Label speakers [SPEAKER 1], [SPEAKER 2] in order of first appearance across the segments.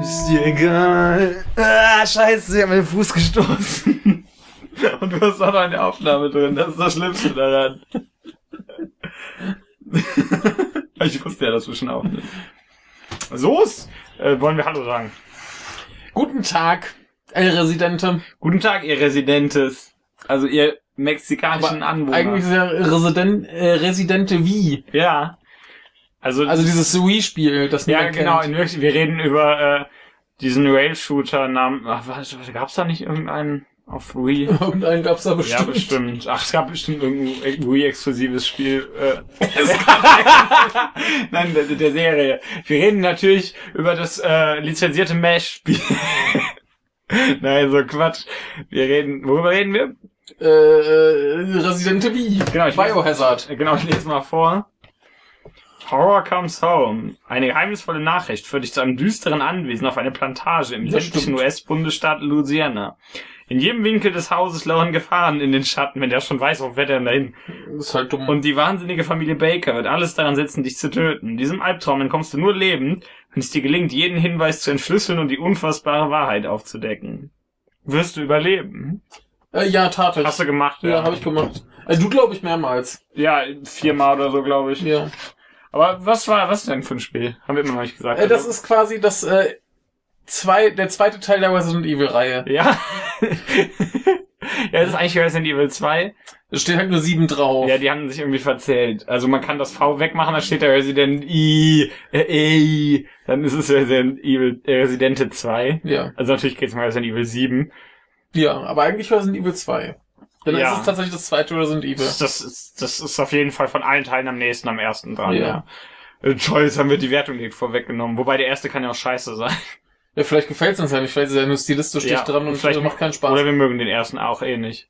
[SPEAKER 1] Ist dir egal. Ah, scheiße, ich hab mir den Fuß gestoßen. Und du hast auch noch eine Aufnahme drin, das ist das Schlimmste daran. ich wusste ja, dass du schon aufnimmst. So ist, äh, wollen wir Hallo sagen.
[SPEAKER 2] Guten Tag, El Residente.
[SPEAKER 1] Guten Tag, ihr Residentes. Also ihr mexikanischen Anwohner.
[SPEAKER 2] Eigentlich ist ja Resident, äh, Residente wie.
[SPEAKER 1] ja. Also,
[SPEAKER 2] Also dieses Wii-Spiel, das
[SPEAKER 1] ja,
[SPEAKER 2] niemand
[SPEAKER 1] genau.
[SPEAKER 2] kennt.
[SPEAKER 1] In Wirklichkeit, wir reden über äh, diesen Rail-Shooter namen. Ach, was, gab's da nicht irgendeinen auf Wii?
[SPEAKER 2] Irgendeinen gab's da bestimmt.
[SPEAKER 1] Ja, bestimmt. Ach, es gab bestimmt irgendein Wii-exklusives Spiel. Äh. Nein, der, der Serie. Wir reden natürlich über das äh, lizenzierte Mesh-Spiel. Nein, so Quatsch. Wir reden, worüber reden wir?
[SPEAKER 2] Äh, äh, Residente wie.
[SPEAKER 1] Genau, ich-
[SPEAKER 2] Biohazard.
[SPEAKER 1] Genau, ich lese mal vor. Horror comes home. Eine geheimnisvolle Nachricht führt dich zu einem düsteren Anwesen auf einer Plantage im
[SPEAKER 2] Das
[SPEAKER 1] ländlichen
[SPEAKER 2] stimmt.
[SPEAKER 1] US-Bundesstaat Louisiana. In jedem Winkel des Hauses lauern Gefahren in den Schatten, wenn der schon weiß, auf Wettern dahin.
[SPEAKER 2] Ist halt dumm.
[SPEAKER 1] Und die wahnsinnige Familie Baker wird alles daran setzen, dich zu töten. Diesem Albtraum entkommst du nur lebend, wenn es dir gelingt, jeden Hinweis zu entschlüsseln und die unfassbare Wahrheit aufzudecken. Wirst du überleben?
[SPEAKER 2] äh, ja, tat ich.
[SPEAKER 1] Hast du gemacht?
[SPEAKER 2] ja, habe ich gemacht. Also du glaube ich mehrmals.
[SPEAKER 1] Ja, viermal oder so, glaube ich.
[SPEAKER 2] Ja.
[SPEAKER 1] Aber was war was denn für ein Spiel? Haben wir immer noch nicht gesagt. Also,
[SPEAKER 2] Äh, das ist quasi das äh, zwei, der zweite Teil der Resident Evil Reihe.
[SPEAKER 1] ja. ja, das ist eigentlich Resident Evil 2.
[SPEAKER 2] Es steht halt nur sieben drauf.
[SPEAKER 1] Ja, die haben sich irgendwie verzählt. Also man kann das V wegmachen, da steht der Resident I, äh, I. Dann ist es Resident Evil äh, Residente 2.
[SPEAKER 2] ja.
[SPEAKER 1] Also natürlich geht's um Resident Evil 7.
[SPEAKER 2] Ja, aber eigentlich Resident Evil 2. Dann
[SPEAKER 1] Ja.
[SPEAKER 2] ist es tatsächlich das zweite Resident Evil.
[SPEAKER 1] Das, das, ist, das ist auf jeden Fall von allen Teilen am nächsten am ersten dran.
[SPEAKER 2] Ja.
[SPEAKER 1] Ja. Äh, Toll, jetzt haben wir die Wertung direkt vorweggenommen. Wobei der erste kann ja auch scheiße sein.
[SPEAKER 2] Ja, vielleicht gefällt es uns ja nicht, vielleicht ist er nur stilistisch
[SPEAKER 1] Ja,
[SPEAKER 2] dicht dran und
[SPEAKER 1] vielleicht-
[SPEAKER 2] vielleicht macht keinen Spaß.
[SPEAKER 1] Oder wir mögen den ersten auch eh nicht.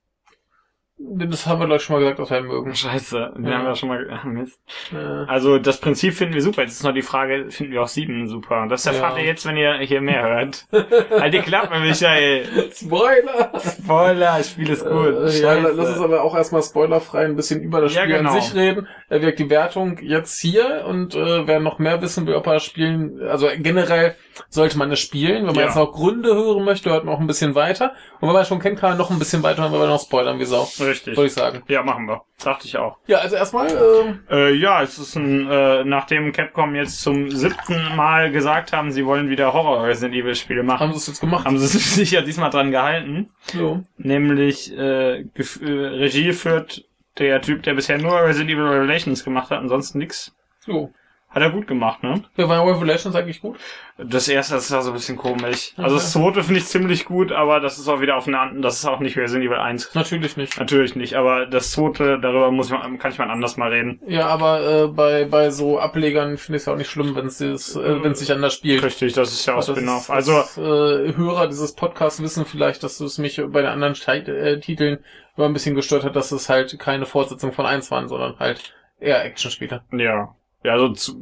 [SPEAKER 2] das haben wir, glaube ich, schon mal gesagt, dass wir ihn mögen.
[SPEAKER 1] Scheiße, den
[SPEAKER 2] Hm. Ja.
[SPEAKER 1] haben wir schon mal. Ach, Mist.
[SPEAKER 2] Äh,
[SPEAKER 1] Also das Prinzip finden wir super. Jetzt ist noch die Frage, finden wir auch sieben super. Das erfahrt
[SPEAKER 2] Ja.
[SPEAKER 1] ihr jetzt, wenn ihr hier mehr hört. halt die Klappe, Michael.
[SPEAKER 2] Spoiler!
[SPEAKER 1] Spoiler, das Spiel ist gut.
[SPEAKER 2] Äh, ja,
[SPEAKER 1] Scheiße.
[SPEAKER 2] lass uns aber auch erstmal spoilerfrei ein bisschen über das
[SPEAKER 1] Ja,
[SPEAKER 2] Spiel
[SPEAKER 1] genau.
[SPEAKER 2] an sich reden. Äh, wirkt die Wertung jetzt hier und äh, wer noch mehr wissen will, ob er spielen, also generell sollte man es spielen. Wenn man
[SPEAKER 1] Ja.
[SPEAKER 2] jetzt noch Gründe hören möchte, hört man auch ein bisschen weiter. Und wenn man es schon kennt, kann man noch ein bisschen weiter hören, weil wir noch spoilern wie Sau.
[SPEAKER 1] Richtig.
[SPEAKER 2] Soll ich sagen.
[SPEAKER 1] Ja, machen wir. Dachte ich auch.
[SPEAKER 2] Ja, also erstmal, ähm,
[SPEAKER 1] Äh, ja, es ist ein, äh, nachdem Capcom jetzt zum siebten Mal gesagt haben, sie wollen wieder Horror Resident Evil Spiele machen,
[SPEAKER 2] haben sie es jetzt gemacht.
[SPEAKER 1] haben sie sich ja diesmal dran gehalten.
[SPEAKER 2] So.
[SPEAKER 1] Nämlich äh, gef- äh, Regie führt der Typ, der bisher nur Resident Evil Revelations gemacht hat, ansonsten nix.
[SPEAKER 2] So.
[SPEAKER 1] Hat er gut gemacht, ne?
[SPEAKER 2] Ja, war Revelations eigentlich gut?
[SPEAKER 1] Das erste das war so ein bisschen komisch. Also
[SPEAKER 2] Mhm.
[SPEAKER 1] das zweite finde ich ziemlich gut, aber das ist auch wieder auf einer anderen, das ist auch nicht Resident Evil 1.
[SPEAKER 2] Natürlich nicht.
[SPEAKER 1] Natürlich nicht, aber das zweite, darüber muss man, kann ich mal anders mal reden.
[SPEAKER 2] Ja, aber äh, bei, bei so Ablegern finde ich es ja auch nicht schlimm, wenn es dieses, äh, wenn es sich anders spielt.
[SPEAKER 1] Richtig, das ist ja Mhm. auch
[SPEAKER 2] Das ist-
[SPEAKER 1] Spin-off.
[SPEAKER 2] das,
[SPEAKER 1] Also,
[SPEAKER 2] äh, Hörer dieses Podcasts wissen vielleicht, dass es mich bei den anderen Ti- äh, Titeln immer ein bisschen gestört hat, dass es halt keine Fortsetzung von 1 waren, sondern halt eher Actionspiele.
[SPEAKER 1] ja. Ja, also z-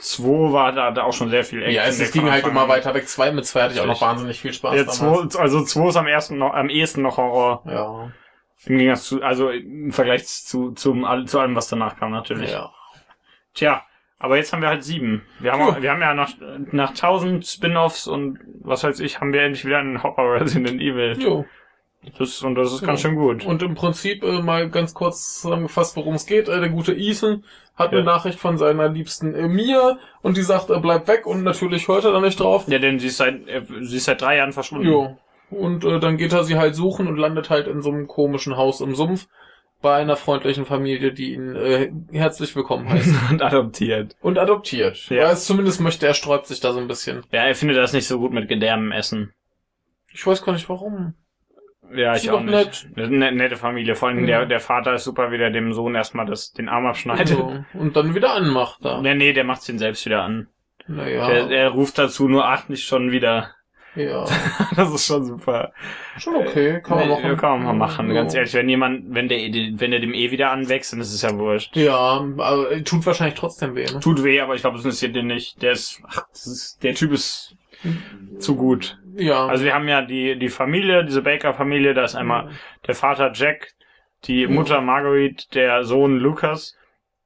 [SPEAKER 1] zwei war da, da auch schon sehr viel Action.
[SPEAKER 2] Ja, es, es
[SPEAKER 1] direkt
[SPEAKER 2] ging
[SPEAKER 1] von
[SPEAKER 2] halt
[SPEAKER 1] Anfang
[SPEAKER 2] immer
[SPEAKER 1] an.
[SPEAKER 2] weiter weg. 2 mit 2 hatte ich auch noch
[SPEAKER 1] Richtig.
[SPEAKER 2] wahnsinnig viel Spaß
[SPEAKER 1] Ja,
[SPEAKER 2] damals.
[SPEAKER 1] zwei, also zwei ist am ersten noch, am ehesten noch Horror.
[SPEAKER 2] Ja,
[SPEAKER 1] Im Gegensatz zu, also im Vergleich zu, zum, all- zu allem, was danach kam, natürlich.
[SPEAKER 2] ja.
[SPEAKER 1] Tja, aber jetzt haben wir halt sieben. Wir haben,
[SPEAKER 2] Ja.
[SPEAKER 1] wir haben ja nach, nach tausend Spin-offs und was weiß ich, haben wir endlich wieder einen Horror Resident Evil.
[SPEAKER 2] Jo.
[SPEAKER 1] Das, und das ist ganz
[SPEAKER 2] Ja.
[SPEAKER 1] schön gut.
[SPEAKER 2] Und im Prinzip äh, mal ganz kurz zusammengefasst, worum es geht. Äh, der gute Ethan hat
[SPEAKER 1] Ja.
[SPEAKER 2] eine Nachricht von seiner liebsten äh, Mia und die sagt, er bleibt weg und natürlich hört er da nicht drauf.
[SPEAKER 1] ja, denn sie ist seit, äh, sie ist seit drei Jahren verschwunden.
[SPEAKER 2] Jo. Und äh, dann geht er sie halt suchen und landet halt in so einem komischen Haus im Sumpf bei einer freundlichen Familie, die ihn äh, herzlich willkommen heißt.
[SPEAKER 1] und adoptiert.
[SPEAKER 2] und adoptiert.
[SPEAKER 1] Ja.
[SPEAKER 2] Ja. es zumindest möchte er, sträubt sich da so ein bisschen.
[SPEAKER 1] Ja, er findet das nicht so gut mit Gedärmen essen.
[SPEAKER 2] Ich weiß gar nicht warum.
[SPEAKER 1] Ja,
[SPEAKER 2] Ist
[SPEAKER 1] ich
[SPEAKER 2] doch
[SPEAKER 1] auch nicht. Nett. Eine ne-, nette Familie. Vor allem
[SPEAKER 2] Mhm.
[SPEAKER 1] der, der Vater ist super, wie der dem Sohn erstmal das, den Arm abschneidet.
[SPEAKER 2] So. Und dann wieder anmacht da.
[SPEAKER 1] Nee, nee, der macht's den selbst wieder an. Der,
[SPEAKER 2] Naja.
[SPEAKER 1] er ruft dazu nur, ach, nicht schon wieder.
[SPEAKER 2] Ja.
[SPEAKER 1] Das ist schon super.
[SPEAKER 2] Schon okay. Kann man
[SPEAKER 1] Nee,
[SPEAKER 2] machen.
[SPEAKER 1] Kann man mal machen.
[SPEAKER 2] Ja.
[SPEAKER 1] Ganz ehrlich, wenn jemand, wenn der, wenn der dem eh wieder anwächst, dann ist es ja wurscht.
[SPEAKER 2] Ja, aber äh, tut wahrscheinlich trotzdem weh. Ne?
[SPEAKER 1] Tut weh, aber ich glaube, das interessiert den nicht. Der ist, ach, das ist, der Typ ist zu gut.
[SPEAKER 2] Ja.
[SPEAKER 1] Also wir haben ja die, die Familie, diese Baker-Familie, da ist
[SPEAKER 2] Hm.
[SPEAKER 1] einmal der Vater Jack, die Mutter Marguerite, der Sohn Lucas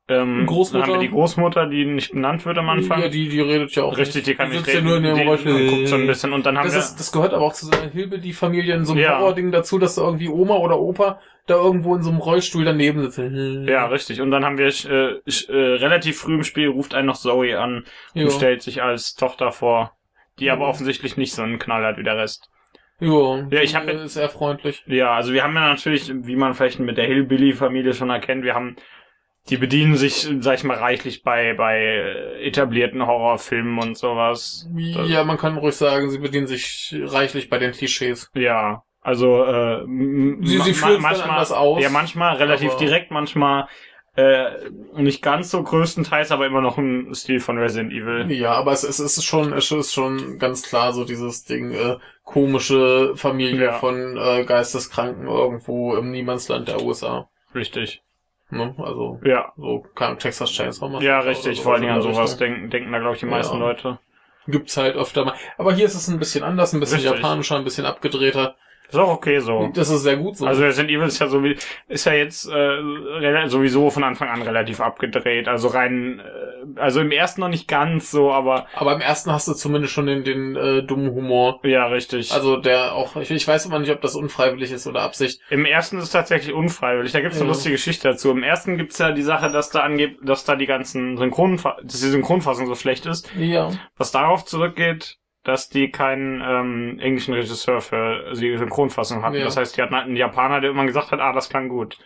[SPEAKER 1] Ähm,
[SPEAKER 2] Großmutter.
[SPEAKER 1] Dann haben wir die Großmutter, die nicht benannt wird am Anfang.
[SPEAKER 2] Ja, die, die redet ja auch
[SPEAKER 1] Richtig, die kann
[SPEAKER 2] Die
[SPEAKER 1] nicht
[SPEAKER 2] sitzt ja
[SPEAKER 1] reden.
[SPEAKER 2] nur in ihrem
[SPEAKER 1] die
[SPEAKER 2] Rollstuhl.
[SPEAKER 1] guckt so ein bisschen und dann haben
[SPEAKER 2] Das,
[SPEAKER 1] wir...
[SPEAKER 2] ist, das gehört aber auch zu so einer Hilbe, die Familie in so einem
[SPEAKER 1] Ja.
[SPEAKER 2] Horror-Ding dazu, dass da irgendwie Oma oder Opa da irgendwo in so einem Rollstuhl daneben sitzt.
[SPEAKER 1] ja, richtig. Und dann haben wir äh, sch- äh, relativ früh im Spiel ruft einen noch Zoe an
[SPEAKER 2] Jo.
[SPEAKER 1] und stellt sich als Tochter vor, die aber
[SPEAKER 2] Ja.
[SPEAKER 1] offensichtlich nicht so einen Knall hat wie der Rest.
[SPEAKER 2] Jo.
[SPEAKER 1] Ja, ich hab-
[SPEAKER 2] Äh, Ist sehr freundlich.
[SPEAKER 1] Ja, also wir haben ja natürlich, wie man vielleicht mit der Hillbilly-Familie schon erkennt, wir haben, die bedienen sich, sag ich mal, reichlich bei, bei etablierten Horrorfilmen und sowas. Das-
[SPEAKER 2] Ja, man kann ruhig sagen, sie bedienen sich reichlich bei den Klischees.
[SPEAKER 1] Ja, also äh, m-
[SPEAKER 2] Sie- sie
[SPEAKER 1] ma-
[SPEAKER 2] führen's dann
[SPEAKER 1] manchmal,
[SPEAKER 2] anders aus,
[SPEAKER 1] Ja, manchmal relativ
[SPEAKER 2] aber-
[SPEAKER 1] direkt, manchmal äh, nicht ganz so größtenteils, aber immer noch im Stil von Resident Evil.
[SPEAKER 2] Ja, aber es, es ist schon, es ist schon ganz klar so dieses Ding, äh, komische Familie
[SPEAKER 1] Ja.
[SPEAKER 2] von äh, Geisteskranken irgendwo im Niemandsland der USA.
[SPEAKER 1] Richtig.
[SPEAKER 2] Ne? Also
[SPEAKER 1] Ja.
[SPEAKER 2] so kann Texas Chainsaw Massacre
[SPEAKER 1] Ja,
[SPEAKER 2] oder
[SPEAKER 1] richtig.
[SPEAKER 2] sowas
[SPEAKER 1] Vor allen Dingen an
[SPEAKER 2] in der
[SPEAKER 1] sowas
[SPEAKER 2] Richtung.
[SPEAKER 1] denken, denken da, glaube ich, die meisten
[SPEAKER 2] Ja.
[SPEAKER 1] Leute.
[SPEAKER 2] Gibt's halt öfter mal. Aber hier ist es ein bisschen anders, ein bisschen
[SPEAKER 1] Richtig.
[SPEAKER 2] japanischer, ein bisschen abgedrehter.
[SPEAKER 1] Ist auch okay so.
[SPEAKER 2] Das ist sehr gut so.
[SPEAKER 1] Also Resident Evil ist ja so wie ist ja jetzt äh, rela- sowieso von Anfang an relativ abgedreht. Also rein äh, also im ersten noch nicht ganz so, aber
[SPEAKER 2] aber im ersten hast du zumindest schon den, den äh, dummen Humor.
[SPEAKER 1] ja, richtig.
[SPEAKER 2] Also der auch, ich, ich weiß immer nicht, ob das unfreiwillig ist oder Absicht.
[SPEAKER 1] Im ersten ist es tatsächlich unfreiwillig. Da gibt es eine
[SPEAKER 2] Ja.
[SPEAKER 1] lustige Geschichte dazu. Im ersten gibt's ja die Sache, dass da angeb dass da die ganzen Synchron dass die Synchronfassung so schlecht ist,
[SPEAKER 2] Ja.
[SPEAKER 1] was darauf zurückgeht, dass die keinen ähm, englischen Regisseur für also die Synchronfassung hatten.
[SPEAKER 2] Ja.
[SPEAKER 1] Das heißt, die hatten halt einen Japaner, der immer gesagt hat, ah, das klang gut.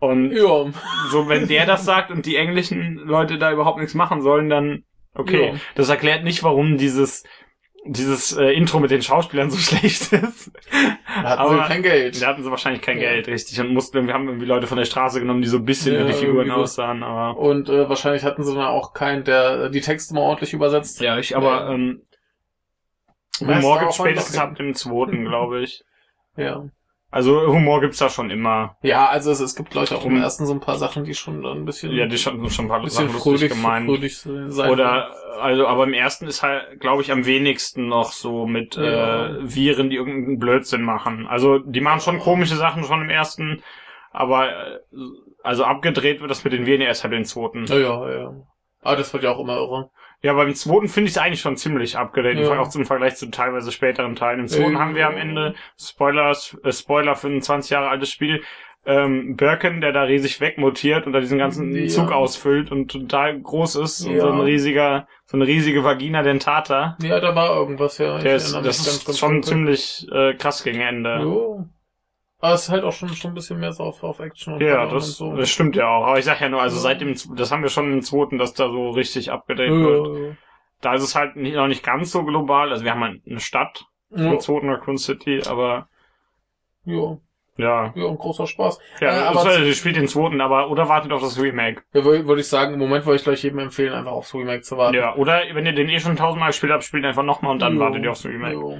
[SPEAKER 1] Und
[SPEAKER 2] Ja.
[SPEAKER 1] so, wenn der das sagt und die englischen Leute da überhaupt nichts machen sollen, dann okay.
[SPEAKER 2] Ja.
[SPEAKER 1] Das erklärt nicht, warum dieses dieses äh, Intro mit den Schauspielern so schlecht ist.
[SPEAKER 2] Da hatten sie kein Geld.
[SPEAKER 1] Da hatten sie wahrscheinlich kein
[SPEAKER 2] Ja.
[SPEAKER 1] Geld, richtig. Und mussten, wir haben irgendwie Leute von der Straße genommen, die so ein bisschen
[SPEAKER 2] Ja,
[SPEAKER 1] wie die Figuren
[SPEAKER 2] irgendwie so.
[SPEAKER 1] aussahen, aber.
[SPEAKER 2] Und äh, wahrscheinlich hatten sie dann auch keinen, der äh, die Texte mal ordentlich übersetzt.
[SPEAKER 1] Ja, ich, aber,
[SPEAKER 2] Ja.
[SPEAKER 1] ähm,
[SPEAKER 2] Weißt
[SPEAKER 1] Humor
[SPEAKER 2] du
[SPEAKER 1] gibt's
[SPEAKER 2] auch, wann
[SPEAKER 1] spätestens
[SPEAKER 2] das-
[SPEAKER 1] ab dem zweiten, glaube ich.
[SPEAKER 2] Ja.
[SPEAKER 1] Also, Humor gibt's da schon immer.
[SPEAKER 2] Ja, also es, es gibt Leute auch im
[SPEAKER 1] Mhm.
[SPEAKER 2] ersten so ein paar Sachen, die schon dann ein bisschen,
[SPEAKER 1] Ja, die schon, schon ein paar
[SPEAKER 2] ein bisschen
[SPEAKER 1] Sachen lustig
[SPEAKER 2] fröhlich,
[SPEAKER 1] gemeint.
[SPEAKER 2] fröhlich sein
[SPEAKER 1] Oder, also, aber im ersten ist halt, glaube ich, am wenigsten noch so mit
[SPEAKER 2] Ja.
[SPEAKER 1] äh, Viren, die irgendeinen Blödsinn machen. Also, die machen schon komische Sachen schon im ersten, aber, äh, also abgedreht wird das mit den Viren erst halt den zweiten.
[SPEAKER 2] Ja, ja, ja. Aber das wird ja auch immer irre.
[SPEAKER 1] Ja, beim zweiten finde ich es eigentlich schon ziemlich abgedreht,
[SPEAKER 2] Ja.
[SPEAKER 1] auch im Vergleich zu teilweise späteren Teilen. Im zweiten
[SPEAKER 2] Ähm.
[SPEAKER 1] haben wir am Ende Spoilers, äh, Spoiler für ein 20 Jahre altes Spiel, ähm, Birken, der da riesig wegmutiert und da diesen ganzen
[SPEAKER 2] Ja.
[SPEAKER 1] Zug ausfüllt und total groß ist und
[SPEAKER 2] Ja.
[SPEAKER 1] so ein riesiger, so eine riesige Vagina dentata.
[SPEAKER 2] Ja, da war irgendwas, ja. Ich
[SPEAKER 1] Der ist,
[SPEAKER 2] erinnere mich
[SPEAKER 1] das ist schon
[SPEAKER 2] dunkel.
[SPEAKER 1] ziemlich äh, krass gegen Ende.
[SPEAKER 2] Jo. Aber es ist halt auch schon, schon ein bisschen mehr so auf, auf Action und
[SPEAKER 1] Ja,
[SPEAKER 2] Alarm
[SPEAKER 1] das,
[SPEAKER 2] und so.
[SPEAKER 1] das stimmt ja auch. Aber ich sag ja nur, also
[SPEAKER 2] Ja.
[SPEAKER 1] seit dem, das haben wir schon im zweiten, dass da so richtig abgedreht wird.
[SPEAKER 2] ja.
[SPEAKER 1] Da ist es halt nicht, noch nicht ganz so global. Also wir haben halt eine Stadt,
[SPEAKER 2] Ja,
[SPEAKER 1] im zweiten Raccoon City, aber
[SPEAKER 2] ja,
[SPEAKER 1] ja.
[SPEAKER 2] ja, ein großer Spaß.
[SPEAKER 1] Ja,
[SPEAKER 2] Äh,
[SPEAKER 1] aber
[SPEAKER 2] aber-
[SPEAKER 1] das spielt den zweiten, aber oder wartet auf das Remake.
[SPEAKER 2] Ja, wür- würde ich sagen, im Moment würde ich gleich jedem empfehlen, einfach aufs Remake zu warten.
[SPEAKER 1] Ja, oder wenn ihr den eh schon tausendmal gespielt habt, spielt einfach nochmal und dann
[SPEAKER 2] Jo.
[SPEAKER 1] wartet ihr aufs Remake.
[SPEAKER 2] Jo.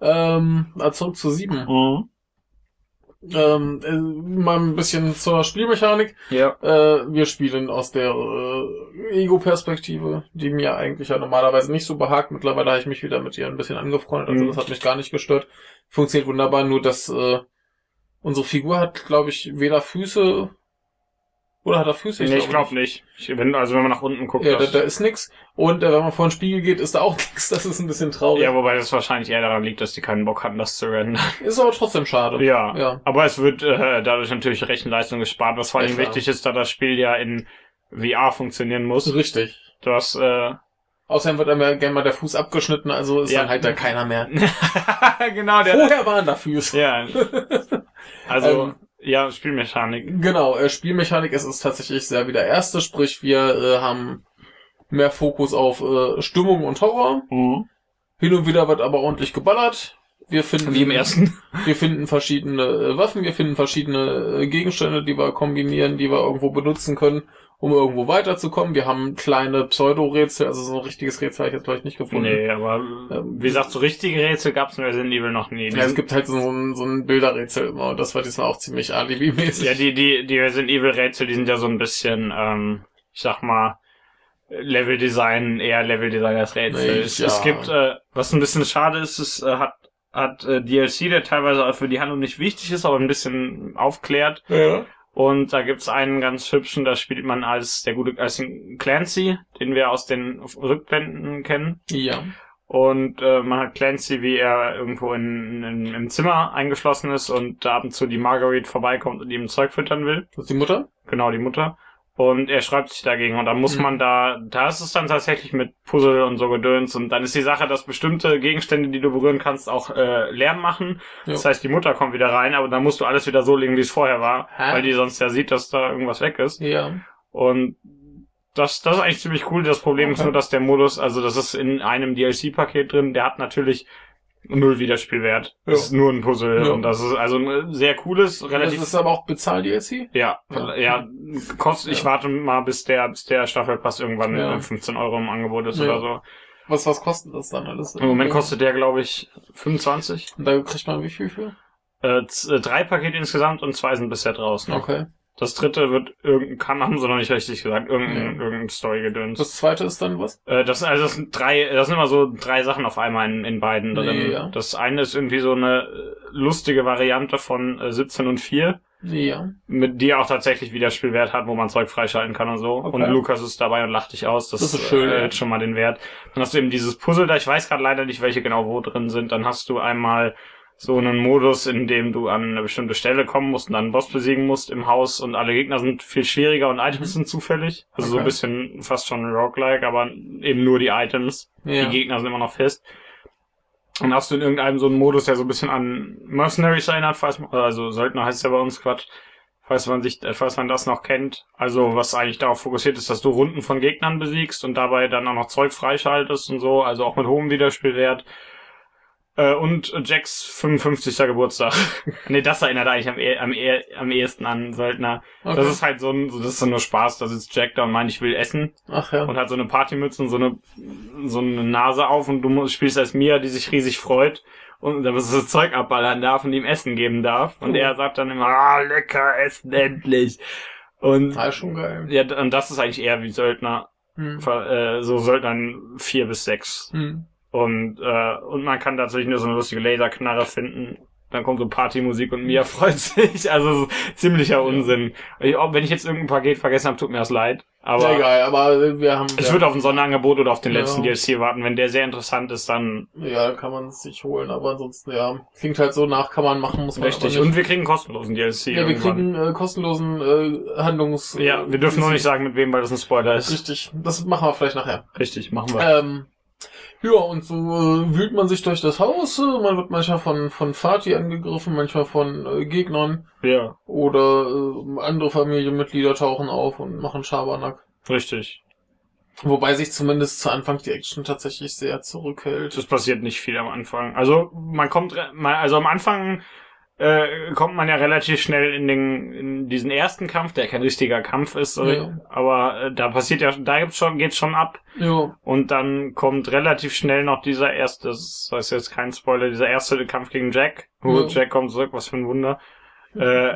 [SPEAKER 2] Ähm, also zurück zu sieben.
[SPEAKER 1] Mhm.
[SPEAKER 2] Ähm, äh, mal ein bisschen zur Spielmechanik.
[SPEAKER 1] Ja.
[SPEAKER 2] Äh, wir spielen aus der äh, Ego-Perspektive, die mir eigentlich ja normalerweise nicht so behagt. Mittlerweile habe ich mich wieder mit ihr ein bisschen angefreundet, also
[SPEAKER 1] Mhm.
[SPEAKER 2] das hat mich gar nicht gestört. Funktioniert wunderbar, nur dass äh, unsere Figur hat, glaube ich, weder Füße oder hat er Füße?
[SPEAKER 1] Ich nee, ich
[SPEAKER 2] glaube
[SPEAKER 1] glaube nicht. Ich, wenn, also wenn man nach unten guckt,
[SPEAKER 2] Ja, da,
[SPEAKER 1] das,
[SPEAKER 2] da ist nix. Und äh, wenn man vor den Spiegel geht, ist da auch nix. Das ist ein bisschen traurig.
[SPEAKER 1] ja, wobei das wahrscheinlich eher daran liegt, dass die keinen Bock hatten, das zu rendern.
[SPEAKER 2] Ist aber trotzdem schade.
[SPEAKER 1] Ja.
[SPEAKER 2] Ja.
[SPEAKER 1] Aber es wird äh, dadurch natürlich Rechenleistung gespart, was vor
[SPEAKER 2] Ja,
[SPEAKER 1] allem
[SPEAKER 2] klar.
[SPEAKER 1] wichtig ist, da das Spiel ja in VR funktionieren
[SPEAKER 2] Ist
[SPEAKER 1] muss.
[SPEAKER 2] richtig.
[SPEAKER 1] Das, äh,
[SPEAKER 2] Außerdem wird einem ja gerne mal der Fuß abgeschnitten, also ist
[SPEAKER 1] Ja.
[SPEAKER 2] dann halt da keiner mehr.
[SPEAKER 1] genau,
[SPEAKER 2] Vorher waren da Füße.
[SPEAKER 1] Ja. Also,
[SPEAKER 2] Ähm.
[SPEAKER 1] ja, Spielmechanik.
[SPEAKER 2] Genau, äh, Spielmechanik ist es tatsächlich sehr wie der erste, sprich wir äh, haben mehr Fokus auf äh, Stimmung und Horror.
[SPEAKER 1] Mhm.
[SPEAKER 2] Hin und wieder wird aber ordentlich geballert. Wir finden
[SPEAKER 1] Wie im ersten.
[SPEAKER 2] Wir finden verschiedene äh, Waffen, wir finden verschiedene äh, Gegenstände, die wir kombinieren, die wir irgendwo benutzen können, um irgendwo weiterzukommen. Wir haben kleine Pseudo-Rätsel, also so ein richtiges Rätsel habe ich jetzt vielleicht nicht gefunden.
[SPEAKER 1] Nee, aber
[SPEAKER 2] Ähm,
[SPEAKER 1] wie gesagt, so richtige Rätsel gab's in Resident Evil noch nie. Die
[SPEAKER 2] Ja, es
[SPEAKER 1] sind-
[SPEAKER 2] gibt halt so ein, so ein Bilderrätsel immer und das war diesmal auch ziemlich alibi-mäßig.
[SPEAKER 1] ja, die, die, die Resident Evil Rätsel, die sind ja so ein bisschen, ähm, ich sag mal, Level Design, eher Level Design als Rätsel.
[SPEAKER 2] Nee,
[SPEAKER 1] es,
[SPEAKER 2] ja.
[SPEAKER 1] es gibt, äh, was ein bisschen schade ist, es äh, hat, hat äh, DLC, der teilweise auch für die Handlung nicht wichtig ist, aber ein bisschen aufklärt.
[SPEAKER 2] ja.
[SPEAKER 1] Und da gibt's einen ganz hübschen, da spielt man als der gute als den Clancy, den wir aus den Rückblenden kennen.
[SPEAKER 2] Ja.
[SPEAKER 1] Und äh, man hat Clancy, wie er irgendwo in, in, im Zimmer eingeschlossen ist und da ab und zu die Marguerite vorbeikommt und ihm Zeug füttern will.
[SPEAKER 2] Das ist die Mutter?
[SPEAKER 1] Genau, die Mutter. Und er schreibt sich dagegen und dann muss
[SPEAKER 2] Mhm.
[SPEAKER 1] man da, da ist es dann tatsächlich mit Puzzle und so gedöns und dann ist die Sache, dass bestimmte Gegenstände, die du berühren kannst, auch äh, Lärm machen.
[SPEAKER 2] Ja.
[SPEAKER 1] Das heißt, die Mutter kommt wieder rein, aber dann musst du alles wieder so legen, wie es vorher war,
[SPEAKER 2] Ah.
[SPEAKER 1] weil die sonst ja sieht, dass da irgendwas weg ist.
[SPEAKER 2] Ja.
[SPEAKER 1] Und das, das ist eigentlich ziemlich cool. Das Problem ist
[SPEAKER 2] Okay.
[SPEAKER 1] nur, dass der Modus, also das ist in einem DLC-Paket drin, der hat natürlich null Wiederspielwert.
[SPEAKER 2] Ja.
[SPEAKER 1] Das ist nur ein Puzzle
[SPEAKER 2] Ja.
[SPEAKER 1] und das ist also ein sehr cooles, relativ.
[SPEAKER 2] Das ist aber auch bezahlt DLC?
[SPEAKER 1] ja,
[SPEAKER 2] Ja.
[SPEAKER 1] ja, kostet, ich
[SPEAKER 2] Ja.
[SPEAKER 1] warte mal, bis der, bis der Staffelpass irgendwann mit
[SPEAKER 2] Ja.
[SPEAKER 1] 15 Euro im Angebot ist
[SPEAKER 2] Ja.
[SPEAKER 1] oder so.
[SPEAKER 2] Was, was kostet das dann alles?
[SPEAKER 1] Im Moment kostet der, glaube ich, 25.
[SPEAKER 2] Und da kriegt man wie viel für?
[SPEAKER 1] Äh, z- äh, drei Pakete insgesamt und zwei sind bisher draußen.
[SPEAKER 2] Okay.
[SPEAKER 1] Das dritte wird irgendein, kann, haben sie noch nicht richtig gesagt, irgendein,
[SPEAKER 2] Ja.
[SPEAKER 1] irgendein Story-Gedöns.
[SPEAKER 2] Das zweite ist dann was?
[SPEAKER 1] Äh, Das, also das sind drei, das sind immer so drei Sachen auf einmal in, in beiden
[SPEAKER 2] Nee,
[SPEAKER 1] drin.
[SPEAKER 2] ja.
[SPEAKER 1] Das eine ist irgendwie so eine äh, lustige Variante von äh, 17 und 4,
[SPEAKER 2] Ja.
[SPEAKER 1] mit die auch tatsächlich wieder Spielwert hat, wo man Zeug freischalten kann und so.
[SPEAKER 2] Okay.
[SPEAKER 1] Und Lukas ist dabei und lacht dich aus. Das,
[SPEAKER 2] Das ist schön,
[SPEAKER 1] Äh,
[SPEAKER 2] ja.
[SPEAKER 1] hat schon mal den Wert. Dann hast du eben dieses Puzzle da, ich weiß gerade leider nicht, welche genau wo drin sind. Dann hast du einmal so einen Modus, in dem du an eine bestimmte Stelle kommen musst und dann einen Boss besiegen musst im Haus und alle Gegner sind viel schwieriger und Items sind zufällig. Also so ein
[SPEAKER 2] Okay.
[SPEAKER 1] bisschen fast schon roguelike, aber eben nur die Items.
[SPEAKER 2] Ja.
[SPEAKER 1] Die Gegner sind immer noch fest. Und hast du in irgendeinem so einen Modus, der so ein bisschen an Mercenaries erinnert, falls man, also Söldner heißt ja bei uns Quatsch, falls man sich, äh, falls man das noch kennt. Also was eigentlich darauf fokussiert ist, dass du Runden von Gegnern besiegst und dabei dann auch noch Zeug freischaltest und so, also auch mit hohem Wiederspielwert. Äh, und Jacks 55. Geburtstag. nee, das erinnert eigentlich am, eh- am, eh- am ehesten an Söldner.
[SPEAKER 2] Okay.
[SPEAKER 1] Das ist halt so ein, so, das ist so nur Spaß, da sitzt Jack da und meint, ich will essen
[SPEAKER 2] Ach ja.
[SPEAKER 1] und hat so eine Partymütze und so eine, so eine Nase auf und du mu- spielst als Mia, die sich riesig freut und dann musst du das Zeug abballern darf und ihm Essen geben darf. Und
[SPEAKER 2] Oh.
[SPEAKER 1] er sagt dann immer, ah, lecker, essen endlich. Und
[SPEAKER 2] Ah, ist schon geil.
[SPEAKER 1] ja, und das ist eigentlich eher wie Söldner,
[SPEAKER 2] Hm.
[SPEAKER 1] äh, so Söldnern vier bis sechs.
[SPEAKER 2] Hm.
[SPEAKER 1] Und, äh, und man kann tatsächlich nur so eine lustige Laserknarre finden. Dann kommt so Partymusik und Mia freut sich. Also es ist ziemlicher Unsinn. Ich, auch wenn ich jetzt irgendein Paket vergessen habe, tut mir das leid. Aber
[SPEAKER 2] Sehr geil, aber wir haben.
[SPEAKER 1] ich
[SPEAKER 2] ja, Genau.
[SPEAKER 1] würde auf ein Sonderangebot oder auf den
[SPEAKER 2] Ja.
[SPEAKER 1] letzten DLC warten. Wenn der sehr interessant ist, dann
[SPEAKER 2] ja, kann man es sich holen, aber ansonsten, ja. Klingt halt so nach, kann man machen, muss man
[SPEAKER 1] richtig.
[SPEAKER 2] aber nicht.
[SPEAKER 1] Und wir kriegen einen kostenlosen DLC.
[SPEAKER 2] ja, wir
[SPEAKER 1] irgendwann.
[SPEAKER 2] kriegen äh, kostenlosen äh, Handlungs...
[SPEAKER 1] ja, wir dürfen noch nicht sagen, mit wem, weil das ein Spoiler ist.
[SPEAKER 2] Richtig, das machen wir vielleicht nachher.
[SPEAKER 1] Richtig, machen wir.
[SPEAKER 2] Ähm, ja, und so äh, wühlt man sich durch das Haus. äh, Man wird manchmal von, von Fati angegriffen, manchmal von äh, Gegnern.
[SPEAKER 1] ja,
[SPEAKER 2] Oder äh, andere Familienmitglieder tauchen auf und machen Schabernack.
[SPEAKER 1] richtig.
[SPEAKER 2] Wobei sich zumindest zu Anfang die Action tatsächlich sehr zurückhält.
[SPEAKER 1] Es passiert nicht viel am Anfang. Also man kommt, re- man, also am Anfang äh, kommt man ja relativ schnell in den in diesen ersten Kampf, der kein richtiger Kampf ist, äh,
[SPEAKER 2] Ja.
[SPEAKER 1] aber äh, da passiert ja, da gibt's schon, geht's schon ab.
[SPEAKER 2] Ja,
[SPEAKER 1] Und dann kommt relativ schnell noch dieser erste, das ist jetzt kein Spoiler, dieser erste Kampf gegen Jack. Oh,
[SPEAKER 2] Ja.
[SPEAKER 1] Jack kommt zurück, was für ein Wunder. Äh, äh,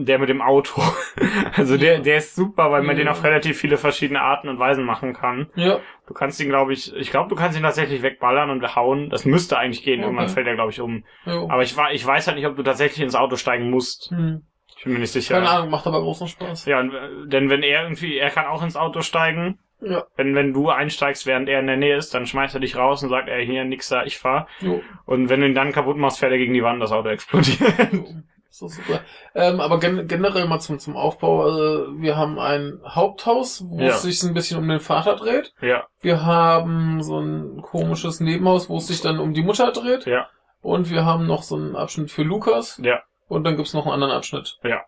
[SPEAKER 1] der mit dem Auto. Also der, der ist super, weil man
[SPEAKER 2] Ja.
[SPEAKER 1] den auf relativ viele verschiedene Arten und Weisen machen kann.
[SPEAKER 2] ja,
[SPEAKER 1] Du kannst ihn, glaube ich, ich glaube, du kannst ihn tatsächlich wegballern und hauen. Das müsste eigentlich gehen,
[SPEAKER 2] Okay.
[SPEAKER 1] irgendwann fällt er, glaube ich, um.
[SPEAKER 2] ja.
[SPEAKER 1] Aber ich, wa- ich weiß halt nicht, ob du tatsächlich ins Auto steigen musst.
[SPEAKER 2] Hm.
[SPEAKER 1] Ich bin mir nicht sicher.
[SPEAKER 2] Keine Ahnung, macht aber großen Spaß.
[SPEAKER 1] Ja, und, äh, denn wenn er irgendwie, er kann auch ins Auto steigen.
[SPEAKER 2] Ja.
[SPEAKER 1] Wenn, wenn du einsteigst, während er in der Nähe ist, dann schmeißt er dich raus und sagt, er hier, nix da, ich fahr.
[SPEAKER 2] Jo.
[SPEAKER 1] Und wenn du ihn dann kaputt machst, fährt er gegen die Wand, das Auto explodiert.
[SPEAKER 2] So super. Ähm, aber gen generell mal zum, zum Aufbau. Äh, wir haben ein Haupthaus, wo
[SPEAKER 1] Ja.
[SPEAKER 2] es sich ein bisschen um den Vater dreht.
[SPEAKER 1] ja,
[SPEAKER 2] Wir haben so ein komisches Nebenhaus, wo es sich dann um die Mutter dreht.
[SPEAKER 1] Ja.
[SPEAKER 2] Und wir haben noch so einen Abschnitt für Lukas.
[SPEAKER 1] Ja.
[SPEAKER 2] Und dann gibt's noch einen anderen Abschnitt.
[SPEAKER 1] Ja.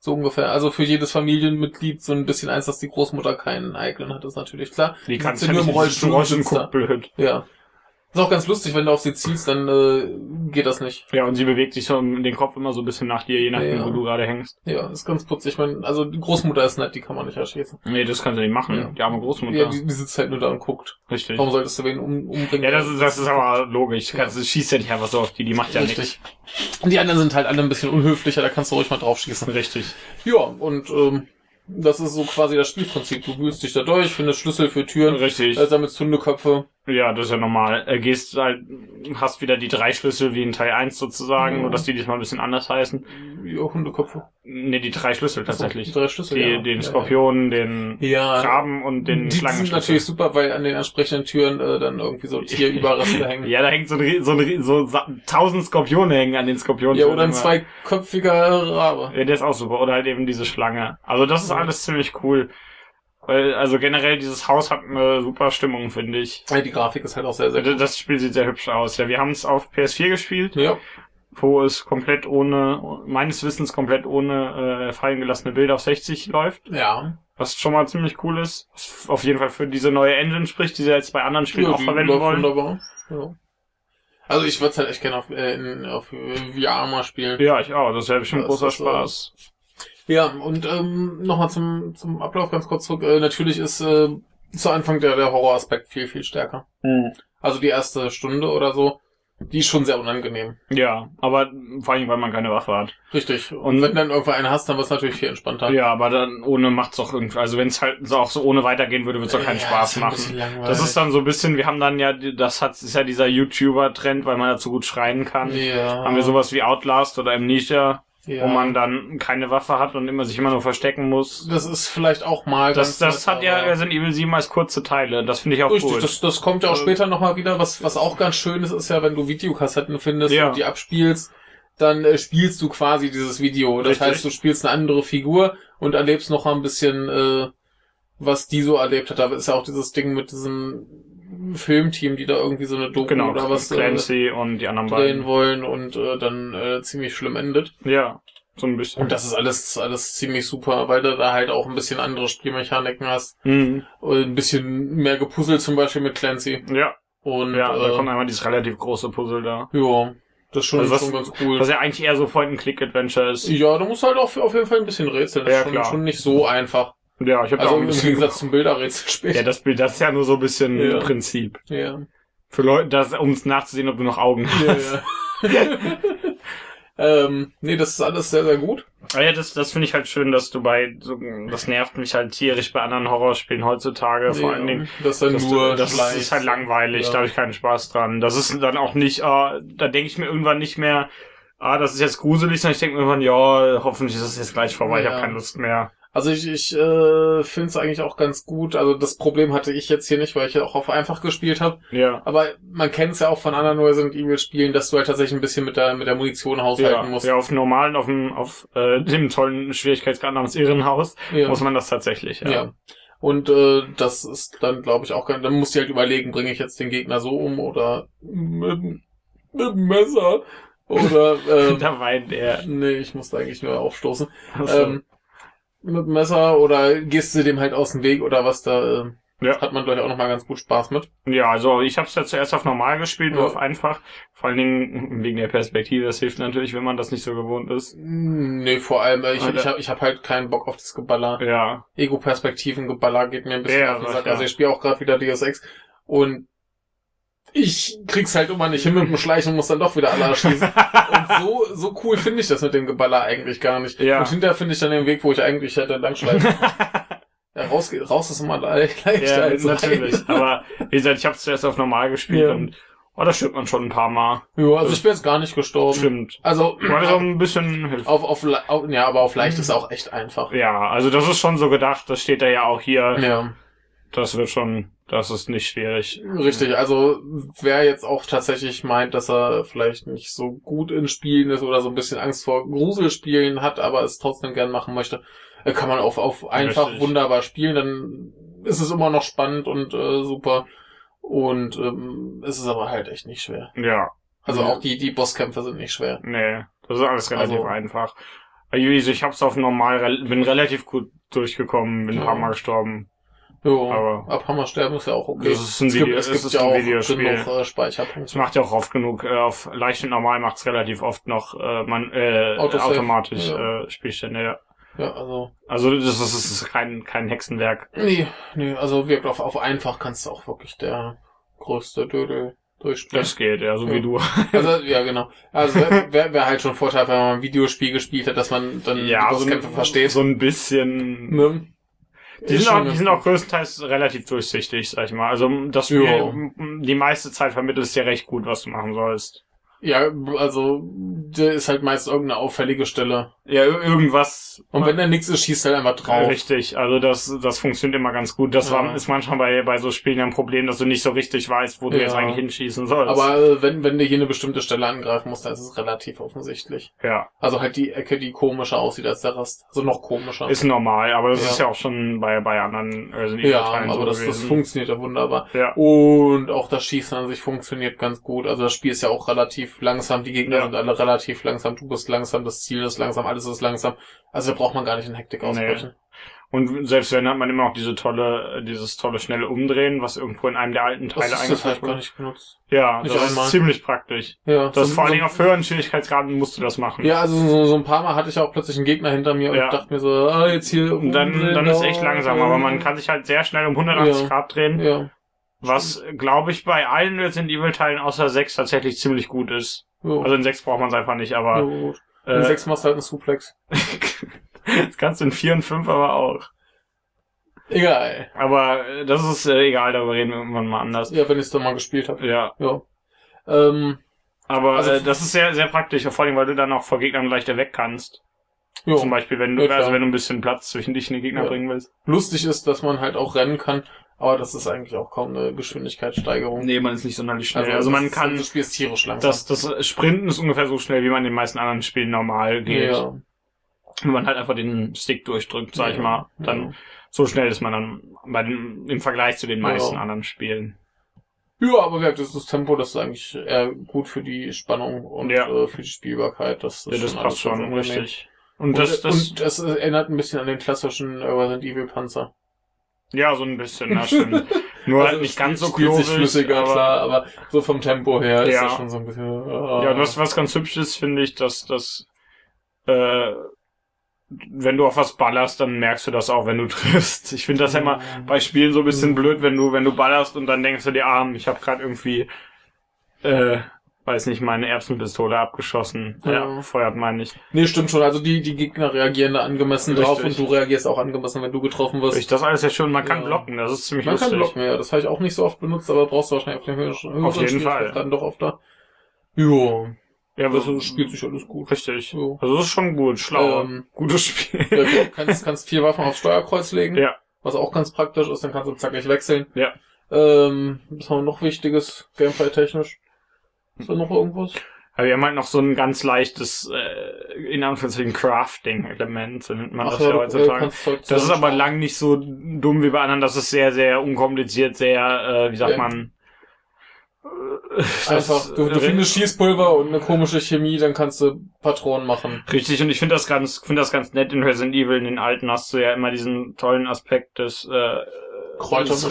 [SPEAKER 2] So ungefähr. Also für jedes Familienmitglied so ein bisschen eins, dass die Großmutter keinen eigenen hat, ist natürlich klar.
[SPEAKER 1] die kannst
[SPEAKER 2] sitzt
[SPEAKER 1] ja
[SPEAKER 2] ja
[SPEAKER 1] nicht
[SPEAKER 2] nur im Rollstuhl,
[SPEAKER 1] Rollstuhl
[SPEAKER 2] sitzt da.
[SPEAKER 1] guckt blöd.
[SPEAKER 2] Ja. Ist auch ganz lustig, wenn du auf sie ziehst, dann äh, geht das nicht.
[SPEAKER 1] Ja, und sie bewegt sich so um den Kopf immer so ein bisschen nach dir, je nachdem,
[SPEAKER 2] Ja.
[SPEAKER 1] wo du gerade hängst.
[SPEAKER 2] Ja, ist ganz putzig. Ich meine, also die Großmutter ist nett, die kann man nicht erschießen.
[SPEAKER 1] Nee, das kannst du nicht machen.
[SPEAKER 2] Ja.
[SPEAKER 1] Die arme Großmutter.
[SPEAKER 2] Ja, die, die sitzt halt nur da und guckt.
[SPEAKER 1] Richtig.
[SPEAKER 2] Warum solltest du wen um, umbringen?
[SPEAKER 1] Ja, das ist, das ist aber logisch. Du kannst, du schießt ja nicht einfach so auf die, die macht ja nichts.
[SPEAKER 2] Richtig. Die anderen sind halt alle ein bisschen unhöflicher, da kannst du ruhig mal drauf schießen.
[SPEAKER 1] Richtig.
[SPEAKER 2] Ja, und ähm, das ist so quasi das Spielprinzip. Du wühlst dich da durch, findest Schlüssel für Türen,
[SPEAKER 1] Richtig.
[SPEAKER 2] äh, sammelst Hundeköpfe.
[SPEAKER 1] Ja, das ist ja normal. Äh, gehst halt, hast wieder die drei Schlüssel wie in Teil 1 sozusagen,
[SPEAKER 2] Mhm.
[SPEAKER 1] nur dass die diesmal ein bisschen anders heißen.
[SPEAKER 2] Ja, Hundeköpfe.
[SPEAKER 1] Ne, die drei Schlüssel tatsächlich.
[SPEAKER 2] Die drei Schlüssel,
[SPEAKER 1] die,
[SPEAKER 2] ja.
[SPEAKER 1] Den
[SPEAKER 2] ja,
[SPEAKER 1] Skorpion, den
[SPEAKER 2] Ja. ja.
[SPEAKER 1] Graben und den
[SPEAKER 2] Die sind
[SPEAKER 1] Schlangenschlüssel.
[SPEAKER 2] natürlich super, weil an den entsprechenden Türen äh, dann irgendwie so Tierüberreste hängen.
[SPEAKER 1] Ja, da hängt so ein, Rie- so ein Rie- so sa- tausend Skorpione hängen an den Skorpionen.
[SPEAKER 2] Ja, oder ein zweiköpfiger Rabe.
[SPEAKER 1] Ja, der ist auch super. Oder halt eben diese Schlange. Also das ist alles ziemlich cool. Weil, also generell dieses Haus hat eine super Stimmung, finde ich.
[SPEAKER 2] Ja, die Grafik ist halt auch sehr, sehr gut.
[SPEAKER 1] Das Spiel sieht sehr hübsch aus. Ja, wir haben es auf PS4 gespielt,
[SPEAKER 2] Ja,
[SPEAKER 1] wo es komplett ohne, meines Wissens komplett ohne äh, fallen gelassene Bilder auf 60 läuft,
[SPEAKER 2] ja.
[SPEAKER 1] was schon mal ziemlich cool ist. Was auf jeden Fall für diese neue Engine spricht, die sie jetzt bei anderen Spielen
[SPEAKER 2] ja
[SPEAKER 1] auch
[SPEAKER 2] die
[SPEAKER 1] verwenden
[SPEAKER 2] läuft
[SPEAKER 1] wollen.
[SPEAKER 2] Wunderbar. Ja. Also ich würde es halt echt gerne auf, äh, in, auf VR mal spielen.
[SPEAKER 1] Ja, ich auch. Das wäre bestimmt
[SPEAKER 2] Das
[SPEAKER 1] großer
[SPEAKER 2] ist, äh,
[SPEAKER 1] Spaß.
[SPEAKER 2] Ja, und ähm, nochmal zum, zum Ablauf ganz kurz zurück. Äh, natürlich ist äh, zu Anfang der, der Horroraspekt viel, viel stärker. Also die erste Stunde oder so, die ist schon sehr unangenehm.
[SPEAKER 1] Ja, aber vor allem, weil man keine Waffe hat.
[SPEAKER 2] Richtig. Und,
[SPEAKER 1] Und-
[SPEAKER 2] wenn du dann irgendwann einen hast, dann wird es natürlich viel entspannter.
[SPEAKER 1] Ja, aber dann ohne macht's auch irgendwie, also wenn's halt so auch so ohne weitergehen würde, wird's auch keinen Spaß machen. Das ist dann so ein bisschen, wir haben dann ja, die- das hat, ist ja dieser YouTuber-Trend, weil man dazu gut schreien kann.
[SPEAKER 2] ja.
[SPEAKER 1] Haben wir sowas wie Outlast oder Amnesia,
[SPEAKER 2] ja.
[SPEAKER 1] wo man dann keine Waffe hat und immer sich immer nur verstecken muss.
[SPEAKER 2] das ist vielleicht auch mal
[SPEAKER 1] Das,
[SPEAKER 2] ganz
[SPEAKER 1] das
[SPEAKER 2] nett,
[SPEAKER 1] hat ja
[SPEAKER 2] aber-
[SPEAKER 1] Resident Evil 7 als kurze Teile. Das finde ich auch
[SPEAKER 2] Richtig,
[SPEAKER 1] cool.
[SPEAKER 2] das, das kommt ja auch
[SPEAKER 1] Ähm,
[SPEAKER 2] später nochmal wieder. Was, was auch ganz schön ist, ist ja, wenn du Videokassetten findest
[SPEAKER 1] Ja.
[SPEAKER 2] und die abspielst, dann äh, spielst du quasi dieses Video. Das
[SPEAKER 1] Richtig.
[SPEAKER 2] heißt, du spielst eine andere Figur und erlebst noch mal ein bisschen, äh, was die so erlebt hat. Da ist ja auch dieses Ding mit diesem Filmteam, die da irgendwie so eine Doku
[SPEAKER 1] genau,
[SPEAKER 2] oder was äh,
[SPEAKER 1] Clancy und die anderen
[SPEAKER 2] drehen
[SPEAKER 1] beiden.
[SPEAKER 2] wollen und äh, dann äh, ziemlich schlimm endet.
[SPEAKER 1] Ja, so ein bisschen.
[SPEAKER 2] Und das ist alles, alles ziemlich super, weil du da halt auch ein bisschen andere Spielmechaniken hast.
[SPEAKER 1] Mhm.
[SPEAKER 2] Und ein bisschen mehr gepuzzelt zum Beispiel mit Clancy.
[SPEAKER 1] Ja,
[SPEAKER 2] Und
[SPEAKER 1] ja,
[SPEAKER 2] äh,
[SPEAKER 1] da kommt einmal dieses relativ große Puzzle da.
[SPEAKER 2] Ja, das ist schon,
[SPEAKER 1] Also was-
[SPEAKER 2] schon ganz cool.
[SPEAKER 1] Was ja eigentlich eher so Point-and-Click-Adventure ist.
[SPEAKER 2] ja, du musst halt auch auf jeden Fall ein bisschen rätseln. Das
[SPEAKER 1] Ja,
[SPEAKER 2] ist schon,
[SPEAKER 1] klar.
[SPEAKER 2] schon nicht so einfach.
[SPEAKER 1] Ja, ich habe da
[SPEAKER 2] Also
[SPEAKER 1] auch ein
[SPEAKER 2] im
[SPEAKER 1] bisschen
[SPEAKER 2] Gegensatz zum Bilderrätsel
[SPEAKER 1] Ja,
[SPEAKER 2] später.
[SPEAKER 1] das Bild, das ist ja nur so ein bisschen
[SPEAKER 2] Ja.
[SPEAKER 1] Prinzip.
[SPEAKER 2] Ja,
[SPEAKER 1] Für Leute, das, um es nachzusehen, ob du noch Augen hast.
[SPEAKER 2] ja, ja. ähm, nee, das ist alles sehr, sehr gut.
[SPEAKER 1] Ah ja, das, das finde ich halt schön, dass du bei, so, das nervt mich halt tierisch bei anderen Horrorspielen heutzutage, vor allen Dingen.
[SPEAKER 2] Das dann
[SPEAKER 1] dass
[SPEAKER 2] nur
[SPEAKER 1] du, das
[SPEAKER 2] schleicht.
[SPEAKER 1] ist halt langweilig,
[SPEAKER 2] Ja.
[SPEAKER 1] da habe ich keinen Spaß dran. Das ist dann auch nicht, ah, da denke ich mir irgendwann nicht mehr, ah, das ist jetzt gruselig, sondern ich denke mir irgendwann, ja, hoffentlich ist das jetzt gleich vorbei, ich
[SPEAKER 2] Ja.
[SPEAKER 1] habe keine Lust mehr.
[SPEAKER 2] Also ich, ich äh, finde es eigentlich auch ganz gut. Also das Problem hatte ich jetzt hier nicht, weil ich ja auch auf einfach gespielt habe.
[SPEAKER 1] Ja.
[SPEAKER 2] Aber man kennt es ja auch von anderen Resident Evil Spielen, dass du halt tatsächlich ein bisschen mit der mit der Munition haushalten
[SPEAKER 1] Ja,
[SPEAKER 2] musst.
[SPEAKER 1] ja, auf normalen, auf dem, auf äh, dem tollen Schwierigkeitsgrad namens Irrenhaus
[SPEAKER 2] Ja.
[SPEAKER 1] muss man das tatsächlich.
[SPEAKER 2] Ja. Und äh, das ist dann, glaube ich, auch ganz. Dann musst du halt überlegen, bringe ich jetzt den Gegner so um oder mit, mit dem Messer oder ähm,
[SPEAKER 1] Da weint er.
[SPEAKER 2] nee, ich musste eigentlich nur aufstoßen.
[SPEAKER 1] Also,
[SPEAKER 2] Ähm, mit dem Messer oder gehst du dem halt aus dem Weg oder was da äh,
[SPEAKER 1] Ja.
[SPEAKER 2] hat man glaube ich auch nochmal ganz gut Spaß mit.
[SPEAKER 1] ja, also ich habe es ja zuerst auf normal gespielt, nur
[SPEAKER 2] Ja.
[SPEAKER 1] auf einfach. Vor allen Dingen wegen der Perspektive. Das hilft natürlich, wenn man das nicht so gewohnt ist.
[SPEAKER 2] Nee, vor allem, äh, ich,
[SPEAKER 1] Alter.
[SPEAKER 2] ich habe ich hab halt keinen Bock auf das Geballer.
[SPEAKER 1] Ja,
[SPEAKER 2] Ego-Perspektiven-Geballer geht mir ein bisschen
[SPEAKER 1] Ja,
[SPEAKER 2] auf den
[SPEAKER 1] aber
[SPEAKER 2] Sack.
[SPEAKER 1] klar.
[SPEAKER 2] Also ich spiele auch gerade wieder Deus Ex und ich krieg's halt immer nicht hin mit dem Schleichen und muss dann doch wieder alle erschießen. und so, so cool finde ich das mit dem Geballer eigentlich gar nicht.
[SPEAKER 1] Ja.
[SPEAKER 2] Und hinterher finde ich dann den Weg, wo ich eigentlich hätte lang schleichen. ja, raus, geht- raus ist immer le- leichter
[SPEAKER 1] ja
[SPEAKER 2] als rein.
[SPEAKER 1] natürlich. Aber wie gesagt, ich habe es zuerst auf normal gespielt
[SPEAKER 2] Ja.
[SPEAKER 1] und oh, das stimmt man schon ein paar Mal.
[SPEAKER 2] Ja, also ich bin jetzt gar nicht gestorben.
[SPEAKER 1] Stimmt.
[SPEAKER 2] Also
[SPEAKER 1] War das auch ein bisschen hilfreich.
[SPEAKER 2] auf, auf, le- auf, ja, aber auf leicht ist auch echt einfach.
[SPEAKER 1] Ja, also das ist schon so gedacht. Das steht da ja auch hier.
[SPEAKER 2] Ja,
[SPEAKER 1] Das wird schon, das ist nicht schwierig.
[SPEAKER 2] richtig. Also wer jetzt auch tatsächlich meint, dass er vielleicht nicht so gut in Spielen ist oder so ein bisschen Angst vor Gruselspielen hat, aber es trotzdem gern machen möchte, äh, kann man auf, auf einfach
[SPEAKER 1] Richtig.
[SPEAKER 2] wunderbar spielen. Dann ist es immer noch spannend und äh, super. Und ähm, es ist aber halt echt nicht schwer.
[SPEAKER 1] Ja,
[SPEAKER 2] Also
[SPEAKER 1] Ja.
[SPEAKER 2] auch die, die Bosskämpfe sind nicht schwer.
[SPEAKER 1] nee. Das ist alles relativ
[SPEAKER 2] Also-
[SPEAKER 1] einfach. Also ich hab's auf normal, rel- bin relativ gut durchgekommen, bin ein paar
[SPEAKER 2] Ja.
[SPEAKER 1] Mal gestorben.
[SPEAKER 2] Jo,
[SPEAKER 1] Aber-
[SPEAKER 2] ab Hammer sterben ist ja auch okay.
[SPEAKER 1] Das ist ein
[SPEAKER 2] es gibt,
[SPEAKER 1] Video-
[SPEAKER 2] es
[SPEAKER 1] es
[SPEAKER 2] gibt
[SPEAKER 1] ist
[SPEAKER 2] ja
[SPEAKER 1] ein
[SPEAKER 2] auch
[SPEAKER 1] Videospiel.
[SPEAKER 2] genug äh,
[SPEAKER 1] Das
[SPEAKER 2] Speicherpunkte.
[SPEAKER 1] macht ja auch oft genug. Äh, auf leicht und normal macht's relativ oft noch äh, man, äh,
[SPEAKER 2] Autosave,
[SPEAKER 1] automatisch
[SPEAKER 2] ja.
[SPEAKER 1] äh, Spielstände. Ja.
[SPEAKER 2] Ja, also.
[SPEAKER 1] Also das ist, das ist kein, kein Hexenwerk.
[SPEAKER 2] Nee, nee, also wirkt auf, auf einfach kannst du auch wirklich der größte Dödel durchspielen.
[SPEAKER 1] Das geht, ja, so
[SPEAKER 2] Ja.
[SPEAKER 1] wie du.
[SPEAKER 2] Also, ja, genau. Also wäre wär, wär halt schon ein Vorteil, wenn man ein Videospiel gespielt hat, dass man dann die
[SPEAKER 1] Ja, so,
[SPEAKER 2] Bosskämpfe
[SPEAKER 1] ein-
[SPEAKER 2] versteht.
[SPEAKER 1] so ein bisschen.
[SPEAKER 2] Ne?
[SPEAKER 1] Die
[SPEAKER 2] Ist
[SPEAKER 1] sind, auch,
[SPEAKER 2] schon
[SPEAKER 1] die
[SPEAKER 2] ganz
[SPEAKER 1] sind
[SPEAKER 2] gut.
[SPEAKER 1] auch größtenteils relativ durchsichtig, sag ich mal. Also das Spiel,
[SPEAKER 2] Ja.
[SPEAKER 1] m- die meiste Zeit vermittelt es dir recht gut, was du machen sollst.
[SPEAKER 2] Ja, also da ist halt meist irgendeine auffällige Stelle.
[SPEAKER 1] Ja, ir- irgendwas.
[SPEAKER 2] Und wenn da nichts ist, schießt halt einfach drauf.
[SPEAKER 1] Richtig, also das, das funktioniert immer ganz gut. Das war,
[SPEAKER 2] Ja.
[SPEAKER 1] ist manchmal bei, bei so Spielen ja ein Problem, dass du nicht so richtig weißt, wo du
[SPEAKER 2] Ja.
[SPEAKER 1] jetzt eigentlich hinschießen sollst.
[SPEAKER 2] Aber äh, wenn, wenn du hier eine bestimmte Stelle angreifen musst, dann ist es relativ offensichtlich.
[SPEAKER 1] ja,
[SPEAKER 2] Also halt die Ecke, die komischer aussieht als der Rest. Also noch komischer.
[SPEAKER 1] ist normal, aber das
[SPEAKER 2] Ja.
[SPEAKER 1] ist ja auch schon bei, bei anderen Resident
[SPEAKER 2] ja,
[SPEAKER 1] Evil-Teilen
[SPEAKER 2] aber
[SPEAKER 1] so
[SPEAKER 2] das, das
[SPEAKER 1] gewesen.
[SPEAKER 2] funktioniert ja wunderbar.
[SPEAKER 1] Ja.
[SPEAKER 2] Und auch das Schießen an sich funktioniert ganz gut. Also das Spiel ist ja auch relativ langsam, die Gegner
[SPEAKER 1] Ja.
[SPEAKER 2] sind alle relativ langsam, du bist langsam, das Ziel ist langsam, alles ist langsam. Also da braucht man gar nicht in Hektik
[SPEAKER 1] Nee.
[SPEAKER 2] ausbrechen.
[SPEAKER 1] Und selbst wenn, hat man immer noch diese tolle, dieses tolle schnelle Umdrehen, was irgendwo in einem der alten
[SPEAKER 2] Das,
[SPEAKER 1] Teile
[SPEAKER 2] ist, das habe ich
[SPEAKER 1] eingeführt
[SPEAKER 2] gar
[SPEAKER 1] wurde.
[SPEAKER 2] nicht benutzt.
[SPEAKER 1] Ja,
[SPEAKER 2] Nicht
[SPEAKER 1] das
[SPEAKER 2] einmal.
[SPEAKER 1] ist ziemlich praktisch.
[SPEAKER 2] Ja,
[SPEAKER 1] Das
[SPEAKER 2] so-
[SPEAKER 1] vor allen
[SPEAKER 2] so-
[SPEAKER 1] Dingen auf höheren Schwierigkeitsgraden musst du das machen.
[SPEAKER 2] Ja, also so, so ein paar Mal hatte ich auch plötzlich einen Gegner hinter mir und
[SPEAKER 1] Ja.
[SPEAKER 2] dachte mir so, ah, jetzt hier.
[SPEAKER 1] Und dann,
[SPEAKER 2] umdrehen,
[SPEAKER 1] dann ist echt
[SPEAKER 2] da,
[SPEAKER 1] langsam,
[SPEAKER 2] äh,
[SPEAKER 1] aber man kann sich halt sehr schnell um 180
[SPEAKER 2] Ja.
[SPEAKER 1] Grad drehen,
[SPEAKER 2] Ja,
[SPEAKER 1] was, glaube ich, bei allen Resident Evil Teilen außer 6 tatsächlich ziemlich gut ist.
[SPEAKER 2] jo,
[SPEAKER 1] Also in 6 braucht man es einfach nicht,
[SPEAKER 2] jo,
[SPEAKER 1] aber
[SPEAKER 2] gut. In
[SPEAKER 1] äh,
[SPEAKER 2] sechs machst du halt einen Suplex.
[SPEAKER 1] das kannst du in 4 und 5 aber auch.
[SPEAKER 2] Egal.
[SPEAKER 1] Aber äh, das ist äh, egal, darüber reden wir irgendwann mal anders.
[SPEAKER 2] Ja, wenn ich es dann mal gespielt habe.
[SPEAKER 1] Ja,
[SPEAKER 2] Ja. Ähm,
[SPEAKER 1] aber
[SPEAKER 2] Also-
[SPEAKER 1] äh, das ist sehr, sehr praktisch, vor allem, weil du dann auch vor Gegnern leichter weg kannst.
[SPEAKER 2] jo.
[SPEAKER 1] Zum Beispiel, wenn
[SPEAKER 2] Ja,
[SPEAKER 1] du,
[SPEAKER 2] klar.
[SPEAKER 1] also wenn du ein bisschen Platz zwischen dich und den Gegner
[SPEAKER 2] Ja.
[SPEAKER 1] bringen willst.
[SPEAKER 2] Lustig ist, dass man halt auch rennen kann, aber das ist eigentlich auch kaum eine Geschwindigkeitssteigerung.
[SPEAKER 1] Nee, man ist nicht sonderlich schnell. Also,
[SPEAKER 2] das
[SPEAKER 1] man
[SPEAKER 2] ist-
[SPEAKER 1] kann
[SPEAKER 2] Das Spiel ist tierisch langsam.
[SPEAKER 1] Das, das Sprinten ist ungefähr so schnell, wie man in den meisten anderen Spielen normal geht.
[SPEAKER 2] ja.
[SPEAKER 1] Wenn man halt einfach den Stick durchdrückt, sag ich
[SPEAKER 2] Ja.
[SPEAKER 1] mal, dann so schnell ist man dann bei den, im Vergleich zu den
[SPEAKER 2] Ja.
[SPEAKER 1] meisten anderen Spielen.
[SPEAKER 2] Ja, aber wie gesagt, das ist das Tempo, das ist eigentlich eher gut für die Spannung und
[SPEAKER 1] Ja.
[SPEAKER 2] äh, für die Spielbarkeit. Das, ist
[SPEAKER 1] Ja, das
[SPEAKER 2] schon
[SPEAKER 1] passt
[SPEAKER 2] alles ganz
[SPEAKER 1] schon,
[SPEAKER 2] angenehm.
[SPEAKER 1] richtig. Und das, das,
[SPEAKER 2] und das erinnert ein bisschen an den klassischen äh, Resident Evil Panzer. Also
[SPEAKER 1] ja, so ein bisschen, das stimmt. Nur halt nicht ganz so
[SPEAKER 2] spielt sich
[SPEAKER 1] klobig,
[SPEAKER 2] flüssiger,
[SPEAKER 1] aber,
[SPEAKER 2] klar, aber so vom Tempo her ist
[SPEAKER 1] Ja.
[SPEAKER 2] das schon so ein bisschen. Äh,
[SPEAKER 1] ja, und was, was ganz hübsch ist, finde ich, dass, dass, äh, wenn du auf was ballerst, dann merkst du das auch, wenn du triffst. Ich finde das halt
[SPEAKER 2] Mhm.
[SPEAKER 1] ja immer,
[SPEAKER 2] äh,
[SPEAKER 1] bei Spielen so ein bisschen blöd, wenn du, wenn du ballerst und dann denkst du dir, ah, ich habe gerade irgendwie, äh, weiß nicht, meine Erbsenpistole abgeschossen.
[SPEAKER 2] Ja.
[SPEAKER 1] Ja, feuert meine ich.
[SPEAKER 2] Nee, stimmt schon. Also die, die Gegner reagieren da angemessen
[SPEAKER 1] Richtig.
[SPEAKER 2] drauf und du reagierst auch angemessen, wenn du getroffen wirst.
[SPEAKER 1] Ich das alles ja schon, man kann
[SPEAKER 2] Ja.
[SPEAKER 1] blocken, das ist ziemlich
[SPEAKER 2] Man
[SPEAKER 1] lustig.
[SPEAKER 2] kann blocken, ne? ja. Das habe ich auch nicht so oft benutzt, aber brauchst du wahrscheinlich auf dem höheren höheren
[SPEAKER 1] Auf jeden Fall.
[SPEAKER 2] Schwierigkeitsgrad dann doch oft da. Jo,
[SPEAKER 1] Ja,
[SPEAKER 2] das
[SPEAKER 1] das
[SPEAKER 2] spielt sich alles gut.
[SPEAKER 1] richtig.
[SPEAKER 2] Jo.
[SPEAKER 1] Also das ist schon gut, schlau.
[SPEAKER 2] Ähm,
[SPEAKER 1] Gutes Spiel.
[SPEAKER 2] ja, du kannst, kannst vier Waffen aufs Steuerkreuz legen,
[SPEAKER 1] Ja.
[SPEAKER 2] was auch ganz praktisch ist, dann kannst du zackig wechseln.
[SPEAKER 1] Ja.
[SPEAKER 2] Ähm, was haben wir noch Wichtiges, Gameplay-technisch? Ist da noch irgendwas?
[SPEAKER 1] Aber wir haben halt noch so ein ganz leichtes, äh, in Anführungszeichen, Crafting-Element, so nennt man das ja
[SPEAKER 2] du, äh,
[SPEAKER 1] heutzutage.
[SPEAKER 2] kannst Zeug
[SPEAKER 1] Das ist aber
[SPEAKER 2] zusammenschrauben.
[SPEAKER 1] lang nicht so dumm wie bei anderen. Das ist sehr, sehr unkompliziert, sehr, äh, wie sagt
[SPEAKER 2] Ja.
[SPEAKER 1] man? Äh,
[SPEAKER 2] Einfach, äh, du, du findest Schießpulver und eine komische Chemie, dann kannst du Patronen machen.
[SPEAKER 1] Richtig, und ich finde das ganz, finde das ganz nett in Resident Evil. In den alten hast du ja immer diesen tollen Aspekt des, äh,
[SPEAKER 2] Kräutermischen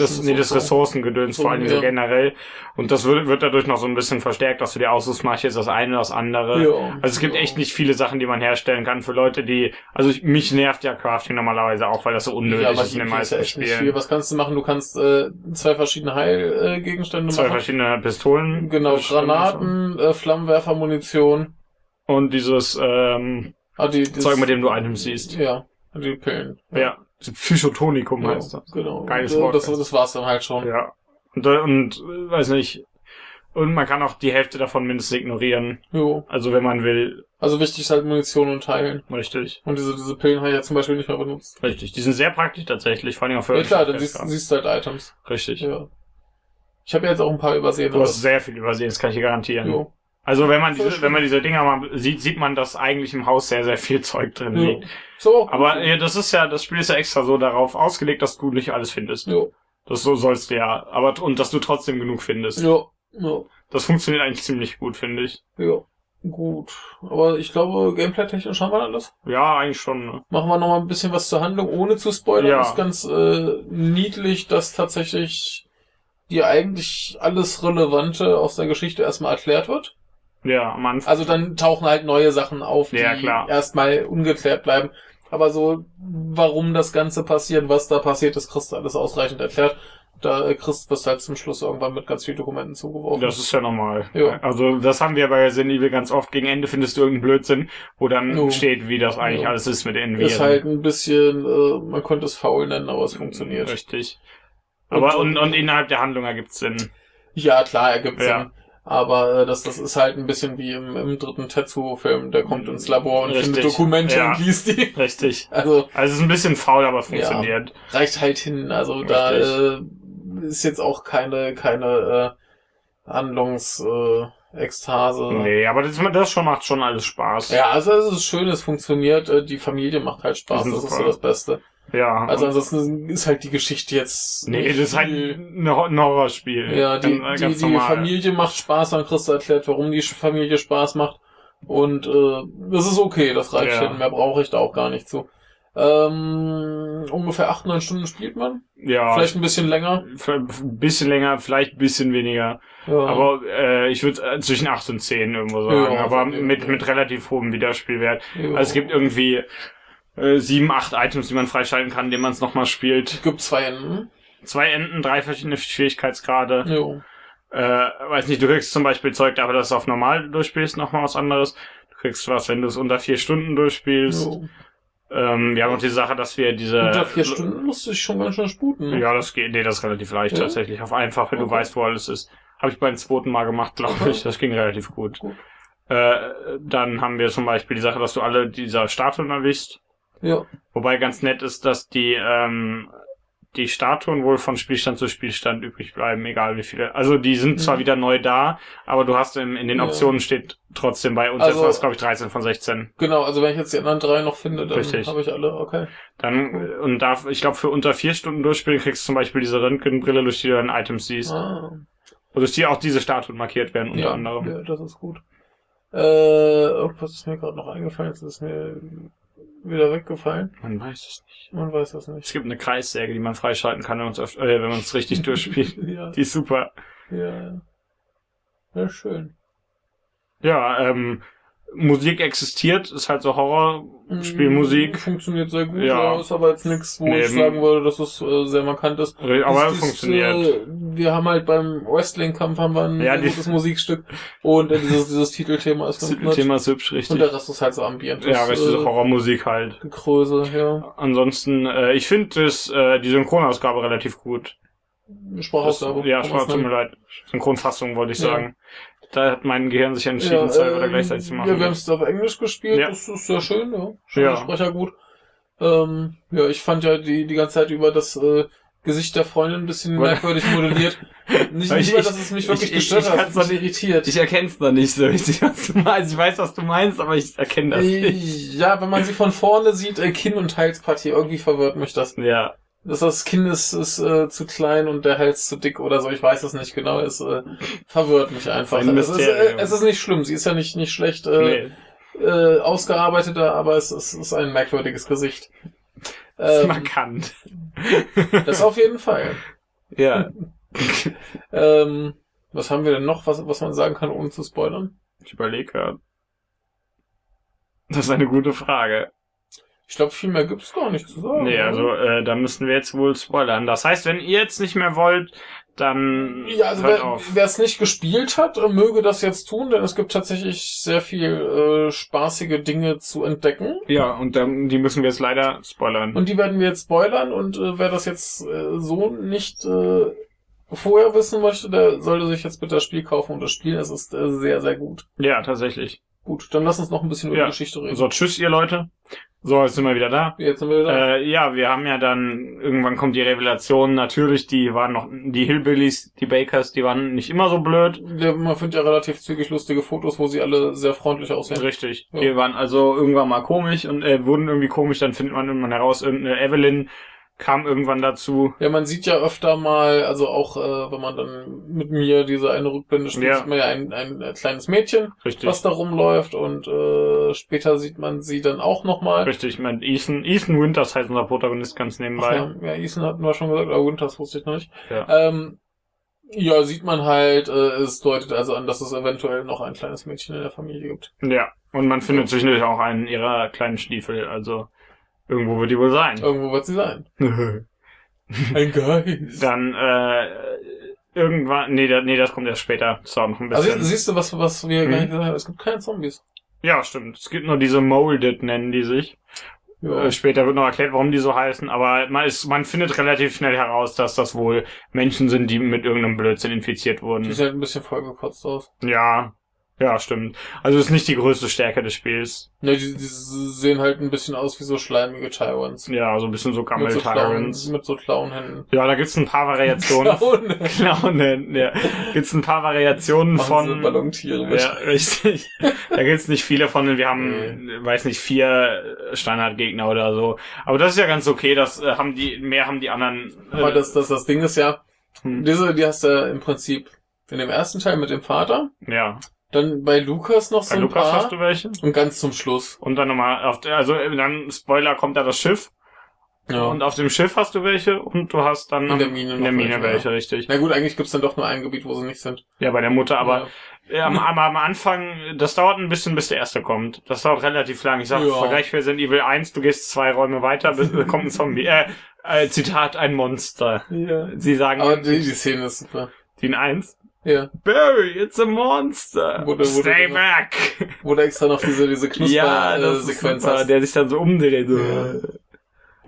[SPEAKER 1] des, Res- nee, des
[SPEAKER 2] und so.
[SPEAKER 1] Ressourcengedöns,
[SPEAKER 2] So,
[SPEAKER 1] vor allem so
[SPEAKER 2] ja.
[SPEAKER 1] generell. Und das wird, wird dadurch noch so ein bisschen verstärkt, dass du dir aussuchst, mach ich jetzt das eine, das andere.
[SPEAKER 2] Ja.
[SPEAKER 1] Also es gibt
[SPEAKER 2] Ja.
[SPEAKER 1] echt nicht viele Sachen, die man herstellen kann für Leute, die, also ich, mich nervt ja Crafting normalerweise auch, weil das so unnötig
[SPEAKER 2] Ja, aber
[SPEAKER 1] ist in den
[SPEAKER 2] die Idee ist ja
[SPEAKER 1] meisten
[SPEAKER 2] echt nicht viel.
[SPEAKER 1] Spielen.
[SPEAKER 2] Was kannst du machen? Du kannst äh, zwei verschiedene Heilgegenstände äh, Gegenstände
[SPEAKER 1] Zwei
[SPEAKER 2] machen.
[SPEAKER 1] verschiedene Pistolen. Äh,
[SPEAKER 2] Genau,
[SPEAKER 1] Schwimmen-
[SPEAKER 2] Granaten, äh, Flammenwerfer, Munition.
[SPEAKER 1] Und dieses, ähm,
[SPEAKER 2] Ah, die, das-
[SPEAKER 1] Zeug, mit dem du Items siehst.
[SPEAKER 2] Ja, die Pillen.
[SPEAKER 1] Ja, Psychotonikum
[SPEAKER 2] Ja,
[SPEAKER 1] heißt das.
[SPEAKER 2] genau.
[SPEAKER 1] Geiles
[SPEAKER 2] und, äh,
[SPEAKER 1] Wort.
[SPEAKER 2] das, das war's dann halt schon.
[SPEAKER 1] Ja. Und, da- und äh, weiß nicht. Und man kann auch die Hälfte davon mindestens ignorieren.
[SPEAKER 2] Jo.
[SPEAKER 1] Also wenn man will,
[SPEAKER 2] Also wichtig ist halt Munition und Teilen.
[SPEAKER 1] richtig.
[SPEAKER 2] Und diese, diese Pillen habe ich ja zum Beispiel nicht mehr benutzt.
[SPEAKER 1] Richtig. Die sind sehr praktisch tatsächlich, vor allem auch für
[SPEAKER 2] Ja klar, dann siehst,
[SPEAKER 1] Festgrad.
[SPEAKER 2] siehst du halt Items.
[SPEAKER 1] Richtig.
[SPEAKER 2] Ja. äh, Ich habe ja jetzt auch ein paar übersehen.
[SPEAKER 1] Du hast sehr viel übersehen, das kann ich dir garantieren.
[SPEAKER 2] jo.
[SPEAKER 1] Also wenn man
[SPEAKER 2] Voll
[SPEAKER 1] diese,
[SPEAKER 2] schön.
[SPEAKER 1] wenn man diese Dinger mal sieht, sieht man, dass eigentlich im Haus sehr, sehr viel Zeug drin
[SPEAKER 2] Jo.
[SPEAKER 1] liegt.
[SPEAKER 2] So auch.
[SPEAKER 1] Aber ja, das ist ja, das Spiel ist ja extra so darauf ausgelegt, dass du nicht alles findest.
[SPEAKER 2] Jo.
[SPEAKER 1] Das so sollst du ja. Aber und dass du trotzdem genug findest.
[SPEAKER 2] Jo. Jo.
[SPEAKER 1] Das funktioniert eigentlich ziemlich gut, finde ich.
[SPEAKER 2] Jo. Gut. Aber ich glaube, gameplay-technisch haben wir alles.
[SPEAKER 1] Ja, eigentlich schon. Ne?
[SPEAKER 2] Machen wir noch mal ein bisschen was zur Handlung, ohne zu spoilern.
[SPEAKER 1] Ja.
[SPEAKER 2] Ist ganz äh, niedlich, dass tatsächlich dir eigentlich alles Relevante aus der Geschichte erstmal erklärt wird.
[SPEAKER 1] Ja, am Anfang.
[SPEAKER 2] Also dann tauchen halt neue Sachen auf, die
[SPEAKER 1] Ja, klar.
[SPEAKER 2] erstmal ungeklärt bleiben. Aber so, warum das Ganze passiert, was da passiert, das kriegst du alles ausreichend erklärt. Da äh, kriegst du halt zum Schluss irgendwann mit ganz vielen Dokumenten zugeworfen.
[SPEAKER 1] Das ist ja normal.
[SPEAKER 2] Also, Ja.
[SPEAKER 1] Also das haben wir bei Resident Evil ganz oft. Gegen Ende findest du irgendeinen Blödsinn, wo dann
[SPEAKER 2] Jo.
[SPEAKER 1] steht, wie das eigentlich
[SPEAKER 2] Jo.
[SPEAKER 1] alles ist mit den Viren.
[SPEAKER 2] ist halt ein bisschen, äh, man könnte es faul nennen, aber es funktioniert.
[SPEAKER 1] Mm, Richtig. Aber
[SPEAKER 2] Und-
[SPEAKER 1] und, und, innerhalb der Handlung ergibt es Sinn.
[SPEAKER 2] Ja, klar, ergibt Sinn.
[SPEAKER 1] Ja.
[SPEAKER 2] Aber äh, das, das ist halt ein bisschen wie im, im dritten Tetsuo-Film, der kommt ins Labor und
[SPEAKER 1] Mm, Richtig.
[SPEAKER 2] findet Dokumente
[SPEAKER 1] Ja.
[SPEAKER 2] und liest die.
[SPEAKER 1] Richtig.
[SPEAKER 2] Also
[SPEAKER 1] Also es ist ein bisschen faul, aber funktioniert.
[SPEAKER 2] reicht halt hin. Also da äh, ist jetzt auch keine, keine äh, Handlungs äh, Ekstase.
[SPEAKER 1] Nee, aber das, das schon macht schon alles Spaß.
[SPEAKER 2] Ja, also es ist schön, es funktioniert, äh, die Familie macht halt Spaß,
[SPEAKER 1] Die sind
[SPEAKER 2] das ist so
[SPEAKER 1] super.
[SPEAKER 2] das Beste.
[SPEAKER 1] ja.
[SPEAKER 2] Also ansonsten ist halt die Geschichte jetzt.
[SPEAKER 1] nee,
[SPEAKER 2] nicht
[SPEAKER 1] das ist halt
[SPEAKER 2] viel-
[SPEAKER 1] ein Hor- ein Horrorspiel.
[SPEAKER 2] Ja, die,
[SPEAKER 1] Ganz-
[SPEAKER 2] die,
[SPEAKER 1] ganz
[SPEAKER 2] die
[SPEAKER 1] normal.
[SPEAKER 2] Familie macht Spaß, dann kriegst du erklärt, warum die Familie Spaß macht. Und äh, das ist okay, das reicht
[SPEAKER 1] Ja.
[SPEAKER 2] hin, mehr brauche ich da auch gar nicht zu. Ähm, ungefähr 8, 9 Stunden spielt man.
[SPEAKER 1] Ja.
[SPEAKER 2] Vielleicht ein bisschen länger.
[SPEAKER 1] Vielleicht ein bisschen länger, vielleicht ein bisschen weniger.
[SPEAKER 2] Ja.
[SPEAKER 1] Aber äh, ich würde äh, zwischen 8 und 10 irgendwo sagen.
[SPEAKER 2] Ja,
[SPEAKER 1] aber
[SPEAKER 2] ja.
[SPEAKER 1] mit, mit relativ hohem Wiederspielwert.
[SPEAKER 2] ja.
[SPEAKER 1] Also es gibt irgendwie äh, sieben, acht Items, die man freischalten kann, indem man es nochmal spielt.
[SPEAKER 2] Es gibt zwei Enden.
[SPEAKER 1] Zwei Enden, drei verschiedene Schwierigkeitsgrade.
[SPEAKER 2] Jo.
[SPEAKER 1] Äh, weiß nicht, du kriegst zum Beispiel Zeug, aber das auf normal durchspielst, nochmal was anderes. Du kriegst was, wenn du es unter vier Stunden durchspielst.
[SPEAKER 2] Jo.
[SPEAKER 1] Ähm, wir haben auch die Sache, dass wir diese...
[SPEAKER 2] Unter vier Stunden musste ich schon ganz schön sputen.
[SPEAKER 1] äh, Ja, das geht, nee, das ist relativ leicht
[SPEAKER 2] Ja?
[SPEAKER 1] tatsächlich. Auf einfach, wenn du
[SPEAKER 2] Okay.
[SPEAKER 1] weißt, wo alles ist. Habe ich beim zweiten Mal gemacht, glaube
[SPEAKER 2] Okay.
[SPEAKER 1] ich. Das ging relativ gut.
[SPEAKER 2] Gut.
[SPEAKER 1] Äh, dann haben wir zum Beispiel die Sache, dass du alle dieser Statuen erwischst.
[SPEAKER 2] Ja.
[SPEAKER 1] Wobei ganz nett ist, dass die, ähm, die Statuen wohl von Spielstand zu Spielstand übrig bleiben, egal wie viele. Also die sind zwar
[SPEAKER 2] Mhm.
[SPEAKER 1] wieder neu da, aber du hast in, in den
[SPEAKER 2] Ja.
[SPEAKER 1] Optionen steht trotzdem bei uns
[SPEAKER 2] Also-
[SPEAKER 1] also, glaube ich, 13 von 16.
[SPEAKER 2] Genau, also wenn ich jetzt die anderen drei noch finde, dann
[SPEAKER 1] Richtig.
[SPEAKER 2] habe ich alle, okay.
[SPEAKER 1] Dann, äh, und da, ich glaube, für unter vier Stunden durchspielen kriegst du zum Beispiel diese Röntgenbrille, durch die du deine Items siehst.
[SPEAKER 2] Ah.
[SPEAKER 1] Also die auch diese Statuen markiert werden unter
[SPEAKER 2] ja,
[SPEAKER 1] anderem.
[SPEAKER 2] Ja, das ist gut. Äh, irgendwas ist mir gerade noch eingefallen, jetzt ist mir wieder weggefallen.
[SPEAKER 1] Man weiß es nicht.
[SPEAKER 2] Man weiß das nicht.
[SPEAKER 1] Es gibt eine Kreissäge, die man freischalten kann, wenn man es äh, wenn man's richtig durchspielt.
[SPEAKER 2] ja,
[SPEAKER 1] Die ist super.
[SPEAKER 2] ja, ja. Ja, schön.
[SPEAKER 1] Ja, ähm, Musik existiert, ist halt so Horror. Spielmusik.
[SPEAKER 2] Hm, Funktioniert sehr gut,
[SPEAKER 1] Ja.
[SPEAKER 2] ja. ist aber jetzt nichts, wo ich
[SPEAKER 1] Neben-
[SPEAKER 2] sagen würde, dass es äh, sehr markant ist.
[SPEAKER 1] Aber
[SPEAKER 2] Dies- dies,
[SPEAKER 1] funktioniert.
[SPEAKER 2] Äh, wir haben halt beim Wrestling-Kampf haben wir ein
[SPEAKER 1] Ja,
[SPEAKER 2] sehr
[SPEAKER 1] die-
[SPEAKER 2] gutes Musikstück und äh, dieses, dieses Titelthema ist
[SPEAKER 1] Das
[SPEAKER 2] ganz nett.
[SPEAKER 1] Thema ist hübsch,
[SPEAKER 2] Und
[SPEAKER 1] richtig.
[SPEAKER 2] der Rest ist halt so ambient.
[SPEAKER 1] Ja, richtig, so Horrormusik halt.
[SPEAKER 2] Gekröse, ja.
[SPEAKER 1] Ansonsten, äh, ich finde das, äh, die Synchronausgabe relativ gut. Das,
[SPEAKER 2] Sprachausgabe.
[SPEAKER 1] ja,
[SPEAKER 2] kann
[SPEAKER 1] Spaß,
[SPEAKER 2] man's
[SPEAKER 1] tut
[SPEAKER 2] nennen.
[SPEAKER 1] mir leid. Synchronfassung wollte ich
[SPEAKER 2] Ja.
[SPEAKER 1] sagen. Da hat mein Gehirn sich entschieden, zwei oder
[SPEAKER 2] ähm,
[SPEAKER 1] gleichzeitig zu machen. ne?
[SPEAKER 2] Ja, wir haben es auf Englisch gespielt,
[SPEAKER 1] Ja.
[SPEAKER 2] das ist sehr schön, ja. Schön
[SPEAKER 1] Ja.
[SPEAKER 2] Sprecher gut. Ähm, ja, ich fand ja die, die ganze Zeit über das äh, Gesicht der Freundin ein bisschen
[SPEAKER 1] Weil-
[SPEAKER 2] merkwürdig modelliert. Nicht,
[SPEAKER 1] Weil
[SPEAKER 2] nicht
[SPEAKER 1] ich-
[SPEAKER 2] mal, dass es mich
[SPEAKER 1] ich-
[SPEAKER 2] wirklich
[SPEAKER 1] ich-
[SPEAKER 2] gestört
[SPEAKER 1] ich
[SPEAKER 2] hat,
[SPEAKER 1] kann's
[SPEAKER 2] es hat,
[SPEAKER 1] noch
[SPEAKER 2] mich irritiert.
[SPEAKER 1] ich erkenne es noch nicht so richtig, was du meinst. Ich weiß, was du meinst, aber ich erkenne
[SPEAKER 2] Äh, ja, wenn man sie von vorne sieht, äh, Kinn- und Halspartie, irgendwie verwirrt mich das.
[SPEAKER 1] Ja,
[SPEAKER 2] Dass das Kinn ist, ist äh, zu klein und der Hals zu dick oder so, ich weiß es nicht genau, es äh, verwirrt mich einfach.
[SPEAKER 1] Ein
[SPEAKER 2] es, ist, äh,
[SPEAKER 1] Mysterium.
[SPEAKER 2] es ist nicht schlimm, sie ist ja nicht, nicht schlecht äh, äh, ausgearbeiteter, aber es, es ist ein merkwürdiges Gesicht.
[SPEAKER 1] Das ist
[SPEAKER 2] Ähm,
[SPEAKER 1] markant.
[SPEAKER 2] das auf jeden Fall.
[SPEAKER 1] Ja.
[SPEAKER 2] Ähm, was haben wir denn noch, was, was man sagen kann, ohne zu spoilern?
[SPEAKER 1] Ich überlege gerade. Das ist eine gute Frage.
[SPEAKER 2] Ich glaube, viel mehr gibt's gar nicht zu sagen.
[SPEAKER 1] Nee, also äh, da müssen wir jetzt wohl spoilern. Das heißt, wenn ihr jetzt nicht mehr wollt, dann
[SPEAKER 2] Ja, also
[SPEAKER 1] hört auf.
[SPEAKER 2] wer es nicht gespielt hat, äh, möge das jetzt tun, denn es gibt tatsächlich sehr viel äh, spaßige Dinge zu entdecken.
[SPEAKER 1] Ja, und dann, die müssen wir jetzt leider spoilern.
[SPEAKER 2] Und die werden wir jetzt spoilern und äh, wer das jetzt äh, so nicht äh, vorher wissen möchte, der sollte sich jetzt bitte das Spiel kaufen und das spielen. Es ist äh, sehr, sehr gut.
[SPEAKER 1] ja, tatsächlich.
[SPEAKER 2] Gut, dann lass uns noch ein bisschen über
[SPEAKER 1] Ja.
[SPEAKER 2] die Geschichte reden.
[SPEAKER 1] So, tschüss, ihr Leute. So, jetzt sind wir wieder da.
[SPEAKER 2] Jetzt sind wir da.
[SPEAKER 1] Äh, ja, wir haben ja dann, irgendwann kommt die Revelation, natürlich, die waren noch, die Hillbillies, die Bakers, die waren nicht immer so blöd.
[SPEAKER 2] Ja, Man findet ja relativ zügig lustige Fotos, wo sie alle sehr freundlich aussehen.
[SPEAKER 1] Richtig.
[SPEAKER 2] Ja.
[SPEAKER 1] Die waren also irgendwann mal komisch und äh, wurden irgendwie komisch, dann findet man irgendwann heraus, irgendeine Evelyn kam irgendwann dazu.
[SPEAKER 2] Ja, man sieht ja öfter mal, also auch äh, wenn man dann mit mir diese eine Rückblende spielt,
[SPEAKER 1] Ja.
[SPEAKER 2] sieht man ja ein, ein äh, kleines Mädchen,
[SPEAKER 1] Richtig.
[SPEAKER 2] was da rumläuft und äh, später sieht man sie dann auch nochmal.
[SPEAKER 1] Richtig, mein Ethan, Ethan Winters heißt unser Protagonist ganz nebenbei.
[SPEAKER 2] Ja, ja, Ethan hatten wir schon gesagt, aber Winters wusste ich noch nicht.
[SPEAKER 1] Ja.
[SPEAKER 2] Ähm, ja, sieht man halt, äh, es deutet also an, dass es eventuell noch ein kleines Mädchen in der Familie gibt.
[SPEAKER 1] ja. Und man findet zwischendurch auch einen
[SPEAKER 2] Oh.
[SPEAKER 1] ihrer kleinen Stiefel, also irgendwo wird die wohl sein.
[SPEAKER 2] Irgendwo wird sie sein. Ein Geist.
[SPEAKER 1] Dann äh, irgendwann. Nee, da, nee, das kommt erst später. Das dauert noch ein
[SPEAKER 2] Also
[SPEAKER 1] bisschen.
[SPEAKER 2] siehst du, was, was wir gar
[SPEAKER 1] Mhm.
[SPEAKER 2] nicht gesagt haben? Es gibt keine Zombies.
[SPEAKER 1] ja, stimmt. Es gibt nur diese Molded, nennen die sich.
[SPEAKER 2] Ja.
[SPEAKER 1] Äh, später wird noch erklärt, warum die so heißen, aber man ist, man findet relativ schnell heraus, dass das wohl Menschen sind, die mit irgendeinem Blödsinn infiziert
[SPEAKER 2] Die
[SPEAKER 1] wurden.
[SPEAKER 2] sehen ein bisschen vollgekotzt aus.
[SPEAKER 1] Ja. Ja, stimmt. Also ist nicht die größte Stärke des Spiels.
[SPEAKER 2] Ne, die, die sehen halt ein bisschen aus wie so schleimige Tyrants.
[SPEAKER 1] Ja, so ein bisschen so
[SPEAKER 2] Mit so Clown,
[SPEAKER 1] Gammel-Tyrants.
[SPEAKER 2] mit so Clown-Händen.
[SPEAKER 1] Ja, da gibt's ein paar Variationen.
[SPEAKER 2] Clown.
[SPEAKER 1] Clownen, ja. Gibt's ein paar Variationen
[SPEAKER 2] Von
[SPEAKER 1] von.
[SPEAKER 2] Ballontiere mit.
[SPEAKER 1] Ja, richtig. Da gibt's nicht viele von. Wir haben, weiß nicht, vier äh, Standardgegner oder so. Aber das ist ja ganz okay. Das äh, haben die, mehr haben die anderen. Äh,
[SPEAKER 2] Aber das, das, das Ding ist ja,
[SPEAKER 1] hm,
[SPEAKER 2] diese, die hast du ja im Prinzip in dem ersten Teil mit dem Vater,
[SPEAKER 1] ja.
[SPEAKER 2] dann bei Lukas noch so
[SPEAKER 1] Bei
[SPEAKER 2] ein
[SPEAKER 1] Lukas
[SPEAKER 2] paar
[SPEAKER 1] hast du welche?
[SPEAKER 2] und ganz zum Schluss.
[SPEAKER 1] Und dann nochmal auf, der- also äh, dann Spoiler kommt da das Schiff.
[SPEAKER 2] Ja.
[SPEAKER 1] Und auf dem Schiff hast du welche und du hast dann
[SPEAKER 2] In der Mine
[SPEAKER 1] in der
[SPEAKER 2] noch
[SPEAKER 1] Mine welche,
[SPEAKER 2] welche,
[SPEAKER 1] richtig.
[SPEAKER 2] Na gut, eigentlich gibt's dann doch nur ein Gebiet, wo sie nicht sind.
[SPEAKER 1] Ja, bei der Mutter, aber Äh, Am, am, am Anfang, das dauert ein bisschen, bis der erste kommt. Das dauert relativ lang. Ich sag,
[SPEAKER 2] Ja.
[SPEAKER 1] Vergleich Resident Evil 1, du gehst zwei Räume weiter, bis, äh, kommt ein Zombie. Äh, äh, Zitat, ein Monster.
[SPEAKER 2] ja.
[SPEAKER 1] Sie sagen
[SPEAKER 2] Aber die, die Szene ist super.
[SPEAKER 1] den 1,
[SPEAKER 2] Ja.
[SPEAKER 1] Barry, it's a monster.
[SPEAKER 2] Wurde- wurde-
[SPEAKER 1] Stay
[SPEAKER 2] wurde-
[SPEAKER 1] back.
[SPEAKER 2] Wurde extra noch diese, diese
[SPEAKER 1] Ja, das ist
[SPEAKER 2] Knusper-Sequenz
[SPEAKER 1] super, der sich dann so umdreht. So.
[SPEAKER 2] äh, Ja.